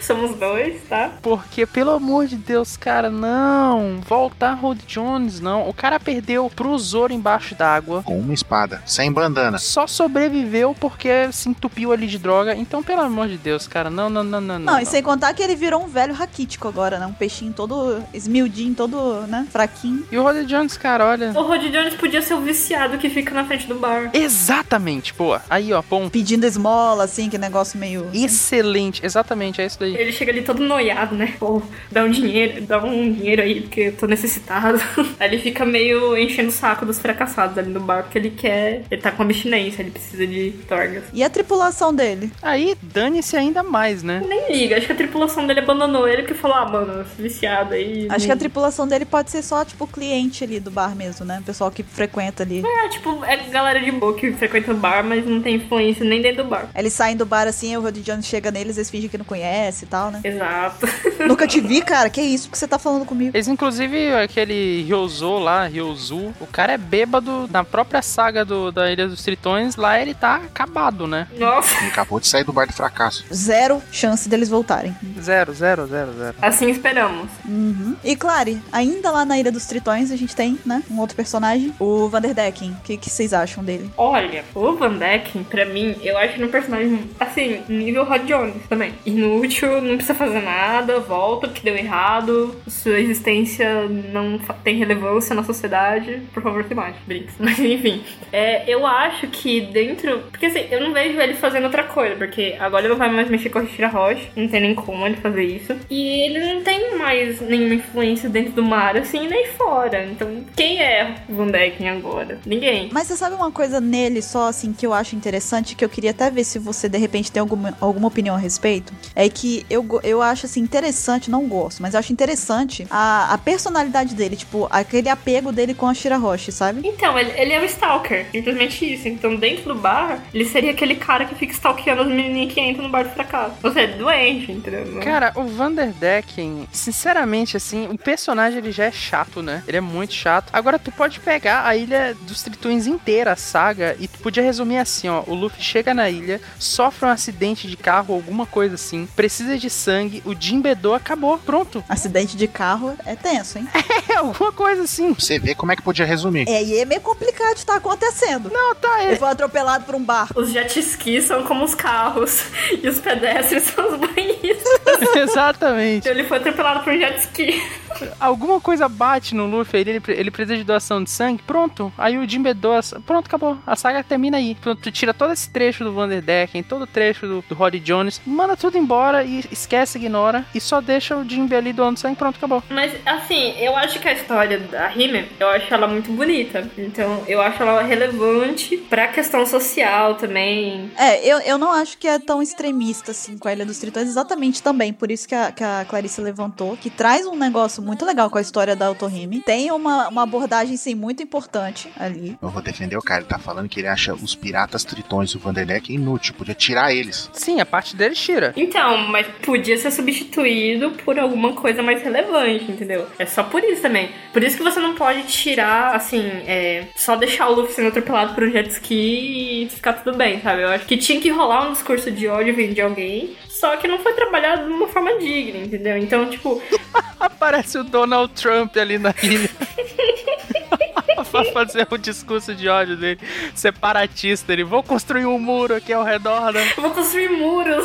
Somos dois, tá? Porque, pelo amor de Deus, cara, não. Voltar Road Jones, não. O cara perdeu pro Zoro embaixo d'água. Com uma espada, sem bandana. Só sobreviveu porque se entupiu ali de droga. Então, pelo amor de Deus, cara, não, não, não, não. Não, e sem contar que ele virou um velho raquítico agora, né? Um peixinho todo esmiudinho, todo, né? Fraquinho. E o Road Jones, cara, olha. O Rod Jones podia ser o viciado que fica na frente do bar. Exatamente, boa. Aí, ó, ponto. Pedindo esmola, assim, que negócio meio. Excelente, exatamente, é isso daí. Ele chega ali todo noiado, né? Pô, dá um dinheiro, dá um dinheiro aí, porque eu tô necessitado. Aí ele fica meio enchendo o saco dos fracassados ali no bar, porque ele quer. Ele tá com abstinência, ele precisa de torgas. E a tripulação dele? Aí dane-se ainda mais, né? Nem liga, acho que a tripulação dele abandonou ele porque falou, ah, mano, esse viciado aí. Acho que a tripulação dele pode ser só, tipo, cliente ali do bar mesmo, né? O pessoal que frequenta ali. É, tipo, é galera de boa que frequenta o bar, mas não tem influência nem dentro do bar. Eles saem do bar assim, o Roddy Jones chega neles, eles fingem que não conhece e tal, né? Exato. Nunca te vi, cara. Que isso que você tá falando comigo? Eles, inclusive, aquele Ryozo lá, Ryozu, o cara é bêbado na própria saga do, da Ilha dos Tritões, lá ele tá acabado, né? Nossa. Ele acabou de sair do bar do fracasso. Zero chance deles voltarem. Zero, zero, zero, zero. Assim esperamos. Uhum. E Clary, ainda lá na Ilha dos Tritões a gente tem, né? Um outro personagem, o Vanderdecken. O que, que vocês acham dele? Olha, o Van Decken, pra mim, eu acho ele um personagem, assim, nível Rod Jones também. Inútil, não precisa fazer nada, volta porque deu errado, sua existência não fa- tem relevância na sociedade, por favor, se mate, brinks. Mas enfim, é, eu acho que dentro. Porque assim, eu não vejo ele fazendo outra coisa, porque agora ele não vai mais mexer com a Shira Roche, não tem nem como ele fazer isso. E ele não tem mais nenhuma influência dentro do mar, assim, nem fora. Então, quem é o Van Decken agora? Ninguém. Mas você sabe uma coisa nele só, assim, que eu acho interessante, que eu queria até ver se você, de repente, tem alguma, alguma opinião a respeito? É que eu, go- eu acho, assim, interessante, não gosto, mas eu acho interessante a, a personalidade dele, tipo, aquele apego dele com a Shira Roche, sabe? Então, ele, ele é um stalker, simplesmente isso. Então, dentro do bar, ele seria aquele cara que fica stalkeando as menininhas que entram no bar do fracasso. Você é doente, entendeu? Cara, o Vanderdecken, sinceramente, assim, o personagem ele já é chato, né? Ele é muito chato. Agora, tu pode pegar a ilha dos tritões inteira, a saga, e tu podia resumir assim, ó. O Luffy chega na ilha, sofre um acidente de carro, alguma coisa assim, precisa de sangue, o Jimbedô acabou, pronto. Acidente de carro é tenso, hein? É alguma coisa assim. Você vê como é que podia resumir. É, e é meio complicado de tá acontecendo. Não, tá, Ele é, foi atropelado por um barco. Os jet skis são como os carros e os pedestres são os banhistas. exatamente. Ele foi atropelado por um jet ski. Alguma coisa bate no Luffy, ele, ele precisa de doação de sangue, pronto. Aí o Jimbe doa, pronto, acabou. A saga termina aí. Pronto, tu tira todo esse trecho do Vanderdecken, todo o trecho do, do Rod Jones, manda tudo embora e esquece, ignora, e só deixa o Jimbe ali doando sangue, pronto, acabou. Mas, assim, eu acho que a história da Rime, eu acho ela muito bonita. Então, eu acho ela relevante pra questão social também. É, eu, eu não acho que é tão extremista assim com a Ilha dos Tritões, exatamente também. Por isso que a, que a Clarice levantou, que traz um negócio muito legal com a história da Autorrime. Tem uma, uma abordagem, sim, muito importante ali. Eu vou defender o cara, ele tá falando que ele acha os piratas tritões e o Vanderleck é inútil, podia tirar eles. Sim, a parte dele tira. Então, mas podia ser substituído por alguma coisa mais relevante, entendeu? É só por isso também. Por isso que você não pode tirar, assim, é, só deixar o Luffy sendo atropelado por um jet ski e ficar tudo bem, sabe? Eu acho que tinha que rolar um discurso de ódio vindo de alguém, só que não foi trabalhado de uma forma digna, entendeu? Então, tipo, Aparece o Donald Trump ali na ilha. Pra fazer o discurso de ódio dele, separatista. Ele, vou construir um muro aqui ao redor da, eu vou construir muros.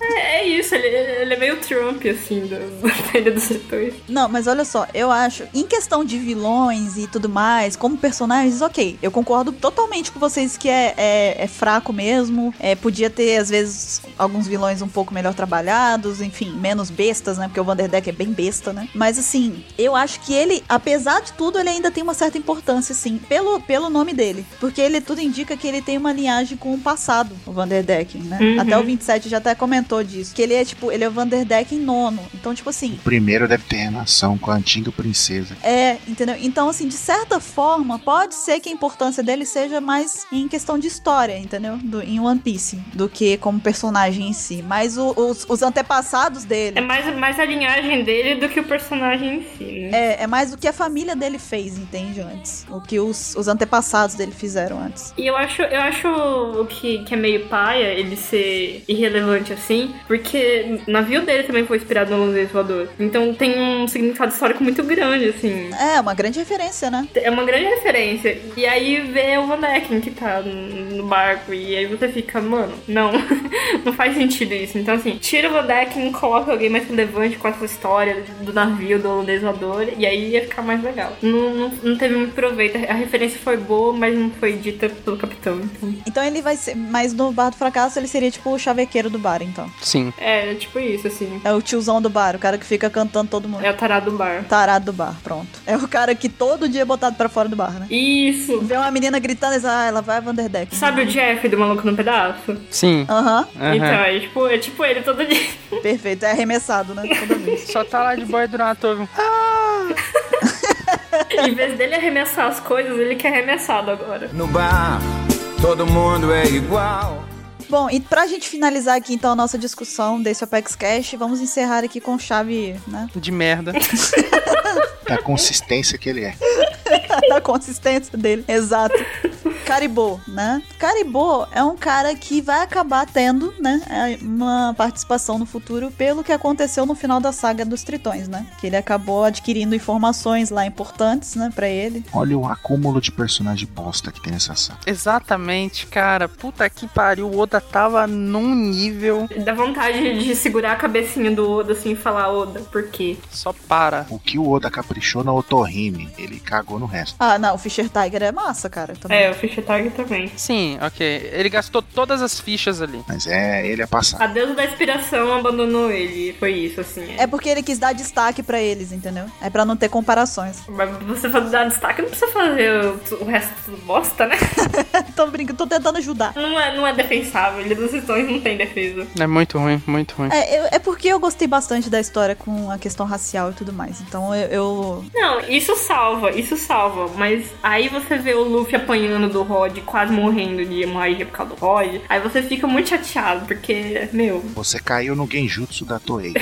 é, é isso, ele, ele é meio Trump, assim, do- da Ilha dos Setores. Não, mas olha só, eu acho, em questão de vilões e tudo mais, como personagens, ok. Eu concordo totalmente com vocês que é, é- é fraco mesmo. É, podia ter, às vezes, alguns vilões um pouco melhor trabalhados, enfim, menos bestas, né? Porque o Vanderdeck é bem besta, né? Mas assim, eu acho que ele, apesar de tudo, ele ainda tem uma certa importância, sim, pelo, pelo nome dele. Porque ele tudo indica que ele tem uma linhagem com o passado, o Vanderdeck, né? Uhum. Até o 27 já até comentou disso. Que ele é, tipo, ele é o Vanderdeck em nono. Então, tipo assim, O primeiro deve ter relação com a antiga princesa. é, entendeu? Então, assim, de certa forma, pode ser que a importância dele seja mais em questão de história, entendeu? Do- em One Piece, do que como personagem em si. Mas o- os, os antepassados É dele. mais, mais a linhagem dele do que o personagem em si, né? É, é mais o que a família dele fez, entende? Antes. O que os, os antepassados dele fizeram antes. E eu acho, eu acho o que, que é meio paia ele ser irrelevante assim, porque o navio dele também foi inspirado no Luz Voador. Então tem um significado histórico muito grande, assim. É, uma grande referência, né? É uma grande referência. E aí vê o Van Decken que tá no no barco. E aí você fica, mano, não. não faz sentido isso. Então, assim, tira o Van Decken, coloca alguém mais relevante com essa história do navio, do holandês voador. E aí ia ficar mais legal. Não, não, não teve muito proveito. A referência foi boa, mas não foi dita pelo capitão. Então, Então ele vai ser. Mas no Bar do Fracasso ele seria tipo o chavequeiro do bar, então. Sim. é, é tipo isso, assim. É o tiozão do bar, o cara que fica cantando todo mundo. É o tarado do bar. Tarado do bar, pronto. É o cara que todo dia é botado pra fora do bar, né? Isso. Vê uma menina gritando e diz, ah, ela vai Vanderdeck. Sabe o Jeff do Maluco no Pedaço? Sim. Aham, Então, é tipo, é tipo ele todo dia. perfeito. É arremessado, né? Toda vez. Só tá lá de boia durante todo em vez dele arremessar as coisas, ele quer arremessado agora. No bar, todo mundo é igual. Bom, e pra gente finalizar aqui, então, a nossa discussão desse Apex Cash, vamos encerrar aqui com chave, né? de merda. Da consistência que ele é. da consistência dele. Exato. Caribou, né? Caribou é um cara que vai acabar tendo, né, é, uma participação no futuro pelo que aconteceu no final da saga dos Tritões, né? Que ele acabou adquirindo informações lá importantes, né, pra ele. Olha o acúmulo de personagem bosta que tem nessa saga. Exatamente, cara. Puta que pariu, o Oda tava num nível. Dá vontade de segurar a cabecinha do Oda assim e falar, Oda, por quê? Só para. O que o Oda caprichou na Otorrime, ele cagou no resto. Ah, não, o Fischer Tiger é massa, cara. Também. É, o Fischer Tiger também. Sim, ok. Ele gastou todas as fichas ali. Mas é, ele é passado. A deusa da inspiração abandonou ele. Foi isso, assim. é. É porque ele quis dar destaque pra eles, entendeu? É pra não ter comparações. Mas você fa- dar destaque não precisa fazer o, o resto tudo bosta, né? tô brincando, tô tentando ajudar. Não é, não é defensável. Ilha dos Tritões não tem defesa. É muito ruim, muito ruim. É, eu- é porque eu gostei bastante da história com a questão racial e tudo mais. Então eu. eu- Não, isso salva, isso salva. Mas aí você vê o Luffy apanhando do Rod, quase morrendo de hemorragia por causa do Rod. Aí você fica muito chateado, porque, meu, Você caiu no genjutsu da Toei.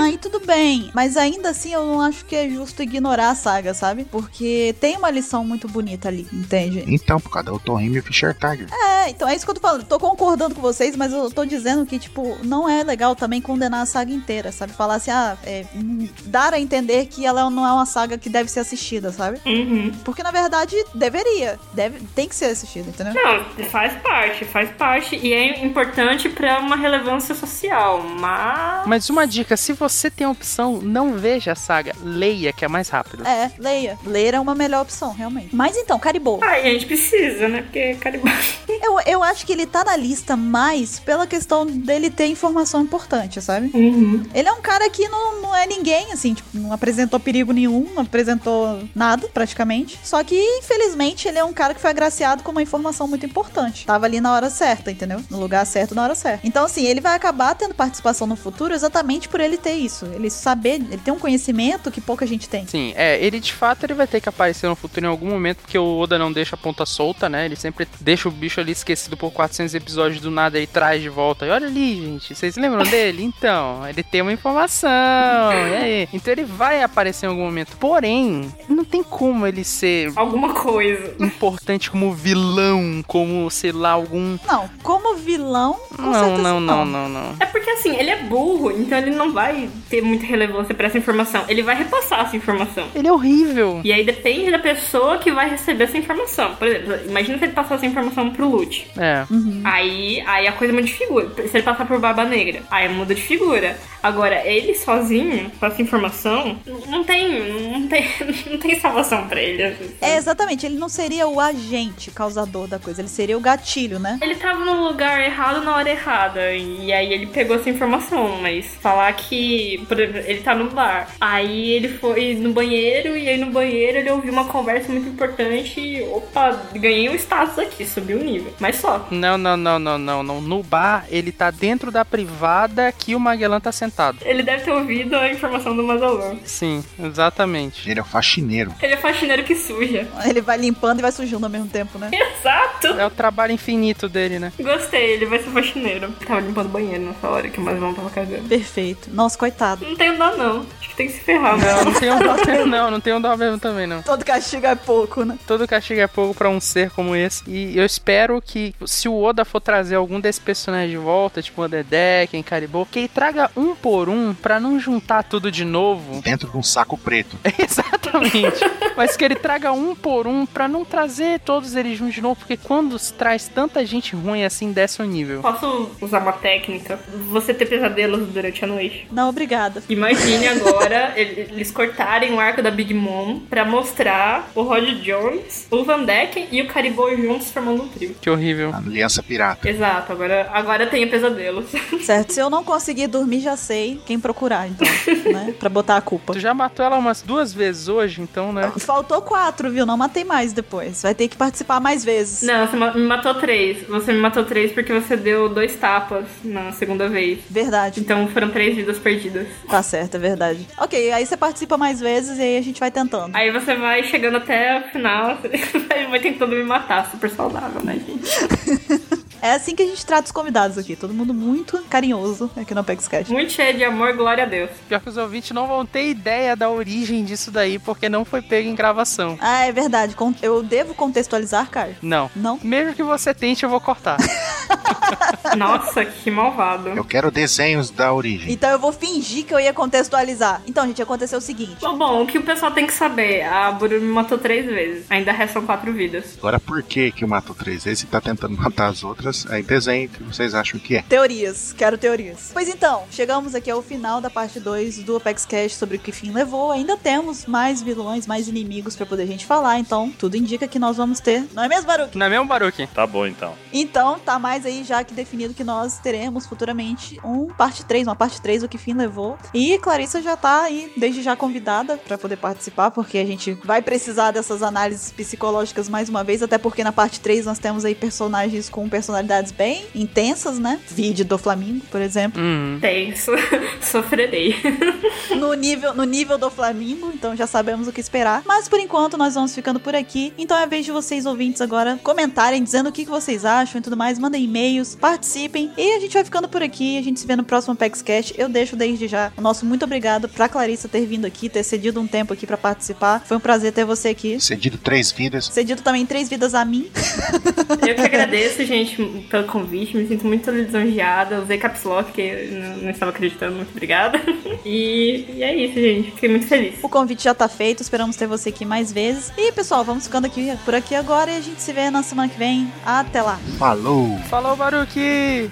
Ai, tudo bem. Mas ainda assim eu não acho que é justo ignorar a saga, sabe? Porque tem uma lição muito bonita ali, entende? Então, por causa da Otohime e Fischer Tiger. É, então é isso que eu tô falando. Tô concordando com vocês, mas eu tô dizendo que, tipo, não é legal também condenar a saga inteira, sabe? Falar assim, ah, é, hum, dar a entender que ela não é uma saga que deve ser assistida, sabe? uhum. Porque na verdade deveria. Deve, tem que ser assistida, entendeu? Não, faz parte, faz parte e é importante pra uma relevância social, mas Mas uma dica, se você tem a opção, não veja a saga, leia que é mais rápido. É, leia. Ler é uma melhor opção, realmente. Mas então, Caribou. Ai, a gente precisa, né? Porque caribou. Eu, eu acho que ele tá na lista mais pela questão dele ter informação importante, sabe? Uhum. Ele é um cara que não, não é ninguém, assim, tipo, não apresentou perigo nenhum, não apresentou nada, praticamente. Só que, infelizmente, ele é um cara que foi agraciado com uma informação muito importante. Tava ali na hora certa, entendeu? No lugar certo, na hora certa. Então, assim, ele vai acabar tendo participação no futuro exatamente por ele ter isso. Ele saber, ele tem um conhecimento que pouca gente tem. Sim, é, ele de fato ele vai ter que aparecer no futuro em algum momento, porque o Oda não deixa a ponta solta, né? Ele sempre deixa o bicho ali esquecido por 400 episódios do nada, ele traz de volta. E olha ali, gente, vocês lembram dele? Então, ele tem uma informação, e aí? Então ele vai aparecer em algum momento. Porém, não tem como ele ser Alguma coisa. importante como vilão, como, sei lá, algum... Não, como vilão, com Não, certeza não, não, não, não. É porque assim, ele é burro, então ele não vai ter muita relevância pra essa informação. Ele vai repassar essa informação. Ele é horrível. E aí depende da pessoa que vai receber essa informação. Por exemplo, imagina se ele passar essa informação pro Lute. É. Uhum. Aí, aí a coisa muda de figura. Se ele passar por Barba Negra, aí muda de figura. Agora, ele sozinho, com essa informação, n- não tem. não tem, não tem salvação pra ele. assim. É, exatamente. Ele não seria o agente causador da coisa, ele seria o gatilho, né? Ele tava no lugar errado na hora errada. E aí ele pegou essa informação, mas falar que, por exemplo, ele tá no bar. Aí ele foi no banheiro e aí no banheiro ele ouviu uma conversa muito importante e opa, ganhei um status aqui, subi o nível. Mas só. Não, não, não, não, não, não. No bar, ele tá dentro da privada que o Magellan tá sentado. Ele deve ter ouvido a informação do Mazalan. Sim, exatamente. Ele é o faxineiro. Ele é faxineiro que suja. Ele vai limpando e vai sujando ao mesmo tempo, né? Exato! É o trabalho infinito dele, né? Gostei, ele vai ser faxineiro. Tava limpando o banheiro nessa hora que o Mazalan tava cagando. Perfeito. Nossa, coitado. Não tenho dó, não. Acho que tem que se ferrar, né? Não, mano. não tem um dó mesmo, não, não tem um dó mesmo também, não. Todo castigo é pouco, né? Todo castigo é pouco pra um ser como esse. E eu espero que, se o Oda for trazer algum desses personagens de volta, tipo o Dedeck, Caribou, que ele traga um por um pra não juntar tudo de novo. É, Dentro de um saco preto. Exatamente. Mas que ele traga um por um pra não trazer todos eles juntos de novo, porque quando se traz tanta gente ruim assim, desce o nível. Posso usar uma técnica? Você ter pesadelos durante a noite? Não, obrigada. Imagine agora ele- eles cortarem o arco da Big Mom pra mostrar o Rod Jones, o Van Decken e o Caribou juntos formando um trio. Que horrível. A aliança pirata. Exato, agora, agora tenha pesadelos. Certo, se eu não conseguir dormir, já sei quem procurar, então, né? Pra botar a culpa. Tu já matou ela umas duas vezes hoje, então, né? Faltou quatro, viu? Não matei mais depois. Vai ter que participar mais vezes. Não, você ma- me matou três. Você me matou três porque você deu dois tapas na segunda vez. Verdade. Então foram três vidas perdidas. Tá certo, é verdade. Ok, aí você participa mais vezes e aí a gente vai tentando. Aí você vai chegando até o final, você vai- vai tentando me matar, super saudável, né, gente? É assim que a gente trata os convidados aqui. Todo mundo muito carinhoso aqui no Apex Cash. Muito cheio de amor, glória a Deus. Pior que os ouvintes não vão ter ideia da origem disso daí, porque não foi pego em gravação. Ah, é verdade. Con- Eu devo contextualizar, cara? Não. Não? Mesmo que você tente, eu vou cortar. Nossa, que malvado. Eu quero desenhos da origem. Então eu vou fingir que eu ia contextualizar. Então, gente, aconteceu o seguinte. Bom, bom, o que o pessoal tem que saber? A Buru me matou três vezes. Ainda restam quatro vidas. Agora, por que que matou três vezes e tá tentando matar as outras? Aí desenho o que vocês acham que é. Teorias, quero teorias. Pois então, chegamos aqui ao final da parte 2 do Apex Cash sobre o que fim levou. Ainda temos mais vilões, mais inimigos pra poder a gente falar, então tudo indica que nós vamos ter. Não é mesmo, Baruque? não é mesmo, Baruque? Tá bom então. Então, tá mais aí já aqui definido que nós teremos futuramente um parte 3, uma parte 3 do que fim levou. E Clarissa já tá aí, desde já convidada pra poder participar, porque a gente vai precisar dessas análises psicológicas mais uma vez, até porque na parte 3 nós temos aí personagens com personalidades bem intensas, né? Vídeo do Flamengo, por exemplo. Hum. Tenso. Sofrerei. no nível, no nível do Flamengo, então já sabemos o que esperar. Mas por enquanto nós vamos ficando por aqui. Então é a vez de vocês ouvintes agora comentarem, dizendo o que que vocês acham e tudo mais. Mandem e-mails, participem. E a gente vai ficando por aqui. A gente se vê no próximo PaxCast. Eu deixo desde já o nosso muito obrigado pra Clarissa ter vindo aqui, ter cedido um tempo aqui pra participar. Foi um prazer ter você aqui. Cedido três vidas. Cedido também três vidas a mim. Eu que agradeço, gente, pelo convite. Me sinto muito lisonjeada. Usei caps lock, porque eu não não estava acreditando. Muito obrigada. E, e é isso, gente. Fiquei muito feliz. O convite já tá feito, esperamos ter você aqui mais vezes. E pessoal, vamos ficando aqui por aqui agora e a gente se vê na semana que vem. Até lá. Falou! Falou, Baruque!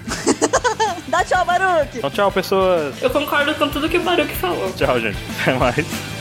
Dá tchau, Baruque! Então, tchau, pessoas. Eu concordo com tudo que o Baruque falou. Tchau, gente. Até mais.